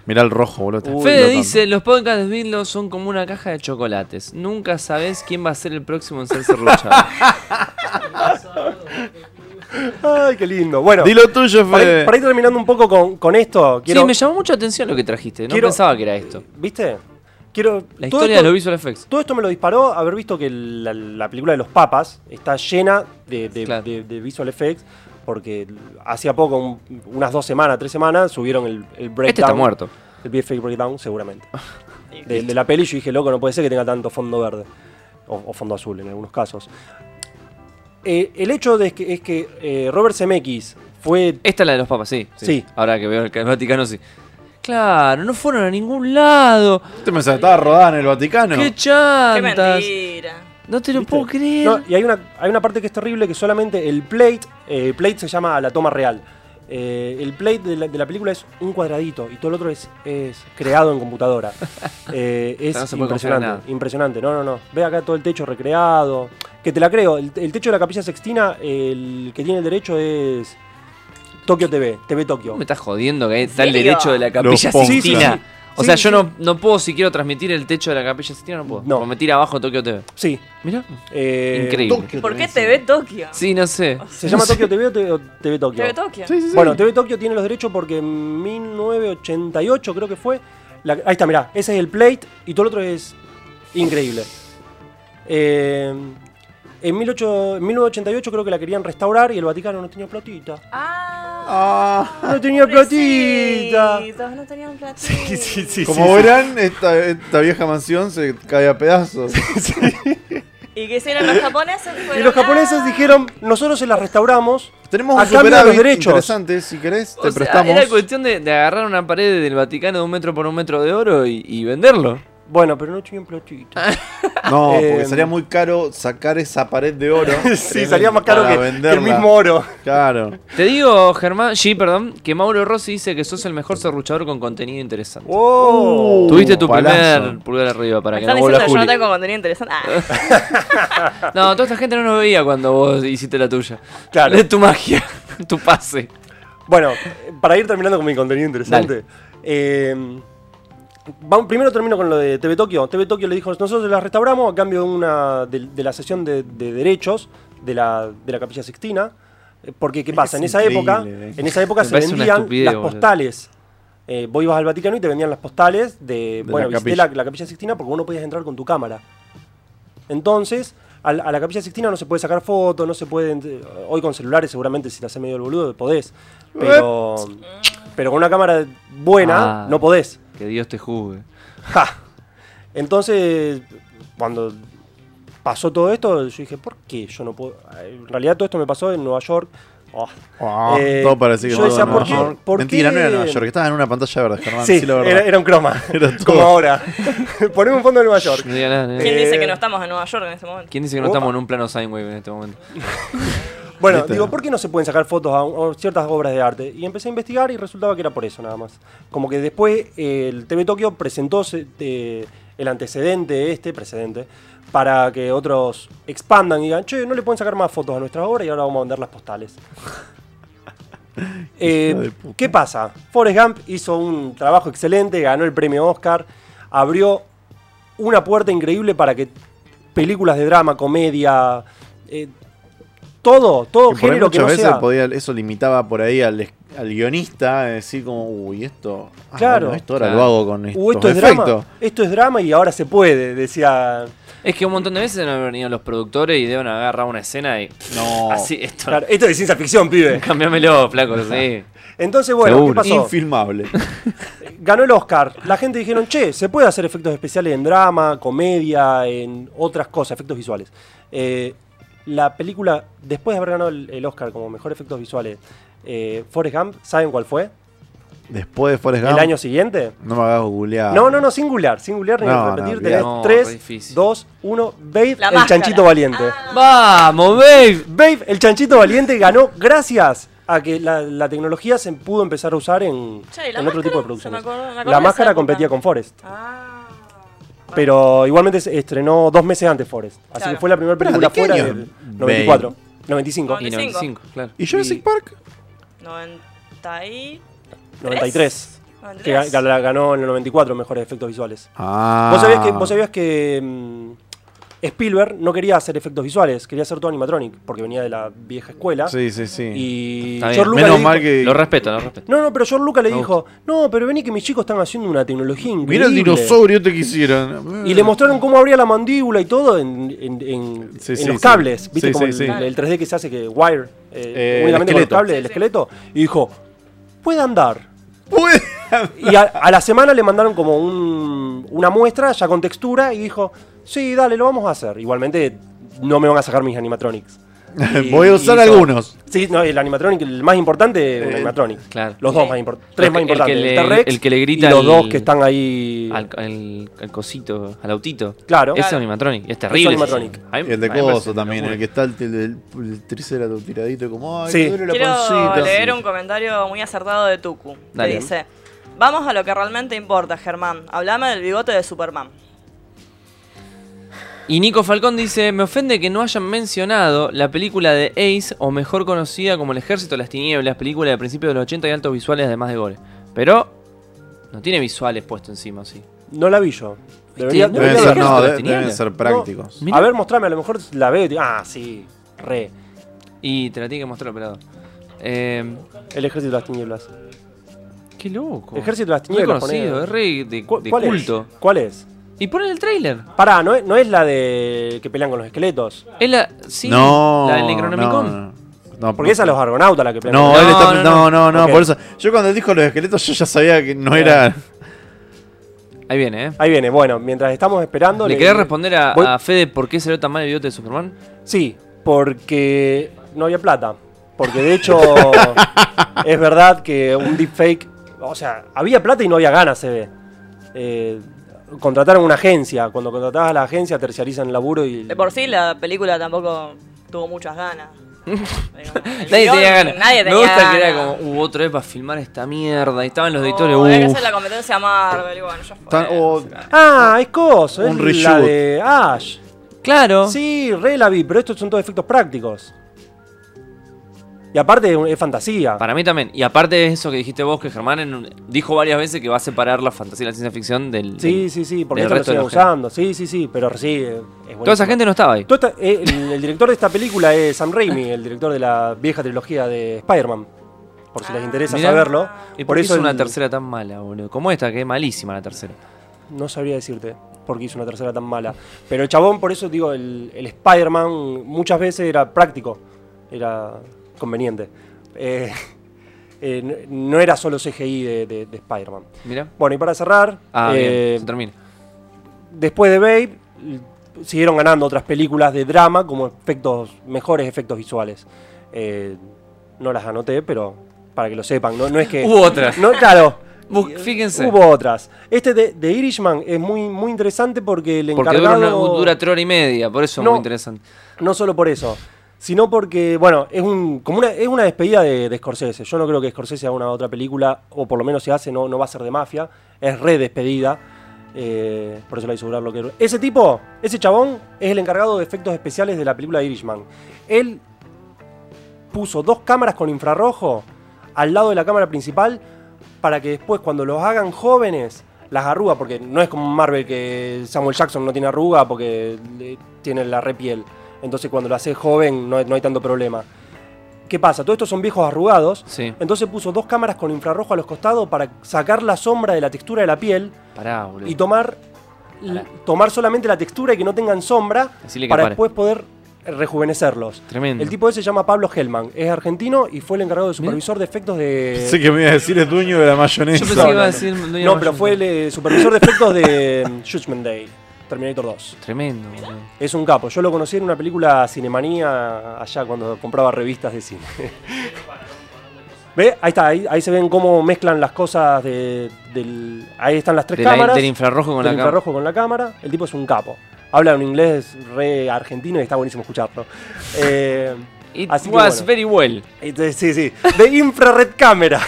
Speaker 1: Mirá el rojo, boludo. está
Speaker 3: Uy,
Speaker 2: Fede
Speaker 1: explotando.
Speaker 2: dice, los podcasts de Vinlo son como una caja de chocolates. Nunca sabes quién va a ser el próximo en ser serruchado.
Speaker 3: Ay, qué lindo. Bueno,
Speaker 1: Di lo tuyo,
Speaker 3: para,
Speaker 1: Fede.
Speaker 3: ir, para ir terminando un poco con, con esto, quiero.
Speaker 2: Sí, me llamó mucho la atención lo que trajiste. No
Speaker 3: quiero-
Speaker 2: pensaba que era esto.
Speaker 3: ¿Viste? Quiero.
Speaker 2: La
Speaker 3: todo
Speaker 2: historia
Speaker 3: esto-
Speaker 2: de los visual effects.
Speaker 3: Todo esto me lo disparó haber visto que la, la película de los papas está llena de, de-
Speaker 2: Claro.
Speaker 3: de- de visual effects, porque hacía poco, un- unas dos semanas, tres semanas, subieron el, el breakdown.
Speaker 2: Este está muerto.
Speaker 3: El VFX breakdown, seguramente. De, de la peli yo dije, loco, no puede ser que tenga tanto fondo verde. O, o fondo azul en algunos casos. Eh, el hecho de que, es que eh, Robert Zemeckis fue...
Speaker 2: Esta es la de los papas, sí, sí.
Speaker 3: Sí.
Speaker 2: Ahora que veo el el Vaticano, sí. Claro, no fueron a ningún lado.
Speaker 1: Este me estaba rodada en el Vaticano.
Speaker 2: ¡Qué
Speaker 4: Qué
Speaker 2: chantas!
Speaker 4: mentira.
Speaker 2: No te lo
Speaker 3: ¿viste?
Speaker 2: puedo creer.
Speaker 3: No, y hay una, hay una parte que es terrible que solamente el plate, eh, el plate se llama la toma real. Eh, el plate de la, de la película es un cuadradito y todo el otro es, es creado en computadora. Eh, es
Speaker 2: No se puede confiar en nada.
Speaker 3: impresionante, impresionante. No, no, no. Ve acá todo el techo recreado. Que te la creo. El, el techo de la capilla sextina, el que tiene el derecho es Tokio TV, TV Tokio.
Speaker 2: me estás jodiendo que está el
Speaker 4: serio?
Speaker 2: derecho de la capilla
Speaker 1: pongo.
Speaker 2: Sixtina.
Speaker 3: Sí, sí, sí.
Speaker 2: O sea,
Speaker 3: Sí,
Speaker 2: yo
Speaker 3: sí.
Speaker 2: no, no puedo, si quiero transmitir el techo de la capilla Sixtina, no puedo.
Speaker 3: No.
Speaker 2: No. me tira abajo Tokio TV.
Speaker 3: Sí.
Speaker 2: Mirá.
Speaker 3: eh,
Speaker 2: Increíble.
Speaker 4: ¿Por qué TV Tokio?
Speaker 2: Sí, no sé.
Speaker 3: ¿Se llama Tokio TV o TV, Tokio?
Speaker 4: TV Tokio.
Speaker 1: Sí, sí, sí.
Speaker 3: Bueno, TV Tokio tiene los derechos porque en 1988 creo que fue. la- ahí está, mirá, ese es el plate y todo el otro es increíble. Eh, en, 18 en 1988 creo que la querían restaurar y el Vaticano no tenía platita.
Speaker 4: Ah,
Speaker 1: Ah,
Speaker 3: No tenía platita.
Speaker 4: pobrecitos, no tenían platita.
Speaker 1: como verán, esta, esta vieja mansión se cae a pedazos.
Speaker 4: ¿Y qué hicieron los japoneses?
Speaker 3: Y los
Speaker 4: Fueron,
Speaker 3: japoneses
Speaker 4: "Ah".
Speaker 3: dijeron, nosotros se la restauramos.
Speaker 1: Tenemos
Speaker 3: a
Speaker 1: un
Speaker 3: cambio de los
Speaker 1: superávit
Speaker 3: derechos.
Speaker 1: interesante, si querés, te
Speaker 2: O sea,
Speaker 1: prestamos.
Speaker 2: era cuestión de, de agarrar una pared del Vaticano de un metro por un metro de oro y, y venderlo.
Speaker 3: Bueno, pero no tenían
Speaker 1: Ah,
Speaker 3: platita.
Speaker 1: No, porque
Speaker 3: Eh,
Speaker 1: sería muy caro sacar esa pared de oro.
Speaker 3: sí, salía más caro
Speaker 1: para
Speaker 3: que, que el
Speaker 1: venderla.
Speaker 3: mismo oro.
Speaker 1: Claro.
Speaker 2: Te digo, Germán, sí, perdón, que Mauro Rossi dice que sos el mejor serruchador con contenido interesante.
Speaker 3: Oh.
Speaker 1: Uh,
Speaker 2: Tuviste tu
Speaker 1: palazo.
Speaker 2: primer pulgar arriba para
Speaker 4: Me
Speaker 2: que
Speaker 4: están
Speaker 2: no vuelva
Speaker 4: diciendo que yo no
Speaker 2: Juli.
Speaker 4: tengo contenido interesante. Ah,
Speaker 2: No, toda esta gente no nos veía cuando vos hiciste la tuya.
Speaker 3: Claro.
Speaker 2: Es tu magia, tu pase.
Speaker 3: Bueno, para ir terminando con mi contenido interesante. eh, vamos- primero termino con lo de TV Tokio. TV Tokio le dijo, nosotros la restauramos a cambio de, una, de, de la sesión de, de derechos de la, de la Capilla Sixtina. eh, Porque, ¿qué pasa? en esa
Speaker 1: increíble,
Speaker 3: época,
Speaker 1: eh.
Speaker 3: en esa época
Speaker 2: Me
Speaker 3: se
Speaker 2: parece una
Speaker 3: vendían
Speaker 2: estupidez,
Speaker 3: las
Speaker 2: boludo.
Speaker 3: postales. Eh, vos ibas al Vaticano y te vendían las postales
Speaker 1: De
Speaker 3: de, bueno,
Speaker 1: la
Speaker 3: visité
Speaker 1: capilla.
Speaker 3: La, la Capilla Sixtina porque vos no podías entrar con tu cámara. Entonces, al- a, la Capilla Sixtina no se puede sacar fotos, no se pueden. eh, Hoy con celulares, seguramente si te haces medio el boludo, podés. Pero, pero con una cámara buena,
Speaker 2: Ah.
Speaker 3: no podés.
Speaker 2: Que Dios te juzgue.
Speaker 3: Ja. Entonces, cuando pasó todo esto, yo dije, ¿por qué yo no puedo? En realidad, todo esto me pasó en Nueva York. Oh.
Speaker 1: Ah,
Speaker 3: Eh,
Speaker 1: todo para decir que
Speaker 3: yo
Speaker 1: no,
Speaker 3: decía,
Speaker 1: no,
Speaker 3: ¿por
Speaker 1: no,
Speaker 3: qué-
Speaker 1: no.
Speaker 3: por
Speaker 1: Mentira,
Speaker 3: qué-
Speaker 1: no era Nueva York, estaba en una pantalla verde, Germán. Sí,
Speaker 3: sí,
Speaker 1: la verdad.
Speaker 3: era, era un croma.
Speaker 1: Era todo.
Speaker 3: Como ahora. Poneme un fondo de Nueva York.
Speaker 2: No diga nada, ¿eh?
Speaker 4: ¿Quién dice que
Speaker 3: Eh.
Speaker 4: no estamos en Nueva York en este momento?
Speaker 2: ¿Quién dice que no
Speaker 3: Opa.
Speaker 2: estamos en un plano sine wave en este momento?
Speaker 3: Bueno,
Speaker 1: ¿Viste?
Speaker 3: digo, ¿por qué no se pueden sacar fotos a, a ciertas obras de arte? Y empecé a investigar y resultaba que era por eso nada más. Como que después eh, el TV Tokio presentó se- eh, el antecedente, este precedente, para que otros expandan y digan, che, no le pueden sacar más fotos a nuestras obras y ahora vamos a vender las postales. Eh,
Speaker 1: Hijo de puta.
Speaker 3: ¿Qué pasa? Forrest Gump hizo un trabajo excelente, ganó el premio Oscar, abrió una puerta increíble para que películas de drama, comedia, eh, todo, todo
Speaker 1: Que por ahí
Speaker 3: género que
Speaker 1: muchas
Speaker 3: no
Speaker 1: veces
Speaker 3: sea.
Speaker 1: podía- eso limitaba por ahí al, es- al guionista a decir como, uy, esto, ah,
Speaker 3: Claro.
Speaker 1: bueno, esto ahora
Speaker 2: Claro.
Speaker 1: lo hago con estos
Speaker 3: Uh, esto es
Speaker 1: efectos.
Speaker 3: drama. Esto es drama y ahora se puede, decía.
Speaker 2: Es que un montón de veces deben haber venido los productores y deben haber agarrado una escena y.
Speaker 1: No,
Speaker 2: Así, esto.
Speaker 3: Claro, esto es ciencia ficción, pibe.
Speaker 2: Cambiámelo, flaco, sí.
Speaker 3: Entonces, bueno,
Speaker 1: seguro.
Speaker 3: ¿qué pasó?
Speaker 1: infilmable.
Speaker 3: Ganó el Oscar. La gente dijeron, che, se puede hacer efectos especiales en drama, comedia, en otras cosas, efectos visuales. Eh, la película, después de haber ganado el, el Oscar como mejor efectos visuales, eh, Forrest Gump, ¿saben cuál fue?
Speaker 1: Después de Forrest Gump,
Speaker 3: ¿El año siguiente?
Speaker 1: no me hagas googlear.
Speaker 3: No, no, no, singular, singular, ni
Speaker 1: Ah. No, no,
Speaker 3: repetir.
Speaker 1: olvidate.
Speaker 3: tenés
Speaker 2: No, re
Speaker 3: 3,
Speaker 2: difícil.
Speaker 3: 2, 1, Babe,
Speaker 4: La
Speaker 3: el
Speaker 4: máscara. Ah.
Speaker 3: chanchito valiente.
Speaker 2: ¡Vamos, babe!
Speaker 3: Babe, el chanchito valiente ganó gracias a que la, la tecnología se pudo empezar a usar en,
Speaker 4: Che, ¿y la
Speaker 3: en otro tipo de
Speaker 4: máscara? Se
Speaker 3: producciones.
Speaker 4: me acordó- me acordé de
Speaker 3: la
Speaker 4: esa
Speaker 3: máscara
Speaker 4: época.
Speaker 3: competía con Forrest.
Speaker 4: Ah.
Speaker 3: Pero igualmente se estrenó dos meses antes Forrest. Así
Speaker 4: Claro.
Speaker 3: que fue la primera
Speaker 1: Pero,
Speaker 3: película
Speaker 1: ¿de qué
Speaker 3: fuera
Speaker 1: año?
Speaker 3: del 94. 95.
Speaker 2: Y 95, claro.
Speaker 1: ¿Y Jurassic Park?
Speaker 4: 90 y...
Speaker 3: 93. Que
Speaker 4: 93.
Speaker 3: ga- la ganó en el 94 mejores efectos visuales.
Speaker 1: Ah.
Speaker 3: ¿Vos sabías que, vos sabías que mm, Spielberg no quería hacer efectos visuales, quería hacer todo animatronic, porque venía de la vieja escuela.
Speaker 1: Sí, sí, sí.
Speaker 3: Y
Speaker 2: Está bien,
Speaker 3: George Lucas le
Speaker 1: Menos
Speaker 3: dijo-
Speaker 1: mal que...
Speaker 2: Lo respeto, lo respeto.
Speaker 3: No, no, pero George Lucas le
Speaker 2: Me
Speaker 3: dijo, no, pero vení que mis chicos están haciendo una tecnología
Speaker 1: Mira
Speaker 3: increíble.
Speaker 1: el dinosaurio este te quisieron.
Speaker 3: Y le mostraron cómo abría la mandíbula y todo en, en- en-
Speaker 1: Sí,
Speaker 3: en
Speaker 1: sí,
Speaker 3: los
Speaker 1: sí.
Speaker 3: cables. ¿Viste
Speaker 1: Sí,
Speaker 3: como
Speaker 1: sí,
Speaker 3: el,
Speaker 1: sí.
Speaker 3: el 3D que se hace que wire eh,
Speaker 1: Eh,
Speaker 3: únicamente
Speaker 1: el
Speaker 3: con los
Speaker 1: esqueleto.
Speaker 3: cables del
Speaker 4: Sí, sí.
Speaker 3: esqueleto? Y dijo, puede andar.
Speaker 1: Puede-
Speaker 3: Y a, a la semana le mandaron como un- una muestra ya con textura y dijo, sí, dale, lo vamos a hacer. Igualmente no me van a sacar mis animatronics. Y-
Speaker 1: Voy a usar
Speaker 3: hizo-
Speaker 1: algunos.
Speaker 3: Sí, no, el animatronic, el más importante, un
Speaker 1: Eh,
Speaker 3: animatronic.
Speaker 2: claro.
Speaker 3: Los dos más importantes. Tres
Speaker 2: El que-
Speaker 3: más
Speaker 2: el que
Speaker 3: importantes.
Speaker 2: le-
Speaker 3: El, T-Rex
Speaker 2: el que le grita
Speaker 3: y los
Speaker 2: al-
Speaker 3: dos que están ahí.
Speaker 2: Al, al- al cosito, al autito.
Speaker 3: Claro.
Speaker 2: Ese
Speaker 4: Claro.
Speaker 2: animatronic. Es terrible.
Speaker 3: Es animatronic.
Speaker 2: A mí-
Speaker 1: Y el de
Speaker 2: a mí me parece
Speaker 1: Coso
Speaker 2: una
Speaker 1: también,
Speaker 2: locura.
Speaker 1: el que está el, el, el triceratops tiradito como, ay,
Speaker 3: Sí.
Speaker 1: me duele la
Speaker 4: Quiero
Speaker 1: pancita.
Speaker 4: leer un comentario muy acertado de Tuku. Que
Speaker 2: Dale.
Speaker 4: dice: Vamos a lo que realmente importa, Germán. Hablame del bigote de Superman.
Speaker 2: Y Nico Falcón dice, me ofende que no hayan mencionado la película de Ace, o mejor conocida como El Ejército de las Tinieblas, película de principios de los 80 y altos visuales además de gore. Pero no tiene visuales puesto encima, sí.
Speaker 3: No la vi yo. Debería,
Speaker 2: Deben
Speaker 3: debería
Speaker 1: Deben
Speaker 2: Pero
Speaker 1: ser,
Speaker 3: verla.
Speaker 2: no,
Speaker 1: no,
Speaker 2: las
Speaker 1: de-
Speaker 2: tinieblas.
Speaker 1: deben ser prácticos.
Speaker 2: Mira.
Speaker 3: A ver, mostrame, a lo mejor la veo. y te- Ah, sí, re.
Speaker 2: Y te la tiene que mostrar operado. Eh,
Speaker 3: El ejército de las tinieblas.
Speaker 2: qué loco.
Speaker 3: Ejército de las
Speaker 2: Muy
Speaker 3: Tinieblas,
Speaker 2: conocido,
Speaker 3: poné.
Speaker 2: es re de,
Speaker 3: ¿Cu-
Speaker 2: de
Speaker 3: ¿Cuál
Speaker 2: culto.
Speaker 3: es? ¿Cuál es?
Speaker 2: Y ponen el tráiler.
Speaker 3: Pará, no es, no es la de que pelean con los esqueletos.
Speaker 2: Es la, sí,
Speaker 1: no,
Speaker 2: la del Necronomicon.
Speaker 1: no, no.
Speaker 3: Porque esa es los argonautas la que pelean.
Speaker 1: No,
Speaker 3: con
Speaker 2: No,
Speaker 1: él está-
Speaker 2: no,
Speaker 1: no,
Speaker 2: no.
Speaker 1: no, no,
Speaker 3: Ok.
Speaker 1: por eso. Yo cuando él dijo los esqueletos, yo ya sabía que no era.
Speaker 2: Ahí viene, ¿eh?
Speaker 3: los- Ahí viene, bueno, mientras estamos esperando.
Speaker 2: ¿Le querés responder a,
Speaker 3: Voy-
Speaker 2: a Fede por qué salió tan mal el bigote de Superman?
Speaker 3: Sí, porque no había plata. Porque de hecho, es verdad que un deepfake. O sea, había plata y no había ganas, se ve. Eh, contrataron una agencia. Cuando contratabas a la agencia, terciarizan el laburo y.
Speaker 4: De por sí, la película tampoco tuvo muchas ganas.
Speaker 2: Nadie tenía ganas.
Speaker 4: Nadie tenía
Speaker 2: Me gusta que era
Speaker 4: ganas.
Speaker 2: como, uh, otra vez para filmar esta mierda. Y estaban los editores,
Speaker 4: Oh, había que
Speaker 2: uh.
Speaker 4: hacer la competencia a Marvel. Y bueno, ya fue.
Speaker 1: Tan-
Speaker 2: oh.
Speaker 1: o-
Speaker 3: Ah, es coso, es
Speaker 1: Un
Speaker 3: la
Speaker 1: reshoot.
Speaker 3: de Ash.
Speaker 2: Claro.
Speaker 3: Sí, re la vi, pero estos son todos efectos prácticos. Y aparte es fantasía.
Speaker 2: Para mí también. Y aparte de eso que dijiste vos, que Germán en un- dijo varias veces que va a separar la fantasía y la ciencia ficción del.
Speaker 3: Sí,
Speaker 2: del-
Speaker 3: sí, sí, porque
Speaker 2: del
Speaker 3: esto lo
Speaker 2: resto de
Speaker 3: siguen
Speaker 2: los géneros.
Speaker 3: usando. Sí, sí, sí, pero sí, eh, es buenísimo.
Speaker 2: Toda esa gente no estaba ahí.
Speaker 3: Todo esta- eh, el, el director de esta película es Sam Raimi, el director de la vieja trilogía de Spider-Man. Por si les interesa
Speaker 2: Mirá.
Speaker 3: saberlo.
Speaker 2: ¿Y por, qué hizo
Speaker 3: el-
Speaker 2: una tercera tan mala, boludo? Como esta, que es malísima la tercera.
Speaker 3: No sabría decirte por qué hizo una tercera tan mala. Pero el chabón, por eso digo, el, el Spider-Man muchas veces era práctico, era conveniente. Eh, eh, n- no era solo CGI de, de- de Spider-Man.
Speaker 2: Mira.
Speaker 3: Bueno, y para cerrar,
Speaker 2: Ah,
Speaker 3: eh,
Speaker 2: bien, se termina.
Speaker 3: después de Babe, l- siguieron ganando otras películas de drama como efectos, mejores efectos visuales. Eh, no las anoté, pero para que lo sepan, no, no es que...
Speaker 2: Hubo otra.
Speaker 3: No, claro.
Speaker 2: Bus- fíjense.
Speaker 3: eh, Hubo otras. Este de, de Irishman es muy, muy interesante porque el
Speaker 2: Porque
Speaker 3: encargado...
Speaker 2: dura, una, dura tres horas y media, por eso es
Speaker 3: No.
Speaker 2: muy interesante.
Speaker 3: No solo por eso, sino porque, bueno, es un como una, es una despedida de, de Scorsese. Yo no creo que Scorsese haga una otra película, o por lo menos si hace, no, no va a ser de mafia. Es re despedida. eh, por eso le hizo durar lo que. Ese tipo, ese chabón, es el encargado de efectos especiales de la película de Irishman. Él puso dos cámaras con infrarrojo al lado de la cámara principal para que después cuando los hagan jóvenes las arrugas, porque no es como Marvel que Samuel Jackson no tiene arruga porque le- tiene la repiel. Entonces cuando lo hace joven no, hay- no hay tanto problema. ¿Qué pasa? Todos estos son viejos arrugados.
Speaker 2: Sí.
Speaker 3: Entonces puso dos cámaras con infrarrojo a los costados para sacar la sombra de la textura de la piel
Speaker 2: Pará, boludo.
Speaker 3: y tomar,
Speaker 2: Pará.
Speaker 3: tomar solamente la textura y que no tengan sombra
Speaker 2: Decile que
Speaker 3: para
Speaker 2: pare.
Speaker 3: después poder rejuvenecerlos.
Speaker 2: Tremendo.
Speaker 3: El tipo ese se llama Pablo Hellman, es argentino y fue el encargado de supervisor de efectos de...
Speaker 1: Pensé que me iba a decir es dueño de la mayonesa.
Speaker 2: Yo pensé que iba a decir. Doña
Speaker 3: no,
Speaker 2: Mayonesa.
Speaker 3: pero fue el eh, supervisor de efectos de mm, Judgment Day, Terminator 2.
Speaker 2: Tremendo, boludo.
Speaker 3: Es un capo. Yo lo conocí en una película Cinemanía allá cuando compraba revistas de cine. ¿Ve? Ahí está, ahí, ahí se ven cómo mezclan las cosas de, del. Ahí están las tres
Speaker 2: De la-
Speaker 3: cámaras.
Speaker 2: del infrarrojo con
Speaker 3: del
Speaker 2: la cámara.
Speaker 3: infrarrojo con la cámara. El tipo es un capo. Habla un inglés re argentino y está buenísimo escucharlo. Eh,
Speaker 2: It
Speaker 3: así que
Speaker 2: was
Speaker 3: bueno.
Speaker 2: very well.
Speaker 3: Entonces, sí, sí. De infrared cámara.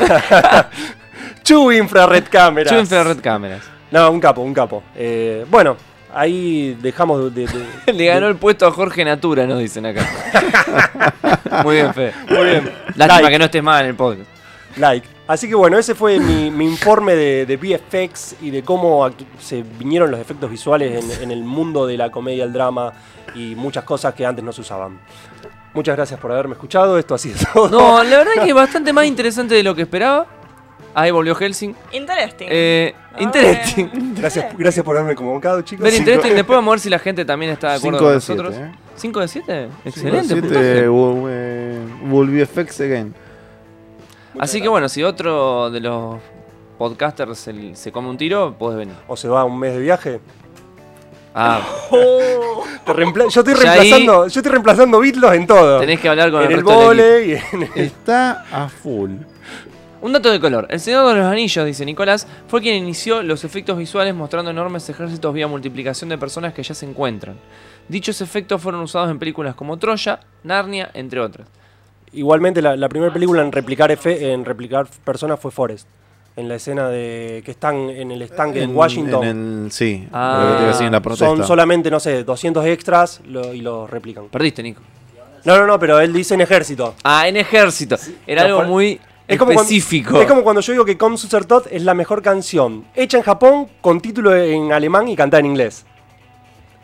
Speaker 3: Chu infrared cámara.
Speaker 2: Yo infrared cámaras.
Speaker 3: No, un capo, un capo. Eh, bueno, ahí dejamos de- de- de
Speaker 2: Le ganó el puesto a Jorge Natura, nos dicen acá. Muy bien, Fe.
Speaker 3: Muy bien.
Speaker 2: Lástima
Speaker 3: Like.
Speaker 2: que no estés mal en el podcast.
Speaker 3: Like. Así que bueno, ese fue mi, mi informe de, de VFX y de cómo actu- se vinieron los efectos visuales en, en el mundo de la comedia, el drama y muchas cosas que antes no se usaban. Muchas gracias por haberme escuchado. Esto ha sido todo.
Speaker 2: No, la verdad que bastante más interesante de lo que esperaba. Ahí volvió Helsing.
Speaker 4: Interesting.
Speaker 2: Eh,
Speaker 4: Ah,
Speaker 2: interesting.
Speaker 4: bueno.
Speaker 3: Gracias, gracias por haberme convocado, chicos.
Speaker 2: Very interesting.
Speaker 3: Cinco-
Speaker 2: Después vamos a ver si la gente también está de acuerdo
Speaker 1: Cinco
Speaker 2: con
Speaker 1: de
Speaker 2: nosotros.
Speaker 1: siete, ¿eh?
Speaker 2: 5 de 7. Excelente. puntaje.
Speaker 1: Excelente. Will be eh, effects again.
Speaker 2: Así que bueno, si otro de los podcasters se, se come un tiro, podés venir.
Speaker 3: O se va un mes de viaje.
Speaker 2: Ah,
Speaker 4: Oh.
Speaker 3: Te reempla- yo, estoy
Speaker 2: Ya ahí-
Speaker 3: reemplazando, yo estoy reemplazando Beatles en todo.
Speaker 2: tenés que hablar con
Speaker 3: en
Speaker 2: el
Speaker 3: el
Speaker 2: resto del equipo.
Speaker 3: vole y en
Speaker 2: Eh,
Speaker 1: Está a full.
Speaker 2: Un dato de color. El Señor de los Anillos, dice Nicolás, fue quien inició los efectos visuales mostrando enormes ejércitos vía multiplicación de personas que ya se encuentran. Dichos efectos fueron usados en películas como Troya, Narnia, entre otras.
Speaker 3: Igualmente, la, la primera película en replicar efe- en replicar personas fue Forrest. En la escena de que están en el estanque en, Washington.
Speaker 1: en el- sí,
Speaker 2: Ah.
Speaker 1: lo que te iba a decir, en la protesta.
Speaker 3: Son solamente, no sé, 200 extras lo- y los replican.
Speaker 2: Perdiste, Nico.
Speaker 3: No, no, no, pero él dice en ejército.
Speaker 2: Ah, en ejército. Era
Speaker 3: No,
Speaker 2: algo
Speaker 3: fue-
Speaker 2: muy
Speaker 3: cuando-
Speaker 2: específico.
Speaker 3: es como cuando yo digo que Come Sutter Tot es la mejor canción hecha en Japón con título en alemán y cantada en inglés.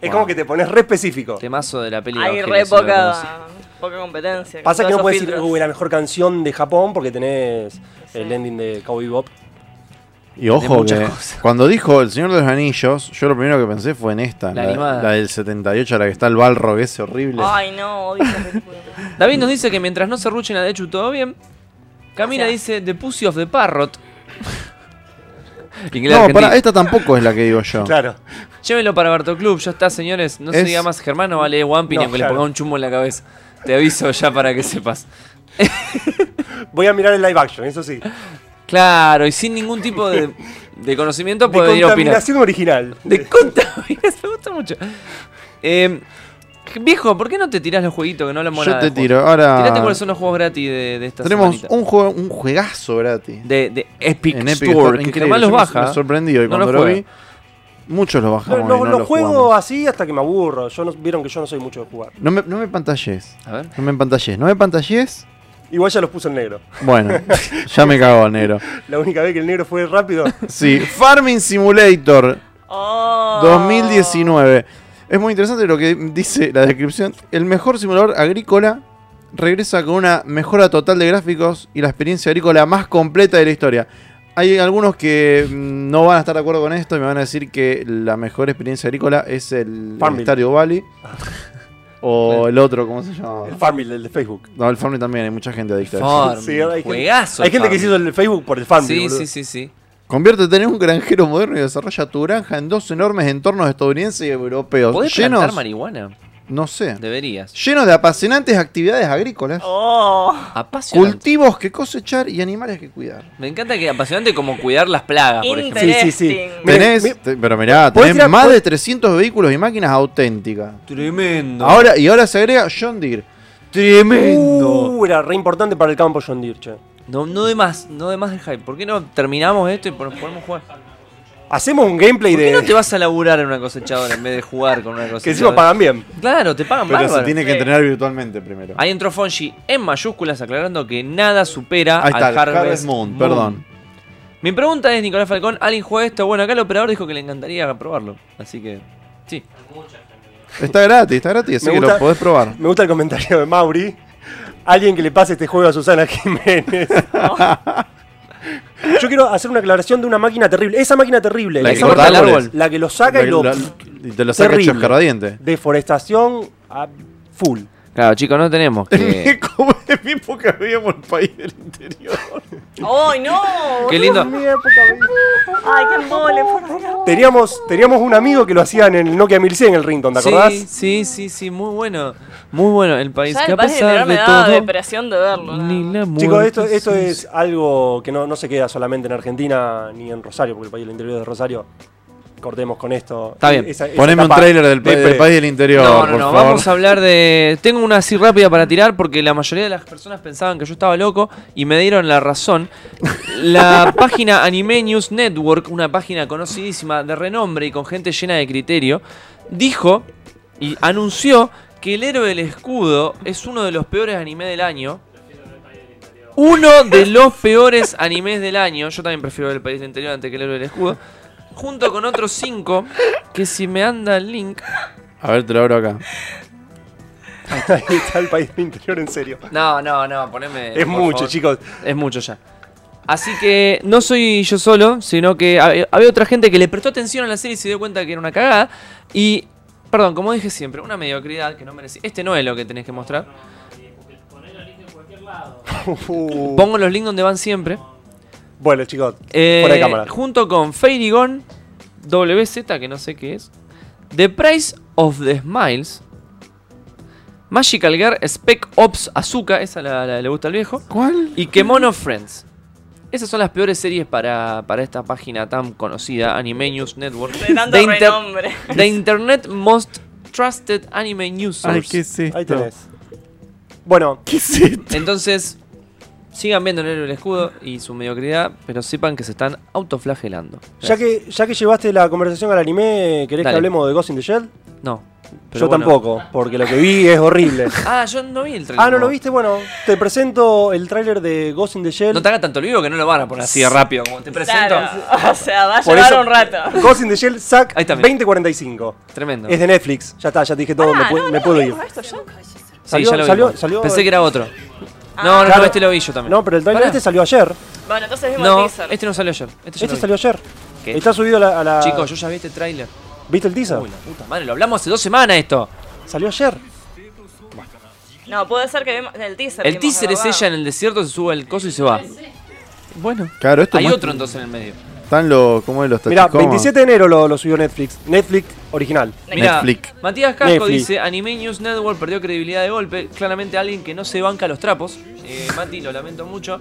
Speaker 3: Es como que te pones re específico.
Speaker 2: Temazo de la peli.
Speaker 4: Hay
Speaker 2: Evangelion,
Speaker 4: re
Speaker 2: si no lo conocí.
Speaker 4: poca, poca competencia. con
Speaker 3: Pasa que no
Speaker 4: todos esos
Speaker 3: puedes decir,
Speaker 4: filtros.
Speaker 3: uy, la mejor canción de Japón porque tenés el ending de Cowboy Bop.
Speaker 1: Y ojo,
Speaker 2: muchas
Speaker 1: que
Speaker 2: cosas.
Speaker 1: cuando dijo El Señor de los Anillos, yo lo primero que pensé fue en esta,
Speaker 2: La
Speaker 1: la,
Speaker 2: animada.
Speaker 1: la del 78, la que está el Balrog ese horrible.
Speaker 4: Ay, no, odio esa película.
Speaker 2: David nos dice que mientras no se ruchen a Dechu todo bien. Camila
Speaker 4: O sea.
Speaker 2: dice The Pussy of the Parrot. Inglés
Speaker 1: no,
Speaker 2: argentino.
Speaker 1: para, esta tampoco es la que digo yo.
Speaker 3: Claro.
Speaker 2: Llévenlo para Barto Club, ya está, señores. No se
Speaker 1: Es-
Speaker 2: diga más Germán, no vale One Piece,
Speaker 3: No,
Speaker 2: aunque
Speaker 3: claro.
Speaker 2: le ponga un chumbo en la cabeza. Te aviso ya para que sepas.
Speaker 3: Voy a mirar el live action, eso sí.
Speaker 2: Claro, y sin ningún tipo de, de conocimiento
Speaker 3: De
Speaker 2: puede venir a opinar.
Speaker 3: contaminación original.
Speaker 2: De contaminación, me gusta mucho. Eh, viejo, ¿por qué no te tirás los jueguitos que no hablamos
Speaker 1: Yo
Speaker 2: nada?
Speaker 1: te
Speaker 2: de juegos?
Speaker 1: tiro, ahora
Speaker 2: Tirate cuáles son los juegos gratis de, de esta
Speaker 1: tenemos
Speaker 2: semanita.
Speaker 1: un, juego, un juegazo gratis.
Speaker 2: de, de Epic
Speaker 1: en Epic
Speaker 2: Store,
Speaker 1: Store,
Speaker 2: que
Speaker 1: increíble.
Speaker 2: jamás los
Speaker 1: Yo me-
Speaker 2: baja.
Speaker 1: Me sorprendió y
Speaker 2: No
Speaker 1: cuando
Speaker 2: los
Speaker 1: lo
Speaker 2: juega.
Speaker 1: vi, muchos los
Speaker 3: No,
Speaker 1: bajamos.
Speaker 3: no,
Speaker 1: y no
Speaker 3: lo
Speaker 1: los
Speaker 3: juego
Speaker 1: jugamos.
Speaker 3: así hasta que me aburro. Yo no, vieron que yo no soy mucho de jugar.
Speaker 1: No me, no me pantalles.
Speaker 2: A ver.
Speaker 1: No me pantalles. No me pantalles.
Speaker 3: Igual ya los puso el negro.
Speaker 1: Bueno, ya me cago, negro.
Speaker 3: La única vez que el negro fue rápido.
Speaker 1: Sí, Farming Simulator
Speaker 4: Oh.
Speaker 1: 2019. Es muy interesante lo que dice la descripción. El mejor simulador agrícola regresa con una mejora total de gráficos y la experiencia agrícola más completa de la historia. Hay algunos que mm, no van a estar de acuerdo con esto y me van a decir que la mejor experiencia agrícola es el
Speaker 3: Farmville.
Speaker 1: Estadio Valley. O el otro, ¿cómo se llama?
Speaker 3: El Farmville, el de Facebook.
Speaker 1: No, el Farming también, hay mucha gente adicta a eso.
Speaker 2: Farm,
Speaker 3: Sí, hay gente-
Speaker 2: juegazo.
Speaker 3: Hay gente que
Speaker 2: Farm.
Speaker 3: hizo el de Facebook por el Farmville.
Speaker 2: Sí,
Speaker 3: boludo.
Speaker 2: sí, sí, sí.
Speaker 1: Conviértete en un granjero moderno y desarrolla tu granja en dos enormes entornos estadounidenses y europeos.
Speaker 2: ¿Podés
Speaker 1: llenos,
Speaker 2: plantar marihuana?
Speaker 1: no sé,
Speaker 2: Deberías.
Speaker 1: llenos de apasionantes actividades agrícolas,
Speaker 4: Oh.
Speaker 2: Apasionante.
Speaker 1: cultivos que cosechar y animales que cuidar.
Speaker 2: Me encanta que apasionante como cuidar las plagas, por ejemplo.
Speaker 3: Sí,
Speaker 4: Interesting.
Speaker 3: sí, sí. Miren,
Speaker 1: Tenés,
Speaker 3: mi-
Speaker 1: te- pero mirá,
Speaker 3: ¿Podés
Speaker 1: tenés
Speaker 3: tirar-
Speaker 1: más
Speaker 3: pod-
Speaker 1: de 300 vehículos y máquinas auténticas.
Speaker 2: Tremendo.
Speaker 1: Ahora, y ahora se agrega John Deere.
Speaker 3: Uh, era re importante para el campo John Deere, che.
Speaker 2: No, no de más, no de más del hype. ¿Por qué no terminamos esto y por- podemos jugar?
Speaker 3: Hacemos un gameplay
Speaker 2: ¿Por qué
Speaker 3: de.
Speaker 2: no te vas a laburar en una cosechadora en vez de jugar con una cosechadora?
Speaker 3: que encima pagan bien.
Speaker 2: Claro, te pagan
Speaker 1: Pero se
Speaker 2: bárbaro.
Speaker 1: tiene que entrenar virtualmente primero.
Speaker 2: Ahí entró Fonji en mayúsculas aclarando que nada supera
Speaker 1: Ahí está,
Speaker 2: al
Speaker 1: el
Speaker 2: Harvest,
Speaker 1: Moon,
Speaker 2: Moon.
Speaker 1: perdón.
Speaker 2: Mi pregunta es, Nicolás Falcón, ¿alguien juega esto? Bueno, acá el operador dijo que le encantaría probarlo. Así que, sí.
Speaker 1: Está gratis, está gratis, así
Speaker 3: Me
Speaker 1: que lo
Speaker 3: gusta-
Speaker 1: podés probar.
Speaker 3: Me gusta el comentario de Mauri. alguien que le pase este juego a Susana Jiménez. Yo quiero hacer una aclaración de una máquina terrible. Esa máquina terrible,
Speaker 2: La
Speaker 3: la
Speaker 2: que
Speaker 3: que,
Speaker 2: corta
Speaker 1: corta
Speaker 2: el
Speaker 1: árboles.
Speaker 2: árbol.
Speaker 3: la que lo saca y lo.
Speaker 1: La- y te lo saca
Speaker 3: Terrible.
Speaker 1: chascarradiente.
Speaker 3: Deforestación a full.
Speaker 2: Claro, chicos, no tenemos que...
Speaker 1: Como en mi época vivíamos en el país del interior.
Speaker 4: ¡Ay, no!
Speaker 2: Qué lindo.
Speaker 4: ¡Ay, qué mole, por favor!
Speaker 3: Teníamos, teníamos un amigo que lo hacían en el Nokia 1100, el Rington, ¿te acordás?
Speaker 2: Sí, sí, sí, sí, muy bueno. Muy bueno el país.
Speaker 4: Ya
Speaker 2: que
Speaker 4: el
Speaker 2: a
Speaker 4: país
Speaker 2: pesar
Speaker 4: interior me
Speaker 2: de
Speaker 4: daba
Speaker 2: todo...
Speaker 4: depresión de verlo. nada
Speaker 2: Ni
Speaker 4: más.
Speaker 2: la
Speaker 3: Chicos,
Speaker 2: muerte
Speaker 3: esto, esto
Speaker 2: se-
Speaker 3: es algo que no, no se queda solamente en Argentina ni en Rosario, porque el país del interior de Rosario. Cortemos con esto.
Speaker 2: Está bien.
Speaker 1: Poneme un
Speaker 3: etapa-
Speaker 1: trailer del, pa-
Speaker 3: Pepe.
Speaker 1: del país del interior,
Speaker 2: No, no,
Speaker 1: por
Speaker 2: no,
Speaker 1: favor.
Speaker 2: vamos a hablar de... Tengo una así rápida para tirar porque la mayoría de las personas pensaban que yo estaba loco y me dieron la razón. La página Anime News Network, una página conocidísima de renombre y con gente llena de criterio, dijo y anunció que El héroe del escudo es uno de los peores anime del año. Uno de los peores animes del año. Yo también prefiero El País del Interior antes que El héroe del escudo. Junto con otros cinco, que si me anda el link,
Speaker 1: A ver, te lo abro acá.
Speaker 3: Ahí está el país del interior, en serio.
Speaker 2: No, no, no, poneme.
Speaker 3: Es
Speaker 2: Eh, por
Speaker 3: mucho,
Speaker 2: favor.
Speaker 3: chicos.
Speaker 2: Es mucho ya. Así que no soy yo solo, sino que hab- había otra gente que le prestó atención a la serie y se dio cuenta que era una cagada. Y, perdón, como dije siempre, una mediocridad que no merecía. Este no es lo que tenés que mostrar. Pongo los links donde van siempre.
Speaker 3: Bueno, chicos,
Speaker 2: Eh,
Speaker 3: fuera de cámara.
Speaker 2: Junto con Fairygon, WZ, que no sé qué es. The Price of the Smiles. Magical Girl, Spec Ops Azuka, esa la, la- le gusta al viejo.
Speaker 1: ¿Cuál?
Speaker 2: Y Kemono Friends. Esas son las peores series para, para esta página tan conocida, Anime News Network.
Speaker 4: De tanto
Speaker 2: inter-
Speaker 4: renombre.
Speaker 2: the Internet Most Trusted Anime News Source.
Speaker 1: Ay, ¿qué es esto?
Speaker 3: Ahí tenés. Bueno,
Speaker 1: ¿Qué es esto?
Speaker 2: Entonces, sigan viendo el héroe del escudo y su mediocridad, pero sepan que se están autoflagelando.
Speaker 3: ya que, ya que llevaste la conversación al anime, ¿querés
Speaker 2: Dale.
Speaker 3: que hablemos de Ghost in the Shell?
Speaker 2: No. pero
Speaker 3: Yo
Speaker 2: bueno.
Speaker 3: tampoco, porque lo que vi es horrible.
Speaker 2: Ah, yo no vi el trailer.
Speaker 3: ah, ¿no lo viste? Bueno, te presento el tráiler de Ghost in the Shell.
Speaker 2: No te haga tanto el vivo que no lo van a poner así de rápido como te presento.
Speaker 4: Claro, o sea, va a
Speaker 3: Por
Speaker 4: llevar
Speaker 3: eso-
Speaker 4: un rato.
Speaker 3: Ghost in the Shell SAC
Speaker 2: Ahí está, mira.
Speaker 3: 2045.
Speaker 2: Tremendo.
Speaker 3: Es de Netflix, ya está, ya te dije todo, me,
Speaker 4: Ah,
Speaker 3: pu-
Speaker 4: no,
Speaker 3: me
Speaker 4: no,
Speaker 3: puedo ir.
Speaker 4: ¿vimos esto ya?
Speaker 2: Sí,
Speaker 3: salió-
Speaker 2: ya lo vi.
Speaker 3: salió- salió-
Speaker 2: Pensé que era otro. No,
Speaker 4: Ah.
Speaker 2: no,
Speaker 3: Claro.
Speaker 2: no, este lo vi yo también.
Speaker 3: No, pero el trailer
Speaker 2: Pará.
Speaker 3: este salió ayer.
Speaker 4: Bueno, entonces vimos
Speaker 2: No,
Speaker 4: el teaser.
Speaker 2: este no salió ayer. Este, yo
Speaker 3: Este
Speaker 2: lo vi.
Speaker 3: salió ayer.
Speaker 2: ¿Qué?
Speaker 3: Está subido a la. a la-
Speaker 2: Chicos, yo ya vi este tráiler.
Speaker 3: ¿Viste el teaser?
Speaker 2: Uy, la puta madre, lo hablamos hace dos semanas esto.
Speaker 3: Salió ayer.
Speaker 4: No, puede ser que vimos el teaser.
Speaker 2: El
Speaker 4: vimos,
Speaker 2: teaser es
Speaker 4: ¿verdad?
Speaker 2: ella en el desierto, se sube el coso y se va. Bueno.
Speaker 1: Claro, esto
Speaker 2: Hay
Speaker 1: muestra-
Speaker 2: otro entonces en el medio.
Speaker 1: Están los. ¿Cómo es los
Speaker 3: Mirá,
Speaker 1: tachicomas.
Speaker 3: 27 de enero lo, lo subió Netflix. Netflix original.
Speaker 2: Mirá,
Speaker 1: Netflix.
Speaker 2: Matías Casco
Speaker 3: Netflix.
Speaker 2: dice, Anime News Network perdió credibilidad de golpe. Claramente alguien que no se banca los trapos. Eh, Mati, lo lamento mucho.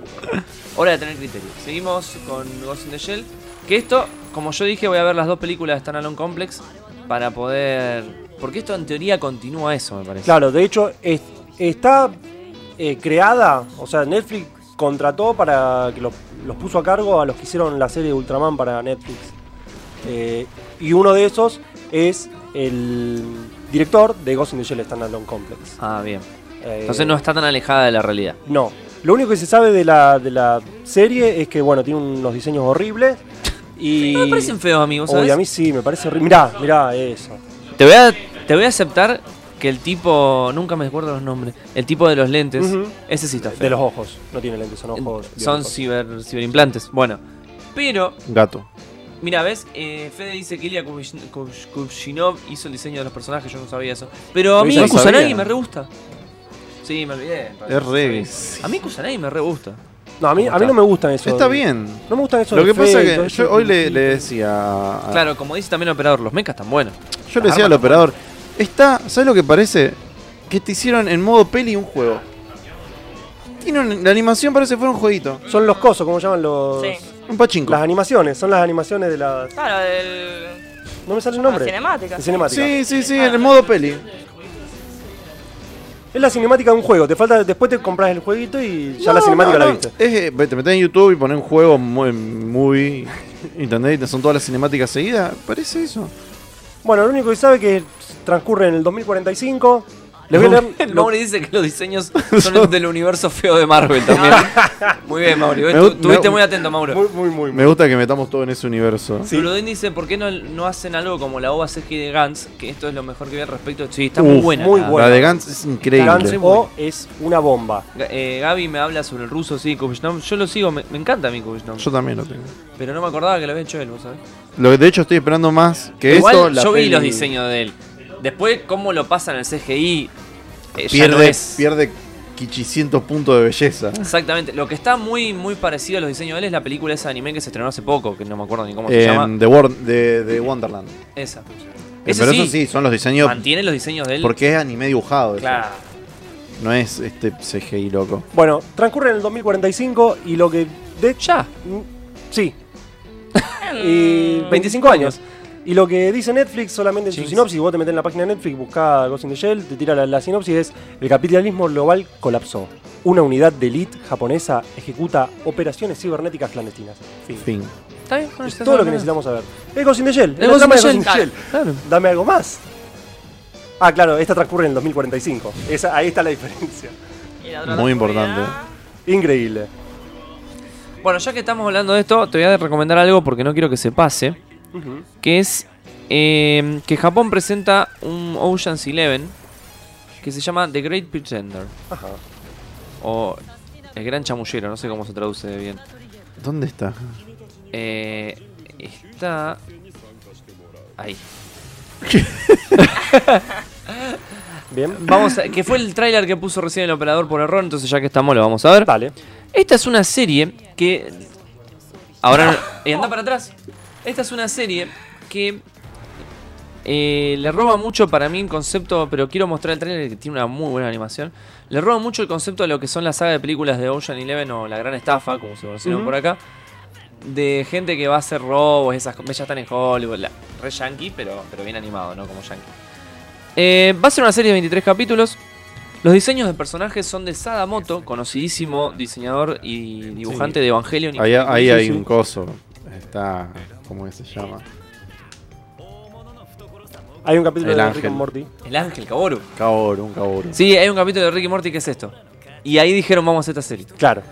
Speaker 2: Hora de tener criterio. Seguimos con Ghost in the Shell. Que esto, como yo dije, voy a ver las dos películas de Standalone Complex para poder... Porque esto en teoría continúa eso, me parece.
Speaker 3: Claro, de hecho, es- está eh, creada, o sea, Netflix contrató para que los, los puso a cargo a los que hicieron la serie de Ultraman para Netflix. Eh, y uno de esos es el director de Ghost in the Shell Standalone Complex.
Speaker 2: Ah, bien.
Speaker 3: Eh,
Speaker 2: Entonces no está tan alejada de la realidad.
Speaker 3: No. Lo único que se sabe de la, de la serie es que, bueno, tiene unos diseños horribles. Y.
Speaker 2: No me parecen feos, amigos.
Speaker 3: Uy, a mí sí, me parece horrible. Mirá, mirá, eso.
Speaker 2: Te voy a, te voy a aceptar que el tipo, nunca me acuerdo los nombres, el tipo de los lentes,
Speaker 3: Ujú.
Speaker 2: ese sí está feo.
Speaker 3: De los ojos. No tiene lentes, son ojos.
Speaker 2: Son
Speaker 3: biológicos.
Speaker 2: ciber, ciberimplantes. Bueno, pero,
Speaker 1: Gato.
Speaker 2: mira, ¿ves? Eh, Fede dice que Ilya Kubish- Kubish- Kubshinov hizo el diseño de los personajes, yo no sabía eso. Pero a
Speaker 3: Lo
Speaker 2: mí
Speaker 3: hizo- no
Speaker 2: Kusanagi
Speaker 3: sabía.
Speaker 2: me re gusta. Sí, me olvidé. en realidad,
Speaker 1: Es re-
Speaker 2: no sabía. A mí Kusanagi me re gusta.
Speaker 3: No, a mí, a mí
Speaker 2: Está.
Speaker 3: no me gustan esos.
Speaker 1: Está bien.
Speaker 3: No me gustan esos.
Speaker 1: Lo que pasa es que
Speaker 3: efectos,
Speaker 1: yo
Speaker 3: esos
Speaker 1: hoy le, le
Speaker 3: dibujitos.
Speaker 1: decía.
Speaker 3: Ah.
Speaker 1: a-
Speaker 2: Claro, como dice también el operador, los mechas están buenos.
Speaker 1: Yo le decía al operador. Está. ¿Sabes lo que parece? Que te hicieron en modo peli un juego. Tiene un- la animación parece que fuera un jueguito.
Speaker 3: Son los cosos, ¿cómo llaman los.
Speaker 4: Sí.
Speaker 1: Un pachinko.
Speaker 3: Las animaciones, son las animaciones de las.
Speaker 4: Claro, el.
Speaker 3: No me sale el nombre.
Speaker 4: Las Ah, cinemáticas.
Speaker 3: De cinemática.
Speaker 1: Sí, sí, sí, en el modo peli.
Speaker 3: Es la cinemática de un juego. Te falta. Después te compras el jueguito y ya la
Speaker 1: No,
Speaker 3: cinemática
Speaker 1: no, no.
Speaker 3: la viste.
Speaker 1: Es, eh, te metés en YouTube y pones un juego mu- movie. ¿Entendés? Y te Son todas las cinemáticas seguidas. Parece eso.
Speaker 3: Bueno, lo único que sabe es que transcurre en el 2045. Les voy a leer
Speaker 2: El
Speaker 3: lo-
Speaker 2: Mauri dice que los diseños son del universo feo de Marvel también. muy bien, Mauri.
Speaker 1: Me
Speaker 2: Ves,
Speaker 1: gu-
Speaker 2: tú- Estuviste
Speaker 1: me-
Speaker 2: muy atento, Mauro.
Speaker 3: Muy, muy, muy.
Speaker 1: Me gusta que metamos todo en ese universo.
Speaker 3: Sí.
Speaker 2: Pero Dodin dice, ¿por qué no, no hacen algo como la OVA CG de Gantz? Que esto es lo mejor que vi al respecto. Sí, está muy
Speaker 1: Uf,
Speaker 2: buena.
Speaker 3: muy
Speaker 2: la-
Speaker 3: buena.
Speaker 1: La de Gantz es increíble.
Speaker 3: Guns N' Roses es una bomba.
Speaker 2: Ga- eh, Gaby me habla sobre el ruso, sí, Kubishnom. Yo lo sigo, me, me encanta a mí Kubishnom.
Speaker 1: Yo también lo tengo.
Speaker 2: Pero no me acordaba que lo había hecho él, ¿vos sabés?
Speaker 1: Lo que de hecho estoy esperando más que
Speaker 2: Igual
Speaker 1: eso. la
Speaker 2: yo vi
Speaker 1: peli
Speaker 2: los diseños de él. Después, cómo lo pasan al CGI, eh, ya no
Speaker 1: Pierde,
Speaker 2: es-
Speaker 1: pierde 500 puntos de belleza.
Speaker 2: Exactamente. Lo que está muy, muy parecido a los diseños de él es la película esa de anime que se estrenó hace poco, que no me acuerdo ni cómo se
Speaker 1: Eh,
Speaker 2: llama.
Speaker 1: de, Wor- de, de Wonderland.
Speaker 2: Esa. Ese
Speaker 1: Pero
Speaker 2: sí,
Speaker 1: eso sí, son los diseños.
Speaker 2: mantiene los diseños de él.
Speaker 1: Porque es anime dibujado. eso.
Speaker 2: Claro.
Speaker 1: No es este CGI loco.
Speaker 3: Bueno, transcurre en el 2045 y lo que. De
Speaker 2: Ya.
Speaker 3: Mm, Sí. y
Speaker 2: Mm.
Speaker 3: 25 años. Y lo que dice Netflix solamente en su
Speaker 2: Jinx.
Speaker 3: sinopsis, vos te metés en la página de Netflix, buscá Ghost in the Shell, te tira la, la sinopsis, es el capitalismo global colapsó. Una unidad de elite japonesa ejecuta operaciones cibernéticas clandestinas. Fin.
Speaker 1: Fin.
Speaker 2: Está bien, no
Speaker 3: Es
Speaker 2: está
Speaker 3: todo lo que
Speaker 2: bien.
Speaker 3: necesitamos saber. Es Ghost in the Shell.
Speaker 2: Es
Speaker 3: la
Speaker 2: Ghost in
Speaker 3: trama
Speaker 2: the
Speaker 3: de Ghost in the
Speaker 2: Shell.
Speaker 3: Shell.
Speaker 2: Claro.
Speaker 3: Dame algo más. Ah, claro, esta transcurre en el 2045. Esa, ahí está la diferencia.
Speaker 4: Y la otra
Speaker 1: Muy
Speaker 4: oscuridad.
Speaker 1: importante.
Speaker 3: Increíble.
Speaker 2: Bueno, ya que estamos hablando de esto, te voy a recomendar algo porque no quiero que se pase.
Speaker 3: Ujú.
Speaker 2: que es eh, que Japón presenta un Ocean's Eleven que se llama The Great Pretender
Speaker 3: Ajá.
Speaker 2: o El Gran Chamullero, no sé cómo se traduce bien.
Speaker 1: ¿Dónde está?
Speaker 2: Eh, está ahí.
Speaker 3: Bien.
Speaker 2: Vamos a- que fue el tráiler que puso recién el operador por error, entonces ya que estamos lo vamos a ver.
Speaker 3: Dale.
Speaker 2: Esta es una serie que. Ahora. no- eh, anda para atrás. Esta es una serie que. eh, le roba mucho para mí el concepto, pero quiero mostrar el trailer que tiene una muy buena animación. Le roba mucho el concepto de lo que son las sagas de películas de Ocean Eleven o La Gran Estafa, como se conocieron por acá. De gente que va a hacer robos, esas cosas. Ya están en Hollywood, la- re yankee, pero, pero bien animado, ¿no? Como yankee. Eh, va a ser una serie de 23 capítulos. Los diseños de personajes son de Sadamoto, conocidísimo diseñador y dibujante de Evangelion. y
Speaker 1: Ahí, ahí
Speaker 3: Sí,
Speaker 1: hay
Speaker 3: sí.
Speaker 1: un coso. Está. ¿Cómo que se llama?
Speaker 3: Hay un capítulo
Speaker 1: El
Speaker 3: de
Speaker 1: ángel.
Speaker 3: Rick and Morty.
Speaker 2: El Ángel Kaboru.
Speaker 1: Kaoru, un Kaoru.
Speaker 2: Sí, hay un capítulo de Ricky Morty que es esto. Y ahí dijeron, vamos a hacer esta serie.
Speaker 3: Claro.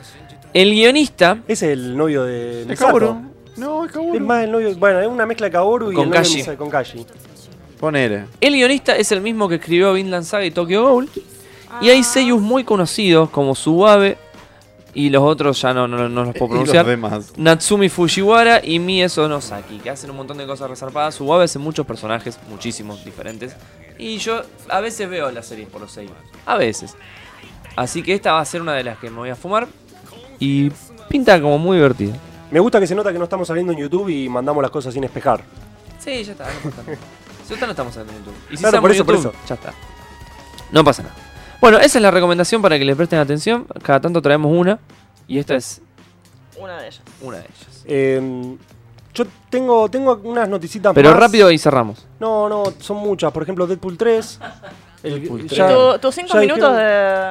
Speaker 2: El guionista,
Speaker 3: Es el novio de
Speaker 1: Es
Speaker 3: Misato.
Speaker 1: Kaoru. No, es Kaoru.
Speaker 3: Es más el novio. Bueno, es una mezcla de Kaoru y
Speaker 2: Con
Speaker 3: el novio de
Speaker 2: Kashi.
Speaker 3: Misa- con Kashi. Eh,
Speaker 1: Ponele.
Speaker 2: el guionista es el mismo que escribió Vinland Saga y Tokyo Ghoul. Y hay sellos muy conocidos como Suave y los otros ya no, no, no
Speaker 1: Y
Speaker 2: los puedo
Speaker 1: los
Speaker 2: pronunciar.
Speaker 1: demás.
Speaker 2: Natsumi Fujiwara y Mie Sonosaki, que hacen un montón de cosas resarpadas. Suave hace muchos personajes, muchísimos diferentes. Y yo a veces veo las series por los seis. A veces. Así que esta va a ser una de las que me voy a fumar. Y pinta como muy divertida.
Speaker 3: Me gusta que se nota que no estamos saliendo en YouTube y mandamos las cosas sin espejar.
Speaker 2: Sí, ya está. No pasa nada. Nosotros no estamos en YouTube. Y si
Speaker 3: Claro,
Speaker 2: estamos
Speaker 3: por
Speaker 2: en
Speaker 3: eso, por
Speaker 2: YouTube,
Speaker 3: eso.
Speaker 2: Ya está. No pasa nada. Bueno, esa es la recomendación para que les presten atención. Cada tanto traemos una. Y esta es
Speaker 4: Una de ellas.
Speaker 2: una de ellas.
Speaker 3: Eh, yo tengo, tengo unas noticitas
Speaker 2: Pero
Speaker 3: más.
Speaker 2: rápido y cerramos.
Speaker 3: No, no, son muchas. Por ejemplo, Deadpool 3. El-
Speaker 2: Deadpool
Speaker 3: ya-
Speaker 1: 3.
Speaker 4: Tu- Tus cinco
Speaker 3: ya
Speaker 4: minutos
Speaker 3: dijeron-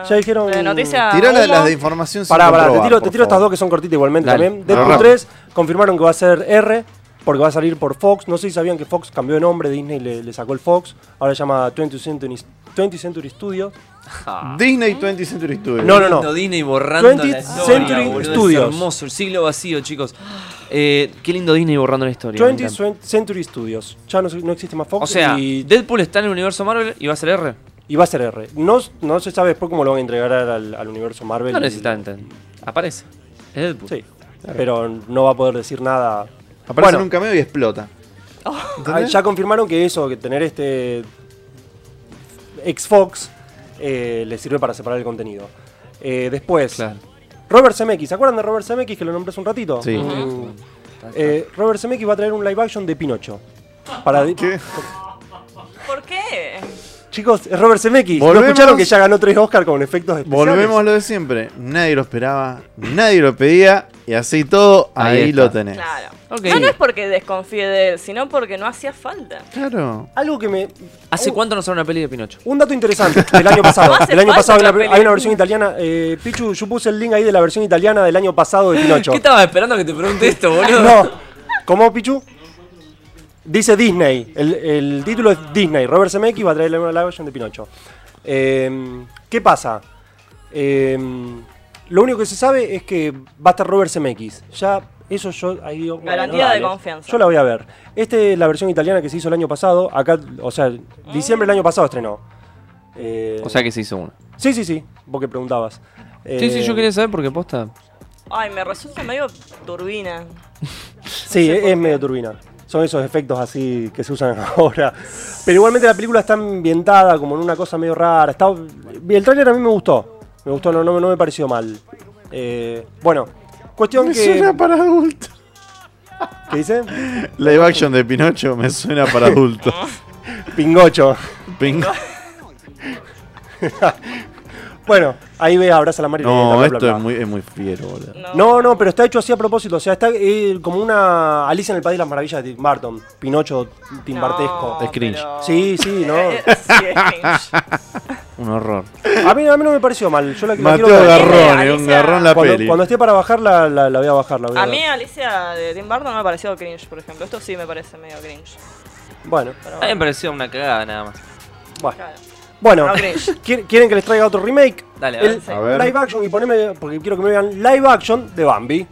Speaker 4: de,
Speaker 3: ya dijeron-
Speaker 4: de noticia.
Speaker 1: Tirá la-
Speaker 4: humo.
Speaker 1: las de información sin
Speaker 3: Ah, Pará, pará, te
Speaker 1: comprobar,
Speaker 3: tiro, te
Speaker 1: por
Speaker 3: tiro estas
Speaker 1: favor.
Speaker 3: dos que son cortitas igualmente
Speaker 2: Dale.
Speaker 3: también. Deadpool
Speaker 1: Rápido.
Speaker 3: 3 confirmaron que va a ser R, porque va a salir por Fox. No sé si sabían que Fox cambió de nombre, Disney le, le sacó el Fox. Ahora se llama 20th Century, 20th Century Studios.
Speaker 1: Disney 20th Century Studios.
Speaker 3: No, no, no.
Speaker 2: Lindo Disney borrando
Speaker 3: 20th
Speaker 2: la historia.
Speaker 3: Century
Speaker 2: boludo, es
Speaker 3: Studios.
Speaker 2: hermoso, el siglo vacío, chicos. Eh, qué lindo Disney borrando la historia. me
Speaker 3: 20th
Speaker 2: encanta.
Speaker 3: Cen- Century Studios. Ya no, no existe más Fox.
Speaker 2: O sea,
Speaker 3: y,
Speaker 2: Deadpool está en el universo Marvel y va a ser R.
Speaker 3: y va a ser R. No, no se sabe después cómo lo van a entregar al, al universo Marvel.
Speaker 2: No
Speaker 3: Y-
Speaker 2: necesitan. entender. Aparece. Es Deadpool.
Speaker 3: Sí, pero no va a poder decir nada.
Speaker 1: Aparece en
Speaker 3: Bueno.
Speaker 1: un cameo y explota.
Speaker 3: Ah, Ya confirmaron que eso, que tener este ex Fox eh, le sirve para separar el contenido. Eh, después,
Speaker 2: Claro.
Speaker 3: Robert Zemeckis, ¿se acuerdan de Robert Zemeckis que lo nombré hace un ratito?
Speaker 1: Sí.
Speaker 3: Mm. Eh, Robert Zemeckis va a traer un live action de Pinocho. Para di-
Speaker 1: ¿Qué?
Speaker 4: ¿Por qué?
Speaker 3: Chicos, es Robert Zemeckis. ¿No
Speaker 1: Volvemos.
Speaker 3: escucharon que ya ganó tres Oscar con efectos especiales?
Speaker 1: Volvemos a lo de siempre. Nadie lo esperaba, nadie lo pedía y así todo,
Speaker 2: Ahí
Speaker 1: ahí,
Speaker 2: está.
Speaker 1: lo tenés.
Speaker 4: Claro.
Speaker 2: Ok.
Speaker 4: No, no es porque desconfíe de él, sino porque no hacía falta.
Speaker 1: Claro.
Speaker 3: Algo que me...
Speaker 2: ¿Hace
Speaker 3: un-
Speaker 2: cuánto no sale una peli de Pinocho?
Speaker 3: Un dato interesante del año pasado.
Speaker 4: hace
Speaker 3: del año
Speaker 4: falta
Speaker 3: pasado hay
Speaker 4: otra
Speaker 3: una,
Speaker 4: peli.
Speaker 3: hay una versión italiana. Eh, Pichu, yo puse el link ahí de la versión italiana del año pasado de Pinocho.
Speaker 2: ¿Qué estabas esperando que te pregunte esto, boludo?
Speaker 3: No. ¿Cómo, Pichu? Dice Disney. El, el título es Disney. Robert Zemeckis va a traer la nueva live action de Pinocho. Eh, ¿Qué pasa? Eh, lo único que se sabe es que va a estar Robert Zemeckis. Ya, eso yo ahí digo, bueno,
Speaker 4: Garantía de
Speaker 3: dale.
Speaker 4: confianza.
Speaker 3: Yo la voy a ver. Esta es la versión italiana que se hizo el año pasado. Acá, o sea, diciembre del año pasado estrenó. Eh,
Speaker 2: O sea que se hizo uno.
Speaker 3: Sí, sí, sí. Vos que preguntabas.
Speaker 2: Sí, sí,
Speaker 3: Eh,
Speaker 2: yo quería saber porque posta.
Speaker 4: Ay, me resulta medio turbina.
Speaker 3: Sí, es, es medio turbina. Son esos efectos así que se usan ahora. Pero igualmente la película está ambientada como en una cosa medio rara. Está, el tráiler a mí me gustó. Me gustó, no, no, no me pareció mal. Eh, bueno, cuestión
Speaker 1: Me
Speaker 3: que...
Speaker 1: suena para adulto.
Speaker 3: ¿Qué dice?
Speaker 1: Live action de Pinocho me suena para adulto.
Speaker 3: Pingocho.
Speaker 1: Ping.
Speaker 3: Bueno, ahí ve, abraza a la Mario.
Speaker 1: No, esto es muy, es muy fiero, boludo.
Speaker 4: No,
Speaker 3: No, no, pero está hecho así a propósito. O sea, está eh, como una Alicia en el País de las Maravillas de Tim Burton. Pinocho timbartesco.
Speaker 1: Es cringe.
Speaker 3: Sí, sí, no.
Speaker 4: Eh, eh, sí, es cringe.
Speaker 1: Un horror.
Speaker 3: A mí, a mí no me pareció mal. Yo la, la
Speaker 1: Mateo
Speaker 3: quiero ver.
Speaker 1: Garrón,
Speaker 4: Alicia.
Speaker 1: eh, un garrón la
Speaker 3: cuando,
Speaker 1: peli.
Speaker 3: cuando esté para bajar, la, la- la voy a bajar. La voy a
Speaker 4: A
Speaker 3: ver.
Speaker 4: mí Alicia de Tim Burton no me pareció cringe, por ejemplo. Esto sí me parece medio cringe.
Speaker 3: Bueno, eh,
Speaker 4: Pero
Speaker 2: A mí me
Speaker 4: bueno,
Speaker 2: parecía una cagada nada más.
Speaker 3: bueno.
Speaker 4: claro.
Speaker 3: Bueno,
Speaker 4: No cringe.
Speaker 3: ¿quier- ¿quieren que les traiga otro remake?
Speaker 2: Dale,
Speaker 3: El
Speaker 2: dale.
Speaker 1: A ver.
Speaker 3: live action, y poneme, porque quiero que me vean live action de Bambi.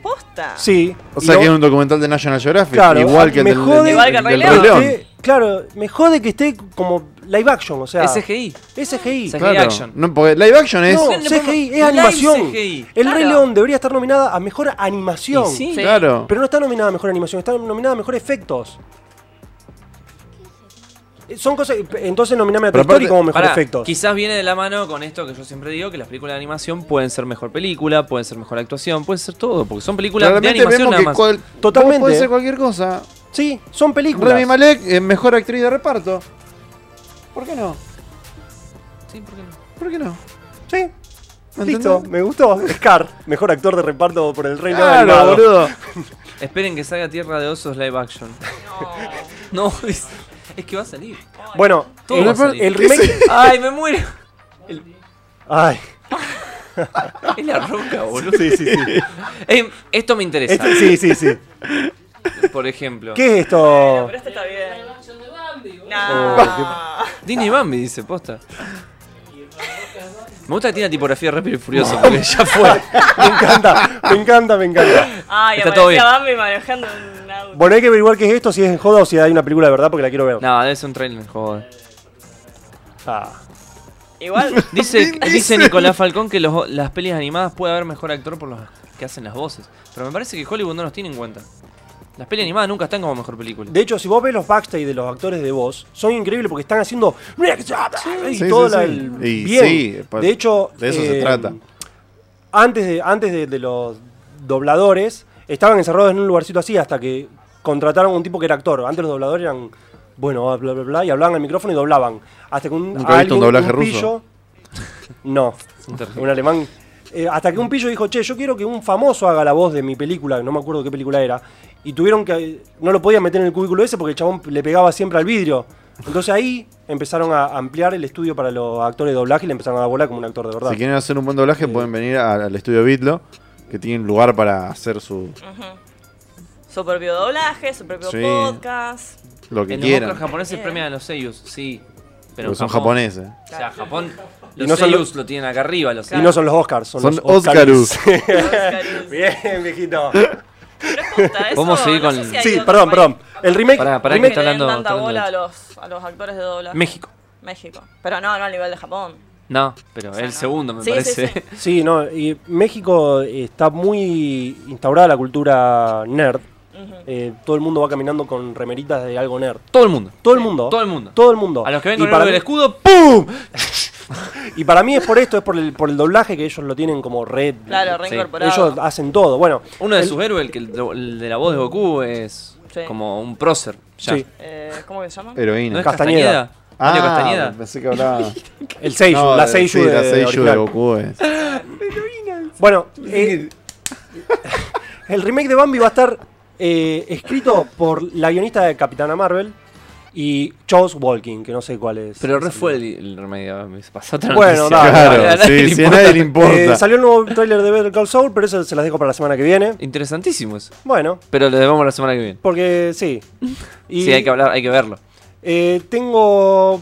Speaker 4: Posta.
Speaker 3: Sí.
Speaker 1: O
Speaker 3: y
Speaker 1: sea
Speaker 3: lo-
Speaker 1: que es un documental de National Geographic.
Speaker 3: Claro, ah,
Speaker 1: igual que el
Speaker 3: me
Speaker 1: del, del-
Speaker 3: jode-
Speaker 4: Igual que el Rey
Speaker 1: del
Speaker 4: León.
Speaker 1: León.
Speaker 3: que- claro, me jode que esté como live action, o sea.
Speaker 2: SGI.
Speaker 3: SGI.
Speaker 2: SGI.
Speaker 1: Claro.
Speaker 2: action.
Speaker 1: No, porque live action es.
Speaker 3: No,
Speaker 2: ¿por qué no le
Speaker 3: CGI, es
Speaker 2: ponemos live
Speaker 3: animación.
Speaker 2: CGI?
Speaker 3: El Rey
Speaker 4: Claro.
Speaker 3: León debería estar nominada a mejor animación.
Speaker 2: Y sí.
Speaker 4: Sí.
Speaker 1: Claro.
Speaker 3: Pero no está nominada a mejor animación, está nominada a mejor efectos. Eh, Son cosas. Entonces nominame a Toy
Speaker 1: Pero aparte-
Speaker 3: Story como mejor
Speaker 2: Pará,
Speaker 3: efectos.
Speaker 2: Quizás viene de la mano con esto que yo siempre digo, que las películas de animación pueden ser mejor película, pueden ser mejor actuación, pueden ser todo, porque son películas de
Speaker 1: Claramente
Speaker 2: animación
Speaker 1: vemos
Speaker 2: nada
Speaker 1: que
Speaker 2: más.
Speaker 1: cual-
Speaker 3: Totalmente.
Speaker 1: puede ser cualquier cosa.
Speaker 3: Sí, son películas.
Speaker 1: Rami Malek, eh, mejor actriz de reparto. ¿Por qué no?
Speaker 2: Sí, ¿por qué no?
Speaker 1: ¿Por qué no?
Speaker 3: Sí.
Speaker 1: ¿Entendés?
Speaker 3: Listo, me gustó. Scar, mejor actor de reparto por el Rey León.
Speaker 1: Claro,
Speaker 3: animado.
Speaker 1: boludo.
Speaker 2: Esperen que salga Tierra de Osos live action.
Speaker 4: No.
Speaker 2: No, es, es que va a salir.
Speaker 3: Bueno,
Speaker 2: Todo va a
Speaker 3: el,
Speaker 2: salir.
Speaker 3: el remake.
Speaker 2: Ay, me muero.
Speaker 3: Ay,
Speaker 2: Es la roca, boludo.
Speaker 3: sí, sí, sí.
Speaker 2: Em, esto me interesa,
Speaker 3: Este- sí, sí, sí.
Speaker 2: por ejemplo.
Speaker 3: ¿Qué es esto?
Speaker 4: Pero este está bien.
Speaker 3: Oh,
Speaker 4: No.
Speaker 2: Disney Bambi dice, posta. Me gusta que tiene la tipografía de Rápido y Furioso, porque ya fue.
Speaker 3: Me encanta, me encanta, me encanta.
Speaker 4: Ay,
Speaker 2: Está todo
Speaker 4: aparecía
Speaker 2: bien.
Speaker 4: Bambi manejando un auto.
Speaker 3: Bueno, hay que averiguar qué es esto, si es en joda o si hay una película de verdad, porque la quiero ver.
Speaker 2: No, debe ser un trailer, joder.
Speaker 3: Ah.
Speaker 4: Igual.
Speaker 2: Dice, dice Nicolás Falcón que los- las pelis animadas puede haber mejor actor por los que hacen las voces. Pero me parece que Hollywood no nos tiene en cuenta. Las pelis animadas nunca están como mejor película.
Speaker 3: De hecho, si vos ves los backstage de los actores de voz, son increíbles porque están haciendo. Y
Speaker 1: Sí,
Speaker 3: todo
Speaker 1: sí,
Speaker 3: la-
Speaker 1: sí.
Speaker 3: el-
Speaker 1: Y
Speaker 3: bien.
Speaker 1: sí, pa-
Speaker 3: de hecho. eh,
Speaker 1: de eso se trata.
Speaker 3: Antes, de, antes de, de los dobladores, estaban encerrados en un lugarcito así hasta que contrataron a un tipo que era actor. Antes los dobladores eran. Bueno, bla, bla, bla, y hablaban al micrófono y doblaban. Hasta que un.
Speaker 1: ¿Nunca viste un doblaje ruso?
Speaker 3: no,
Speaker 2: Internet.
Speaker 3: un alemán. Eh, hasta que un pillo dijo, che, yo quiero que un famoso haga la voz de mi película, no me acuerdo qué película era. Y tuvieron que. No lo podían meter en el cubículo ese porque el chabón le pegaba siempre al vidrio. Entonces ahí empezaron a ampliar el estudio para los actores de doblaje y le empezaron a dar bola como un actor de verdad.
Speaker 1: Si quieren hacer un buen doblaje, pueden venir al al estudio Bitlo, que tienen lugar para hacer su
Speaker 4: Su propio doblaje, su propio
Speaker 1: Sí.
Speaker 4: podcast.
Speaker 1: lo que
Speaker 2: En los
Speaker 1: quieran.
Speaker 2: Oscars japoneses premian a los seiyus, sí. Pero
Speaker 1: Porque son
Speaker 2: Japón-
Speaker 1: japoneses.
Speaker 2: O sea, Japón,
Speaker 3: Y
Speaker 2: los
Speaker 3: no son
Speaker 2: seiyus lo tienen acá arriba. Los
Speaker 3: Y no son los Oscars, son,
Speaker 1: Son
Speaker 3: los Oscarus.
Speaker 4: Oscarus.
Speaker 3: Bien, viejito.
Speaker 4: Posta, eso
Speaker 2: Vamos a seguir
Speaker 4: no
Speaker 2: con-
Speaker 4: sé si hay
Speaker 3: Sí,
Speaker 4: otro
Speaker 3: perdón,
Speaker 4: país
Speaker 3: perdón. El remake.
Speaker 2: Pará, pará,
Speaker 4: que
Speaker 2: que
Speaker 4: le
Speaker 2: está
Speaker 4: den
Speaker 2: hablando.
Speaker 4: tanta
Speaker 2: está hablando
Speaker 4: bola a
Speaker 2: de-
Speaker 4: los, a los actores de doblaje.
Speaker 2: México.
Speaker 4: México. Pero no, no al nivel de Japón.
Speaker 2: No, pero
Speaker 4: sea,
Speaker 2: el
Speaker 4: no.
Speaker 2: segundo me
Speaker 4: Sí, sí,
Speaker 2: parece.
Speaker 4: sí.
Speaker 3: Sí, no, y México está muy instaurada la cultura nerd. Eh, todo el mundo va caminando con remeritas de algo nerd.
Speaker 2: Todo el mundo.
Speaker 3: Todo el mundo.
Speaker 2: Todo el mundo.
Speaker 3: Todo el mundo.
Speaker 2: A los que ven
Speaker 3: y
Speaker 2: con
Speaker 3: para,
Speaker 2: el
Speaker 3: mí,
Speaker 2: escudo, ¡pum!
Speaker 3: y para mí es por esto, es por el, por el doblaje que ellos lo tienen como red.
Speaker 4: Claro,
Speaker 2: Sí.
Speaker 4: reincorporado.
Speaker 3: ellos hacen todo. Bueno,
Speaker 2: Uno de
Speaker 3: el-
Speaker 2: sus héroes, el, que, el de la voz de Goku, es
Speaker 4: Sí.
Speaker 2: como un prócer. Ya.
Speaker 3: Sí.
Speaker 4: Eh, ¿Cómo que se llaman?
Speaker 2: ¿No
Speaker 1: Heroína. Ah,
Speaker 2: es
Speaker 3: Castañeda. Ah,
Speaker 2: Castañeda? Mario Castañeda.
Speaker 1: pensé que hablaba.
Speaker 3: el Seiju,
Speaker 1: No,
Speaker 3: la
Speaker 1: de-
Speaker 3: Seiju
Speaker 1: sí,
Speaker 3: de,
Speaker 1: la Seiju de
Speaker 3: original.
Speaker 1: Goku es.
Speaker 3: Bueno, eh, el remake de Bambi va a estar eh, escrito por la guionista de Capitana Marvel y Charles Walking, que no sé cuál es.
Speaker 2: Pero re fue el, el remedio. Me pasó otra
Speaker 3: Bueno,
Speaker 2: noticia.
Speaker 3: dale,
Speaker 2: A nadie
Speaker 1: Claro,
Speaker 2: le
Speaker 1: sí, si a
Speaker 2: importa.
Speaker 1: nadie le
Speaker 3: Eh,
Speaker 1: importa.
Speaker 3: salió el nuevo tráiler de Better Call Saul, pero eso se las dejo para la semana que viene.
Speaker 2: Interesantísimo eso.
Speaker 3: Bueno,
Speaker 2: Pero lo debemos la semana que viene.
Speaker 3: porque sí. Y,
Speaker 2: Sí, hay que hablar, hay que verlo.
Speaker 3: eh, tengo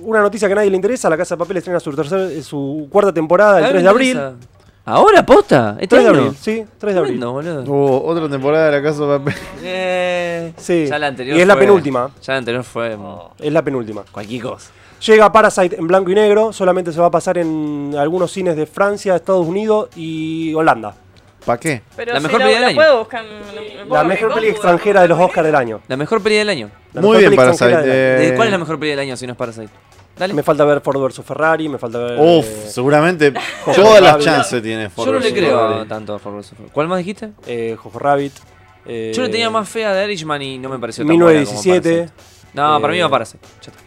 Speaker 3: una noticia que a nadie le interesa, La Casa de Papel estrena su, tercer, eh, su cuarta temporada el
Speaker 2: Ah,
Speaker 3: 3 de
Speaker 2: me
Speaker 3: abril.
Speaker 2: interesa. ¿Ahora posta? ¿Este
Speaker 3: 3 de
Speaker 2: año?
Speaker 3: abril, sí, 3 de abril.
Speaker 2: Tremendo, boludo.
Speaker 1: Hubo otra temporada de la Casa de Papel.
Speaker 2: Eh,
Speaker 3: Sí,
Speaker 2: Ya la anterior
Speaker 3: y es la
Speaker 2: fue-
Speaker 3: penúltima.
Speaker 2: Ya la anterior fue mm, mo,
Speaker 3: Es la penúltima.
Speaker 2: cualquier cosa.
Speaker 3: Llega Parasite en blanco y negro, solamente se va a pasar en algunos cines de Francia, Estados Unidos y Holanda.
Speaker 1: ¿Para qué?
Speaker 4: Pero
Speaker 2: La
Speaker 4: si
Speaker 2: mejor
Speaker 4: lo-
Speaker 2: peli del
Speaker 4: lo
Speaker 2: año.
Speaker 4: puedo buscar en- en- en-
Speaker 3: La
Speaker 4: en
Speaker 3: mejor
Speaker 4: Google.
Speaker 3: peli extranjera de los Oscars del año.
Speaker 2: La mejor peli del año.
Speaker 3: La
Speaker 1: Muy
Speaker 3: mejor
Speaker 1: bien,
Speaker 3: peli
Speaker 1: Parasite.
Speaker 3: extranjera del año.
Speaker 1: eh,
Speaker 2: ¿De ¿Cuál es la mejor peli del año si no es Parasite? Dale.
Speaker 3: Me falta ver Ford vs Ferrari, me falta ver.
Speaker 1: Uf,
Speaker 3: eh,
Speaker 1: seguramente
Speaker 3: Joder,
Speaker 1: todas las
Speaker 3: Pablo.
Speaker 1: chances tiene Ford
Speaker 2: Yo no le
Speaker 1: versus
Speaker 2: creo
Speaker 1: Ferrari.
Speaker 2: tanto a Ford vs. Ferrari. ¿Cuál más dijiste?
Speaker 3: eh, Jojo Rabbit. eh,
Speaker 2: Yo le tenía más fea de Irishman y no me pareció tan buena como
Speaker 3: 1917.
Speaker 2: Parasite. No, para mí
Speaker 3: Eh,
Speaker 2: va Parasite. Ya está.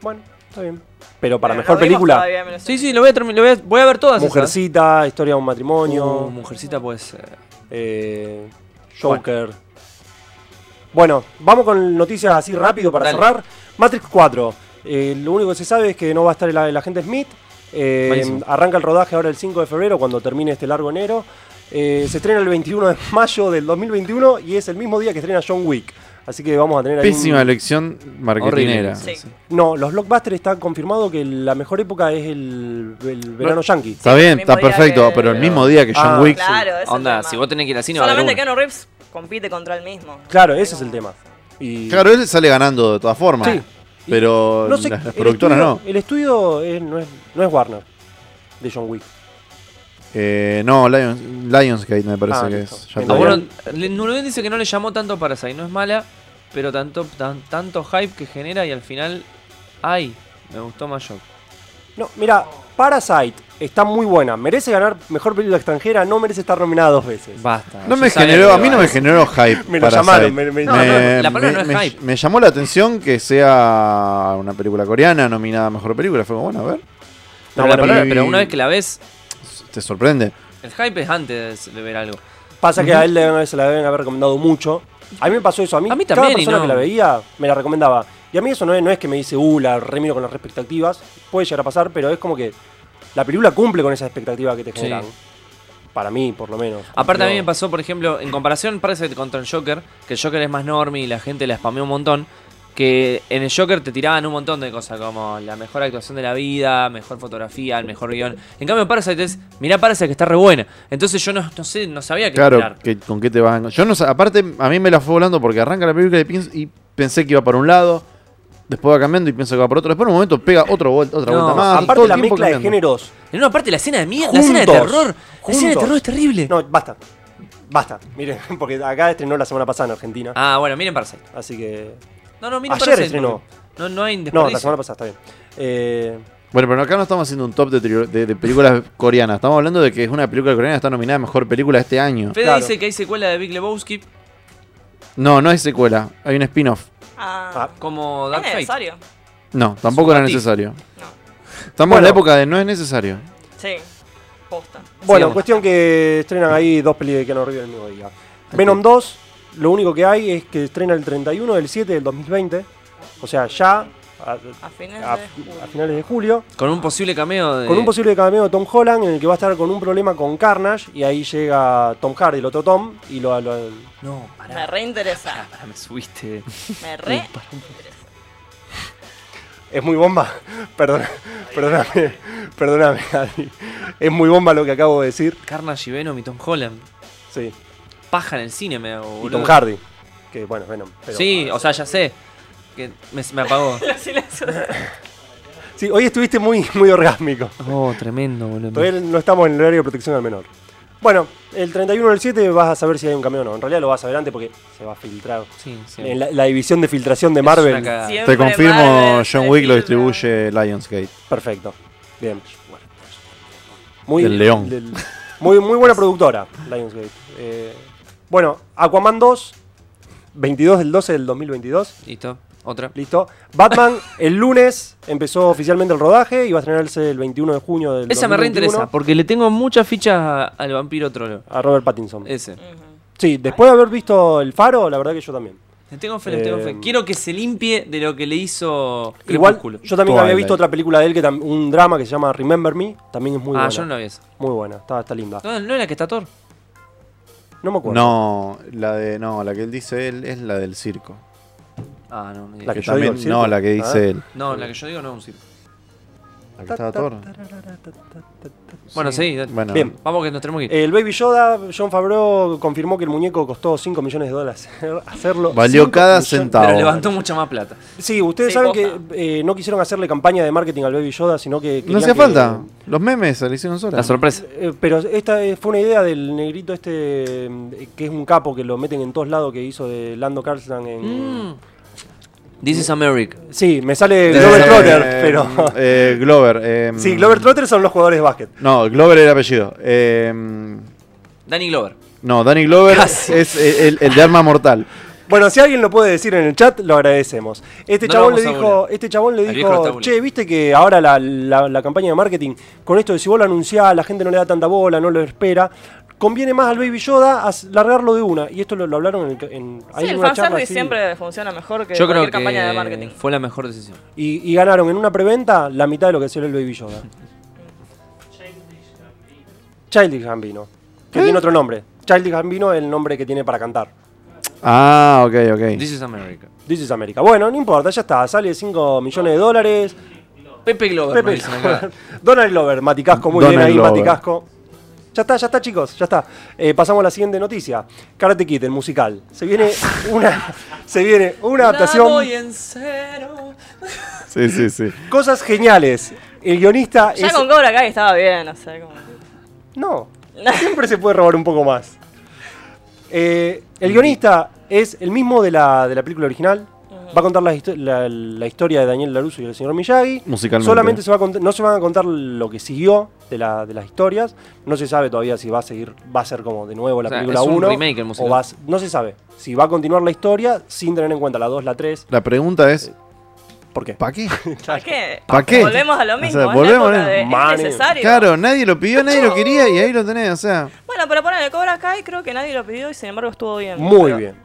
Speaker 3: Bueno, está bien. Pero para
Speaker 4: Pero
Speaker 3: mejor
Speaker 4: no vimos
Speaker 3: película,
Speaker 4: todavía, me lo sé.
Speaker 2: Sí, sí, lo voy a, termi- lo voy a, voy a ver todas esas.
Speaker 3: Mujercita, Historia de un
Speaker 2: Uh,
Speaker 3: matrimonio,
Speaker 2: mujercita puede ser.
Speaker 3: eh, Joker. Bueno. vamos con noticias así rápido para
Speaker 2: Dale.
Speaker 3: cerrar. Matrix 4. eh, lo único que se sabe es que no va a estar el, el agente Smith. eh,
Speaker 2: Buenísimo.
Speaker 3: arranca el rodaje ahora el 5 de febrero, cuando termine este largo enero. Eh, se estrena el 21 de mayo del 2021 y es el mismo día que estrena John Wick. Así que vamos a tener ahí. un-
Speaker 1: Pésima elección marketinera.
Speaker 2: Horrible.
Speaker 4: Sí.
Speaker 3: No, los blockbusters está confirmado que la mejor época es el, el verano yankee.
Speaker 1: Está bien,
Speaker 4: el
Speaker 1: está
Speaker 4: mismo día
Speaker 1: perfecto,
Speaker 4: que-
Speaker 1: pero el mismo día que John
Speaker 3: Ah,
Speaker 1: Wick.
Speaker 4: Claro, ese es el
Speaker 2: Onda,
Speaker 4: tema.
Speaker 2: si vos tenés que ir al cine, va a haber
Speaker 4: Solamente
Speaker 2: una.
Speaker 4: Keanu Reeves compite contra el mismo.
Speaker 3: Claro, ese es el tema. Y
Speaker 1: Claro, él sale ganando de todas formas.
Speaker 3: Sí.
Speaker 1: Pero
Speaker 3: no sé,
Speaker 1: las, las
Speaker 3: el
Speaker 1: productoras
Speaker 3: estudio-
Speaker 1: no.
Speaker 3: El estudio es- no, es, no es Warner, de John Wick.
Speaker 1: Eh, no, Lions, Lionsgate me parece
Speaker 3: Ah,
Speaker 1: que
Speaker 3: listo.
Speaker 1: es.
Speaker 3: A
Speaker 2: Ah,
Speaker 1: te digo.
Speaker 2: bueno, le- Nurudin dice que no le llamó tanto Parasite, no es mala, pero tanto, tan- tanto hype que genera y al final, ay, me gustó más Joker.
Speaker 3: No, mira, Parasite está muy buena. Merece ganar mejor película extranjera, no merece estar nominada dos veces.
Speaker 2: Basta.
Speaker 1: No
Speaker 2: Ah, ya
Speaker 1: me
Speaker 2: saben
Speaker 1: generó,
Speaker 2: lo
Speaker 1: a
Speaker 2: que
Speaker 1: mí
Speaker 2: va.
Speaker 1: no me generó hype.
Speaker 3: Me lo
Speaker 1: Parasite.
Speaker 3: llamaron, me- me-
Speaker 2: No, no, la palabra no es
Speaker 1: me-
Speaker 2: hype.
Speaker 1: me llamó la atención que sea una película coreana nominada a mejor película. Fue como, bueno, a ver.
Speaker 2: Pero, la
Speaker 3: No, bueno,
Speaker 2: palabra-
Speaker 1: y-
Speaker 2: pero una vez que la ves,
Speaker 1: Te sorprende.
Speaker 2: el hype es antes de ver algo.
Speaker 3: Pasa que a él le- se la deben haber recomendado mucho. A mí me pasó eso. A mí,
Speaker 2: A mí
Speaker 3: cada
Speaker 2: también, y
Speaker 3: persona
Speaker 2: no.
Speaker 3: que la veía me la recomendaba. Y a mí eso no es, no es que me dice, uh, la remiro con las expectativas. Puede llegar a pasar, pero es como que la película cumple con esas expectativas que te
Speaker 2: Sí.
Speaker 3: generan. Para mí, por lo menos.
Speaker 2: Aparte a mí
Speaker 3: Yo-
Speaker 2: me pasó, por ejemplo, en comparación Parasite contra el Joker, que el Joker es más normie y la gente la spameó un montón, que en el Joker te tiraban un montón de cosas, como la mejor actuación de la vida, mejor fotografía, el mejor guión. En cambio Parasite es, mirá Parasite que está re buena. Entonces yo no, no sé, no sabía qué
Speaker 1: Claro,
Speaker 2: esperar.
Speaker 1: que- con qué te vas a engan- Yo no sé, aparte, a mí me la fue volando porque arranca la película y, pienso- y pensé que iba para un lado, después va cambiando y pienso que va para otro. Después en un momento pega otro vol- otra
Speaker 2: No,
Speaker 1: vuelta más. y todo
Speaker 3: Aparte
Speaker 1: el
Speaker 3: la
Speaker 1: tiempo
Speaker 3: mezcla de
Speaker 1: cambiando.
Speaker 3: géneros.
Speaker 2: En una parte la escena de mierda, la escena de
Speaker 3: Juntos,
Speaker 2: terror. La escena de
Speaker 3: juntos.
Speaker 2: terror es terrible.
Speaker 3: No, basta. Basta. Miren, porque acá estrenó la semana pasada en Argentina.
Speaker 2: Ah, bueno, miren Parasite.
Speaker 3: Así que.
Speaker 2: No, no, miren
Speaker 3: Ayer
Speaker 2: Parasite.
Speaker 3: estrenó.
Speaker 2: porque No, no hay
Speaker 3: No,
Speaker 2: desperdicio.
Speaker 3: la semana pasada, está bien. Eh,
Speaker 1: Bueno, pero acá no estamos haciendo un top de, tri- de- de películas coreanas. Estamos hablando de que es una película coreana que está nominada a mejor película este año.
Speaker 2: Fede
Speaker 3: Claro.
Speaker 2: dice que hay secuela de Big Lebowski
Speaker 1: No, no es secuela, hay un spin-off.
Speaker 4: Ah,
Speaker 3: ah,
Speaker 2: como
Speaker 4: ¿Es
Speaker 2: Dark Fate.
Speaker 4: necesario?
Speaker 1: No, tampoco era
Speaker 2: Subati.
Speaker 1: necesario.
Speaker 4: No.
Speaker 1: Estamos en
Speaker 3: Bueno.
Speaker 1: la época de no es necesario.
Speaker 4: Sí. Posta.
Speaker 3: bueno,
Speaker 2: Sigamos.
Speaker 3: cuestión que estrenan ahí dos pelis de Keanu Reeves el mismo día. Venom 2, lo único que hay es que estrena el 31 del 7 del 2020. O sea, ya. A,
Speaker 4: A fines
Speaker 3: a-
Speaker 4: de julio.
Speaker 3: a finales de julio.
Speaker 2: Con un posible cameo de...
Speaker 3: Con un posible cameo de Tom Holland en el que va a estar con un problema con Carnage. Y ahí llega Tom Hardy, el otro Tom. Y lo. lo-
Speaker 2: No, pará.
Speaker 4: Me reinteresa.
Speaker 2: Pará, me subiste.
Speaker 4: Me re.
Speaker 3: Es muy bomba. Perdona, perdóname. Perdóname, Adi. Es muy bomba lo que acabo de decir.
Speaker 2: Carnage y Venom y Tom Holland.
Speaker 3: Sí.
Speaker 2: Paja en el cine me hago,
Speaker 3: Y
Speaker 2: boludo.
Speaker 3: Tom Hardy. Que bueno, Venom. pero-
Speaker 2: Sí, o sea, ya sé. Que me, me apagó.
Speaker 4: Los silencios.
Speaker 3: Sí, hoy estuviste muy, muy orgásmico.
Speaker 2: Oh, tremendo, boludo.
Speaker 3: Todavía no estamos en el horario de protección al menor. Bueno, el 31 del 7 vas a saber si hay un cameo o no. En realidad lo vas a ver antes porque se va a filtrar.
Speaker 2: Sí, sí.
Speaker 3: En la, la división de filtración de
Speaker 2: Es una
Speaker 3: Marvel.
Speaker 2: cagada.
Speaker 4: Siempre
Speaker 1: Te confirmo,
Speaker 4: Marvel
Speaker 1: John
Speaker 4: se
Speaker 1: Wick lo
Speaker 4: filma.
Speaker 1: distribuye Lionsgate.
Speaker 3: Perfecto. Bien. Muy,
Speaker 1: Del León.
Speaker 3: del- muy, muy buena productora, Lionsgate. Eh, bueno, Aquaman 2, 22 del 12 del 2022.
Speaker 2: Listo. Otra.
Speaker 3: Listo. Batman, el lunes empezó oficialmente el rodaje y va a estrenarse el 21 de junio del
Speaker 2: Esa me
Speaker 3: 2021
Speaker 2: reinteresa, porque le tengo muchas fichas a- al vampiro trolo.
Speaker 3: A Robert Pattinson.
Speaker 2: Ese.
Speaker 3: Sí, después de haber visto El Faro, la verdad que yo también.
Speaker 2: Le tengo fe, le tengo fe.
Speaker 3: Eh,
Speaker 2: Quiero que se limpie de lo que le hizo
Speaker 3: Igual,
Speaker 2: Crepúsculo.
Speaker 3: yo también había
Speaker 1: Twilight.
Speaker 3: visto otra película de él, que tam- un drama que se llama Remember Me, también es muy
Speaker 2: ah,
Speaker 3: buena.
Speaker 2: yo no la vi esa.
Speaker 3: Muy buena, está, está linda.
Speaker 2: ¿No, no era que está Thor?
Speaker 3: No me acuerdo.
Speaker 1: No, la de no, la que él dice él es la del circo.
Speaker 2: Ah, no, me
Speaker 3: La
Speaker 1: Que
Speaker 3: yo digo,
Speaker 1: también-
Speaker 3: el circo.
Speaker 1: no, la que dice
Speaker 3: Ah.
Speaker 1: él.
Speaker 2: No, la que yo digo no es un circo.
Speaker 1: La que estaba Thor.
Speaker 2: Bueno, sí, dale.
Speaker 1: Bueno,
Speaker 3: Bien.
Speaker 2: Vamos que nos tenemos que ir.
Speaker 3: Eh, El Baby Yoda, John Favreau confirmó que el muñeco costó 5 millones de dólares hacerlo.
Speaker 1: Valió
Speaker 3: 5
Speaker 1: cada
Speaker 3: millones.
Speaker 1: centavo.
Speaker 2: Pero
Speaker 1: Tao.
Speaker 2: levantó mucha más plata.
Speaker 3: Sí, ustedes
Speaker 4: Sí,
Speaker 3: saben
Speaker 4: posta.
Speaker 3: que eh, no quisieron hacerle campaña de marketing al Baby Yoda, sino que.
Speaker 1: no
Speaker 3: querían
Speaker 1: hacía
Speaker 3: que-
Speaker 1: falta. Los memes se le hicieron sola.
Speaker 2: La sorpresa.
Speaker 3: Eh, pero esta eh, fue una idea del negrito este, eh, que es un capo que lo meten en todos lados, que hizo de Lando Carlson
Speaker 2: Mm.
Speaker 3: en.
Speaker 2: This is America.
Speaker 3: Sí, me sale
Speaker 1: Eh,
Speaker 3: Glover Trotter,
Speaker 1: eh,
Speaker 3: pero.
Speaker 1: eh, Glover. eh,
Speaker 3: sí, Glover Trotter son los jugadores de básquet.
Speaker 1: No, Glover era apellido. Eh,
Speaker 2: Danny Glover.
Speaker 1: no, Danny Glover
Speaker 3: Ah,
Speaker 2: Casi.
Speaker 1: es eh, el, el de arma mortal.
Speaker 3: Bueno, si alguien lo puede decir en el chat, lo agradecemos.
Speaker 2: No
Speaker 3: Este
Speaker 2: lo
Speaker 3: chabón le
Speaker 2: vamos a
Speaker 3: dijo,
Speaker 2: bullear.
Speaker 3: este chabón le
Speaker 2: Al viejo lo está
Speaker 3: dijo,
Speaker 2: bulleando.
Speaker 3: che, viste que ahora la, la- la campaña de marketing, con esto de si vos lo anunciás, la gente no le da tanta bola, no lo espera. Conviene más al Baby Yoda as- largarlo de una. Y esto lo, lo hablaron en, en- ahí
Speaker 4: Sí,
Speaker 3: en
Speaker 4: el
Speaker 3: una charla.
Speaker 4: fanservice
Speaker 3: así.
Speaker 4: siempre funciona mejor que
Speaker 2: Yo creo
Speaker 4: cualquier
Speaker 2: que
Speaker 4: campaña de marketing.
Speaker 2: fue la mejor decisión.
Speaker 3: Y, y ganaron en una preventa la mitad de lo que salió el Baby Yoda. Childish Gambino. Que tiene otro nombre. Childish Gambino es el nombre que tiene para cantar.
Speaker 1: Ah, ok, ok.
Speaker 2: This is America.
Speaker 3: This is America. Bueno, no importa, ya está. Sale 5 millones de dólares.
Speaker 2: Pepe Glover. nos
Speaker 3: Pepe
Speaker 2: dicen acá.
Speaker 3: Donald Glover, Maticasco, muy
Speaker 1: Donald
Speaker 3: bien ahí,
Speaker 1: Glover.
Speaker 3: Maticasco. Ya está, ya está, chicos, ya está. Eh, pasamos a la siguiente noticia. Karate Kid, el musical. Se viene una, se viene una
Speaker 2: La
Speaker 3: adaptación.
Speaker 2: voy en cero.
Speaker 1: Sí, sí, sí.
Speaker 3: Cosas geniales. El guionista
Speaker 4: Ya
Speaker 3: es.
Speaker 4: con Cobra Kai estaba bien, o sea, como...
Speaker 3: No. Siempre se puede robar un poco más. Eh, el guionista es el mismo de la, de la película original. Va a contar la, histo- la- la historia de Daniel LaRusso y el señor Miyagi.
Speaker 1: Musicalmente.
Speaker 3: Solamente se va a cont- no se van a contar lo que siguió de, la- de las historias. No se sabe todavía si va a seguir, va a ser como de nuevo la
Speaker 2: O sea,
Speaker 3: película
Speaker 2: es un
Speaker 3: 1.
Speaker 2: remake el musical.
Speaker 3: o va a s- no se sabe si va a continuar la historia sin tener en cuenta la 2, la 3.
Speaker 1: La pregunta es,
Speaker 3: ¿Por qué?
Speaker 1: ¿para qué?
Speaker 4: ¿Para qué?
Speaker 1: ¿Pa' qué?
Speaker 4: Volvemos a lo
Speaker 1: O
Speaker 4: mismo.
Speaker 1: sea,
Speaker 4: es la
Speaker 1: volvemos,
Speaker 4: época
Speaker 1: ¿eh?
Speaker 4: de- es
Speaker 3: Mane.
Speaker 4: necesario.
Speaker 1: Claro, nadie lo pidió, nadie lo quería y ahí lo tenés, o sea.
Speaker 4: Bueno, pero ponele Cobra Kai, creo que nadie lo pidió y sin embargo estuvo bien.
Speaker 3: Muy
Speaker 4: Pero-
Speaker 3: bien.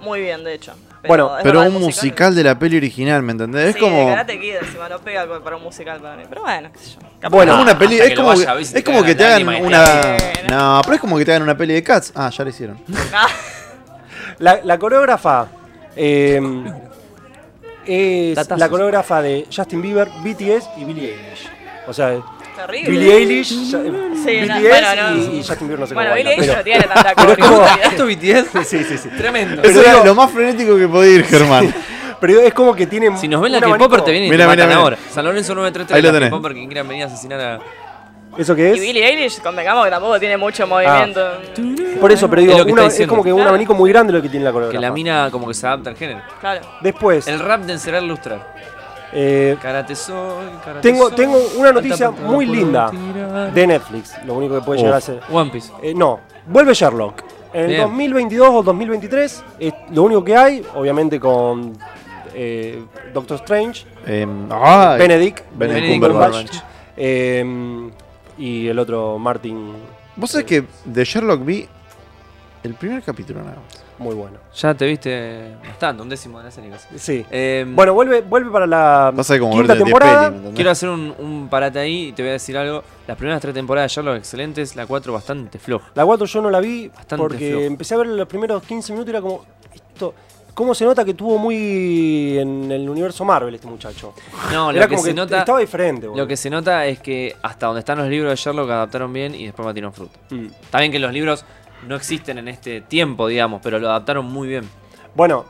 Speaker 4: Muy bien, de hecho.
Speaker 3: Bueno,
Speaker 4: es
Speaker 1: Pero
Speaker 4: verdad,
Speaker 1: un
Speaker 4: el
Speaker 1: musical de la peli original, ¿me entendés? Es
Speaker 4: sí,
Speaker 1: como...
Speaker 4: Karate Kid encima no pega co- para un musical para mí. Pero bueno, qué sé yo. Capaz
Speaker 1: Bueno,
Speaker 4: que-
Speaker 1: una peli,
Speaker 2: hasta
Speaker 1: es
Speaker 2: que lo
Speaker 1: como,
Speaker 2: vaya a
Speaker 1: que,
Speaker 2: ver si
Speaker 1: es
Speaker 2: te
Speaker 1: como
Speaker 2: cae
Speaker 1: que
Speaker 2: la
Speaker 1: te hagan
Speaker 2: lágrima
Speaker 1: una...
Speaker 4: y te-
Speaker 1: No, pero es como que te hagan una peli de Cats. Ah, ya la hicieron.
Speaker 4: Ah,
Speaker 3: La, la coreógrafa. eh, es
Speaker 2: Tatazos.
Speaker 3: la coreógrafa de Justin Bieber, BTS y Billie Eilish. O sea,
Speaker 4: terrible.
Speaker 3: Billie Eilish, ya- eh, BTS
Speaker 4: no, bueno, no.
Speaker 3: y, y Justin Bieber no sé cómo
Speaker 4: bueno,
Speaker 3: baila,
Speaker 4: Billie Eilish
Speaker 3: pero-
Speaker 4: no tiene tanta
Speaker 3: pero es como-
Speaker 4: coreografía.
Speaker 2: ¿Esto BTS?
Speaker 3: Sí, sí, sí.
Speaker 2: Tremendo.
Speaker 1: Eso era
Speaker 3: digo-
Speaker 1: lo más frenético que podía ir, Germán.
Speaker 3: Pero es como que tienen.
Speaker 2: Si nos ven la
Speaker 3: un
Speaker 2: K-Popper
Speaker 3: abanico-
Speaker 2: te vienen y
Speaker 1: Mira,
Speaker 2: te
Speaker 1: mira,
Speaker 2: matan
Speaker 1: mira.
Speaker 2: ahora. San Lorenzo 933
Speaker 1: Ahí lo
Speaker 2: la
Speaker 1: tenés.
Speaker 2: K-Popper que quieran venir a asesinar a...
Speaker 3: ¿Eso qué
Speaker 4: Y
Speaker 3: es? Ah.
Speaker 4: Billie Eilish, convengamos que tampoco tiene mucho movimiento.
Speaker 3: Por eso, pero digo,
Speaker 2: Es lo que
Speaker 3: una-
Speaker 2: está
Speaker 3: es
Speaker 2: diciendo.
Speaker 3: como que un
Speaker 4: Claro.
Speaker 3: abanico muy grande lo que tiene la
Speaker 2: Que
Speaker 3: coreógrafa.
Speaker 2: la mina como que se adapta al género.
Speaker 4: Claro.
Speaker 3: Después,
Speaker 2: El rap de encerar lustrar.
Speaker 3: eh,
Speaker 2: Karate soy, karate
Speaker 3: tengo,
Speaker 2: soy.
Speaker 3: tengo una
Speaker 2: Alta
Speaker 3: noticia
Speaker 2: patada
Speaker 3: muy
Speaker 2: por
Speaker 3: linda
Speaker 2: tirar.
Speaker 3: de Netflix. Lo único que puede
Speaker 1: Oh.
Speaker 3: llegar a ser.
Speaker 2: One Piece.
Speaker 3: Eh, no, vuelve Sherlock. En el
Speaker 2: Bien.
Speaker 3: 2022 o 2023, es lo único que hay, obviamente con eh, Doctor Strange,
Speaker 1: Eh, ay,
Speaker 3: Benedict,
Speaker 1: Benedict
Speaker 2: Cumberbatch.
Speaker 3: eh, y el otro Martin,
Speaker 1: Vos sabés que de Sherlock vi el primer capítulo nada más.
Speaker 3: muy bueno.
Speaker 2: Ya te viste bastante, un décimo de la serie casi.
Speaker 3: Sí.
Speaker 2: Eh,
Speaker 3: Bueno, vuelve, vuelve para la
Speaker 1: Pasa que como
Speaker 3: quinta
Speaker 1: verte 10
Speaker 3: temporada.
Speaker 1: pelis, ¿me entendés?
Speaker 2: quiero hacer un, un parate ahí y te voy a decir algo. Las primeras tres temporadas de Sherlock excelentes, la cuatro bastante floja.
Speaker 3: La 4 yo no la vi
Speaker 2: Bastante
Speaker 3: porque
Speaker 2: flojo.
Speaker 3: empecé a ver los primeros 15 minutos y era como, esto, ¿cómo se nota que tuvo muy en el universo Marvel este muchacho?
Speaker 2: No,
Speaker 3: era
Speaker 2: lo que
Speaker 3: como
Speaker 2: se nota...
Speaker 3: estaba diferente. boludo.
Speaker 2: Lo que se nota es que hasta donde están los libros de Sherlock adaptaron bien y después batieron fruto.
Speaker 3: Mm.
Speaker 2: Está bien que los libros no existen en este tiempo, digamos, pero lo adaptaron muy bien.
Speaker 3: Bueno,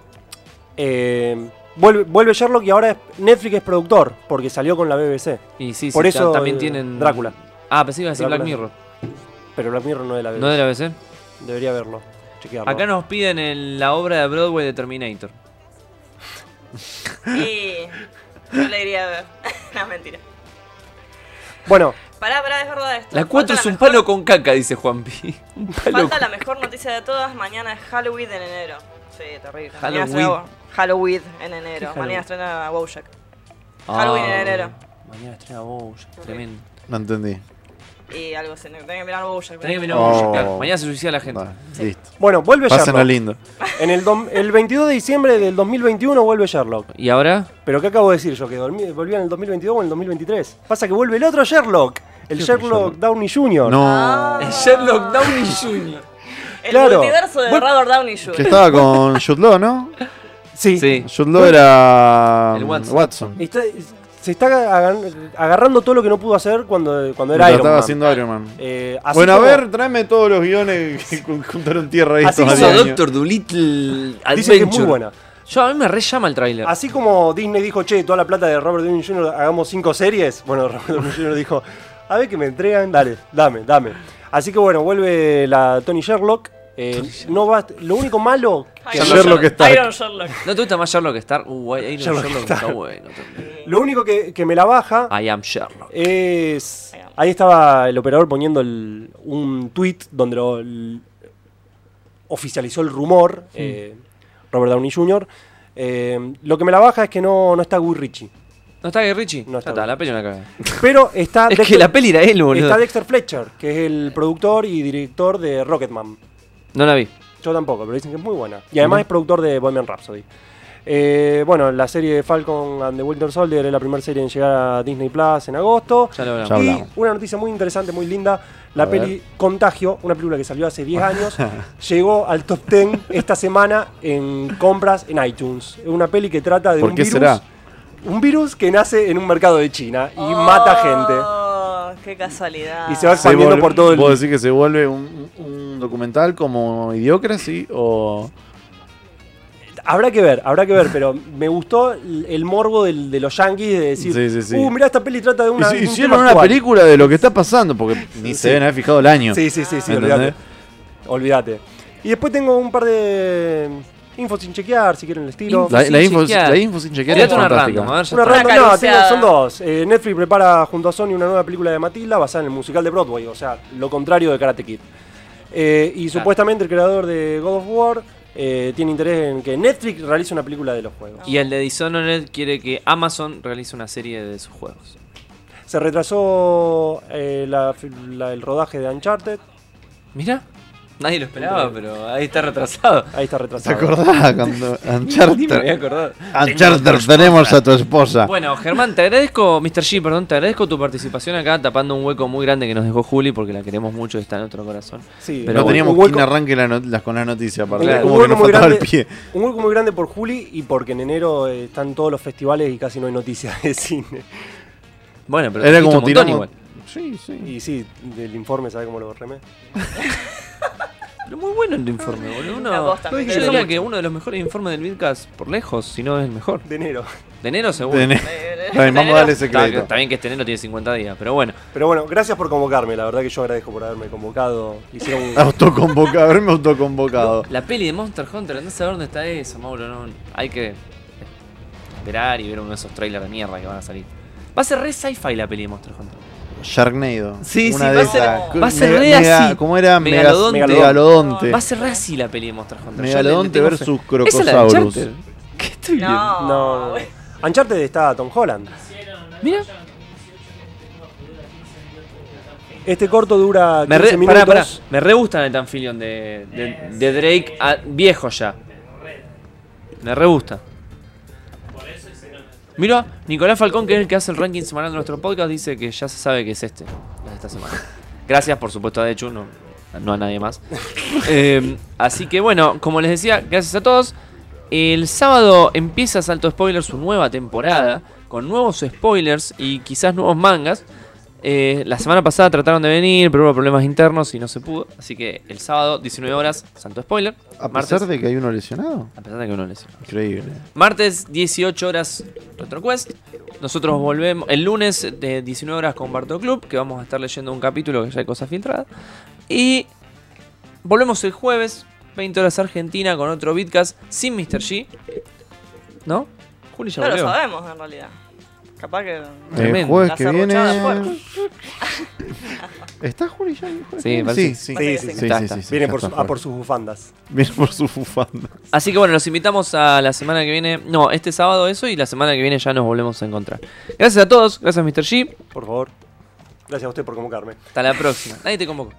Speaker 3: eh, vuelve, vuelve Sherlock y ahora es- Netflix es productor porque salió con la BBC.
Speaker 2: Y sí, sí,
Speaker 3: Por
Speaker 2: ta-
Speaker 3: eso,
Speaker 2: también
Speaker 3: eh,
Speaker 2: tienen.
Speaker 3: Drácula.
Speaker 2: Ah, pensé que iba a decir
Speaker 3: Drácula.
Speaker 2: Black Mirror.
Speaker 3: Pero Black Mirror no es de la BBC.
Speaker 2: ¿No de la BBC?
Speaker 3: Debería verlo. Chequearlo.
Speaker 2: Acá nos piden el- la obra de Broadway de Terminator.
Speaker 4: Y. Yo le iría a ver. no, mentira.
Speaker 3: Bueno,
Speaker 4: Pará, pará, es verdad esto.
Speaker 2: La 4
Speaker 4: Falta
Speaker 2: es un
Speaker 4: mejor-
Speaker 2: palo con caca, dice Juanpi. Un palo.
Speaker 4: Falta la mejor noticia de todas, mañana es Halloween en enero. Sí, terrible. Mañana
Speaker 2: Halloween.
Speaker 4: estrena- Halloween en enero.
Speaker 2: Halloween?
Speaker 4: Mañana estrena Wowjack.
Speaker 2: Ah,
Speaker 4: Halloween en enero.
Speaker 2: Mañana estrena Bojack, Tremendo.
Speaker 1: No entendí.
Speaker 4: Y algo así, tenés que mirar Wowjack.
Speaker 2: Tenés que mirar
Speaker 1: Oh.
Speaker 2: Bojack, claro. Mañana se suicida la gente.
Speaker 1: Bueno, Listo.
Speaker 3: bueno, vuelve
Speaker 1: Pásenlo
Speaker 3: Sherlock.
Speaker 1: lindo.
Speaker 3: En el, dom- el 22 de diciembre del 2021 vuelve Sherlock.
Speaker 2: ¿Y ahora?
Speaker 3: Pero ¿qué acabo de decir yo? ¿Que dormí- volvía en el 2022 o en el 2023? Pasa que vuelve el otro Sherlock. El
Speaker 1: ¿Qué otro Sherlock?
Speaker 3: Sherlock Downey
Speaker 2: Ah.
Speaker 3: Jr.
Speaker 1: No.
Speaker 2: Eh, Sherlock Downey Jr.
Speaker 4: Ah, El
Speaker 3: Claro.
Speaker 4: multiverso de
Speaker 3: Bueno,
Speaker 4: Robert Downey
Speaker 1: Que
Speaker 4: Jr.
Speaker 1: estaba con Jude Law, ¿no?
Speaker 3: Sí.
Speaker 2: Sí.
Speaker 1: Jude Law era
Speaker 2: El
Speaker 1: mm,
Speaker 2: Watson.
Speaker 1: Watson.
Speaker 3: Y está- se está agar- agarrando todo lo que no pudo hacer cuando, cuando
Speaker 1: Lo
Speaker 3: era Iron
Speaker 1: estaba
Speaker 3: Man.
Speaker 1: haciendo Iron Man.
Speaker 3: Eh, así
Speaker 1: bueno,
Speaker 3: como-
Speaker 1: a ver, tráeme todos los guiones que jun- juntaron tierra ahí
Speaker 3: Así
Speaker 1: estos
Speaker 3: como
Speaker 1: diez años.
Speaker 5: Doctor Dolittle Adventure.
Speaker 3: Dicen que es muy buena.
Speaker 2: Yo a mí me re llama el tráiler.
Speaker 3: Así como Disney dijo, che, toda la plata de Robert Downey Jr. hagamos cinco series. Bueno, Robert Downey Jr. dijo, a ver que me entregan, dale, dame, dame. Así que bueno, vuelve la Tony Sherlock. Eh, no va, lo único malo,
Speaker 1: Iron Sherlock Stark.
Speaker 4: Iron Sherlock.
Speaker 2: ¿No te gusta más Sherlock Star? Uh, hay hay un
Speaker 3: Sherlock
Speaker 2: Sherlock, que está
Speaker 3: Stark.
Speaker 2: bueno. también.
Speaker 3: lo único que, que me la baja
Speaker 2: I am Sherlock.
Speaker 3: es... Ahí estaba el operador poniendo el- un tweet donde lo- l- oficializó el rumor, eh, Robert Downey Jr. Eh, lo que me la baja es que no, no está Guy Ritchie.
Speaker 2: ¿No está Guy Ritchie?
Speaker 3: No está
Speaker 2: Ya está,
Speaker 3: Guy
Speaker 2: la peli una cagada.
Speaker 3: Pero está...
Speaker 2: Es que
Speaker 3: Dexter-
Speaker 2: la peli era él, boludo.
Speaker 3: Está Dexter Fletcher, que es el productor y director de Rocketman.
Speaker 2: No la vi.
Speaker 3: Yo tampoco, pero dicen que es muy buena. Y además es productor de Bohemian Rhapsody. Eh, bueno, la serie de Falcon and the Winter Soldier es la primera serie en llegar a Disney Plus en agosto.
Speaker 2: Ya lo hablamos.
Speaker 1: Ya
Speaker 3: y
Speaker 1: hablamos.
Speaker 3: una noticia muy interesante, muy linda. La
Speaker 1: A
Speaker 3: peli Contagio, una película que salió hace 10 años, llegó al top 10 esta semana en compras en iTunes. Es una peli que trata de
Speaker 1: ¿Por
Speaker 3: un
Speaker 1: qué
Speaker 3: virus.
Speaker 1: será?
Speaker 3: Un virus que nace en un mercado de China y mata gente.
Speaker 4: Oh, qué casualidad. Eh,
Speaker 3: Y se va-
Speaker 1: Se
Speaker 3: expandiendo
Speaker 1: vol-
Speaker 3: por todo el-
Speaker 1: ¿Vos decís que se vuelve un, un documental como Idiocracy o...?
Speaker 3: Habrá que ver, habrá que ver, pero me gustó el el morbo del- de los yankees de decir,
Speaker 1: Sí, sí, sí.
Speaker 3: uh, mirá, esta peli trata de una.
Speaker 1: Hici-
Speaker 3: de un
Speaker 1: Hicieron
Speaker 3: tema
Speaker 1: una
Speaker 3: actual".
Speaker 1: película de lo que está pasando, porque ni
Speaker 3: Sí.
Speaker 1: se deben haber fijado el año.
Speaker 3: Sí, sí, sí, sí,
Speaker 1: ¿Entendés?
Speaker 3: olvídate. Olvídate. Y después tengo un par de infos sin chequear, si quieren el estilo.
Speaker 1: La,
Speaker 2: Sin
Speaker 1: la info,
Speaker 2: chequear.
Speaker 1: la info sin chequear es
Speaker 2: Tirate una
Speaker 1: fantástica.
Speaker 2: random, a ver, ya
Speaker 3: Una
Speaker 2: está.
Speaker 3: random, no,
Speaker 4: Acariciada.
Speaker 3: tengo- son dos. Eh, Netflix prepara junto a Sony una nueva película de Matilda basada en el musical de Broadway, o sea, lo contrario de Karate Kid. Eh, y supuestamente el creador de God of War eh, tiene interés en que Netflix realice una película de los juegos.
Speaker 2: Y el de Dishonored quiere que Amazon realice una serie de sus juegos.
Speaker 3: Se retrasó eh, la fi- la- el rodaje de Uncharted.
Speaker 2: Mira, nadie lo esperaba, pero ahí está retrasado.
Speaker 3: Ahí está
Speaker 1: ¿Te
Speaker 3: retrasado.
Speaker 1: acordás cuando
Speaker 2: Ni me había
Speaker 1: Uncharted,
Speaker 2: acordado.
Speaker 1: Uncharted tenemos a tu esposa?
Speaker 2: Bueno, Germán, te agradezco, Mr. G, perdón, te agradezco tu participación acá, tapando un hueco muy grande que nos dejó Juli, porque la queremos mucho y está en nuestro corazón.
Speaker 3: Sí,
Speaker 2: Pero
Speaker 1: no
Speaker 2: bueno,
Speaker 1: teníamos
Speaker 3: un hueco-
Speaker 1: quien arranque la no- las- con las noticias, aparte.
Speaker 2: Claro.
Speaker 1: como
Speaker 3: un,
Speaker 1: que
Speaker 3: hueco
Speaker 1: nos
Speaker 3: muy
Speaker 1: faltaba
Speaker 3: grande,
Speaker 1: el pie.
Speaker 3: un hueco muy grande por Juli y porque en enero eh, están todos los festivales y casi no hay noticias de cine.
Speaker 2: Bueno, pero
Speaker 1: Era
Speaker 2: trajiste
Speaker 1: como
Speaker 2: un montón
Speaker 1: tiramos...
Speaker 2: igual.
Speaker 1: Sí, sí.
Speaker 3: Y sí, del informe, ¿sabes cómo lo remé?
Speaker 2: Pero muy bueno el informe, boludo. Uno-
Speaker 4: Una bosta,
Speaker 2: yo
Speaker 4: me
Speaker 2: diría
Speaker 4: interesa
Speaker 2: que uno de los mejores informes del Vidcast, por lejos, si no es el mejor.
Speaker 3: De enero.
Speaker 2: De enero, seguro.
Speaker 1: Tenés-
Speaker 4: eh,
Speaker 1: Está bien, vamos a darle ese
Speaker 2: Está,
Speaker 1: crédito.
Speaker 2: está bien que este enero tiene 50 días, pero bueno.
Speaker 3: Pero bueno, gracias por convocarme. La verdad que yo agradezco por haberme convocado. Hicieron un-
Speaker 1: Ah. Autoconvocado, haberme autoconvocado.
Speaker 2: La peli de Monster Hunter, no sé dónde está eso, Mauro. No, hay que esperar y ver uno de esos trailers de mierda que van a salir. Va a ser re sci-fi la peli de Monster Hunter.
Speaker 1: Sharknado.
Speaker 2: Sí,
Speaker 1: Una
Speaker 2: sí,
Speaker 1: de
Speaker 2: va a ser-
Speaker 1: esas.
Speaker 2: va a ser
Speaker 1: Mega-
Speaker 2: re
Speaker 1: mega-
Speaker 2: así.
Speaker 1: ¿Cómo era? Megas-
Speaker 2: Megalodonte.
Speaker 1: Megalodonte.
Speaker 2: Va a ser re así la peli de Monster Hunter. Yo le- le
Speaker 1: Megalodonte
Speaker 2: tengo fe.
Speaker 1: versus
Speaker 2: ¿Esa es la de
Speaker 1: Crocosaurus.
Speaker 2: Uncharted? ¿Qué estoy viendo?
Speaker 4: No,
Speaker 3: No, no.
Speaker 4: güey.
Speaker 3: Uncharted está Tom Holland.
Speaker 2: Mira,
Speaker 3: Este corto dura 15
Speaker 2: me re,
Speaker 3: minutos.
Speaker 2: pará, pará. Me re gusta el Tanfilion de, de, de Drake a- viejo ya. Me re gusta. Mira, Nicolás Falcón, que es el que hace el ranking semanal de nuestro podcast, dice que ya se sabe que es este, la de esta semana. Gracias, por supuesto, a Dechu, no, no a nadie más. Eh, así que bueno, como les decía, gracias a todos. El sábado empieza Salto Spoiler su nueva temporada, con nuevos spoilers y quizás nuevos mangas. Eh, la semana pasada trataron de venir, pero hubo problemas internos y no se pudo. Así que el sábado, 19 horas, Salto Spoiler.
Speaker 1: A
Speaker 2: Martes-
Speaker 1: pesar de que hay uno lesionado.
Speaker 2: a pesar de que uno les...
Speaker 1: Increíble. Eh,
Speaker 2: Martes, 18 horas RetroQuest. Nosotros volvemos el lunes de 19 horas con Barto Club, que vamos a estar leyendo un capítulo que ya hay cosas filtradas. Y volvemos el jueves, 20 horas Argentina, con otro Bitcast sin Mr. G. ¿No? Juli ya
Speaker 4: No lo
Speaker 2: volvió.
Speaker 4: sabemos en realidad. Capaz que.
Speaker 1: El
Speaker 2: Tremendo.
Speaker 1: jueves
Speaker 4: La
Speaker 1: que
Speaker 4: cerruchada
Speaker 1: viene.
Speaker 4: fuerte.
Speaker 1: ¿Está Juli ya? el jueves
Speaker 2: Sí,
Speaker 1: que viene?
Speaker 2: parece-
Speaker 1: sí,
Speaker 4: parece que
Speaker 1: sí,
Speaker 4: sí.
Speaker 1: sí,
Speaker 2: Está,
Speaker 1: sí,
Speaker 2: está.
Speaker 1: sí,
Speaker 3: Viene
Speaker 1: ya
Speaker 3: por,
Speaker 1: está
Speaker 3: su- a por sus bufandas.
Speaker 1: ah, Viene por su bufanda.
Speaker 2: Así que bueno, los invitamos a la semana que viene. No, este sábado eso y la semana que viene ya nos volvemos a encontrar. Gracias a todos, gracias Mr. G.
Speaker 3: Por favor. Gracias a usted por convocarme.
Speaker 2: Hasta la próxima. Nadie te convocó.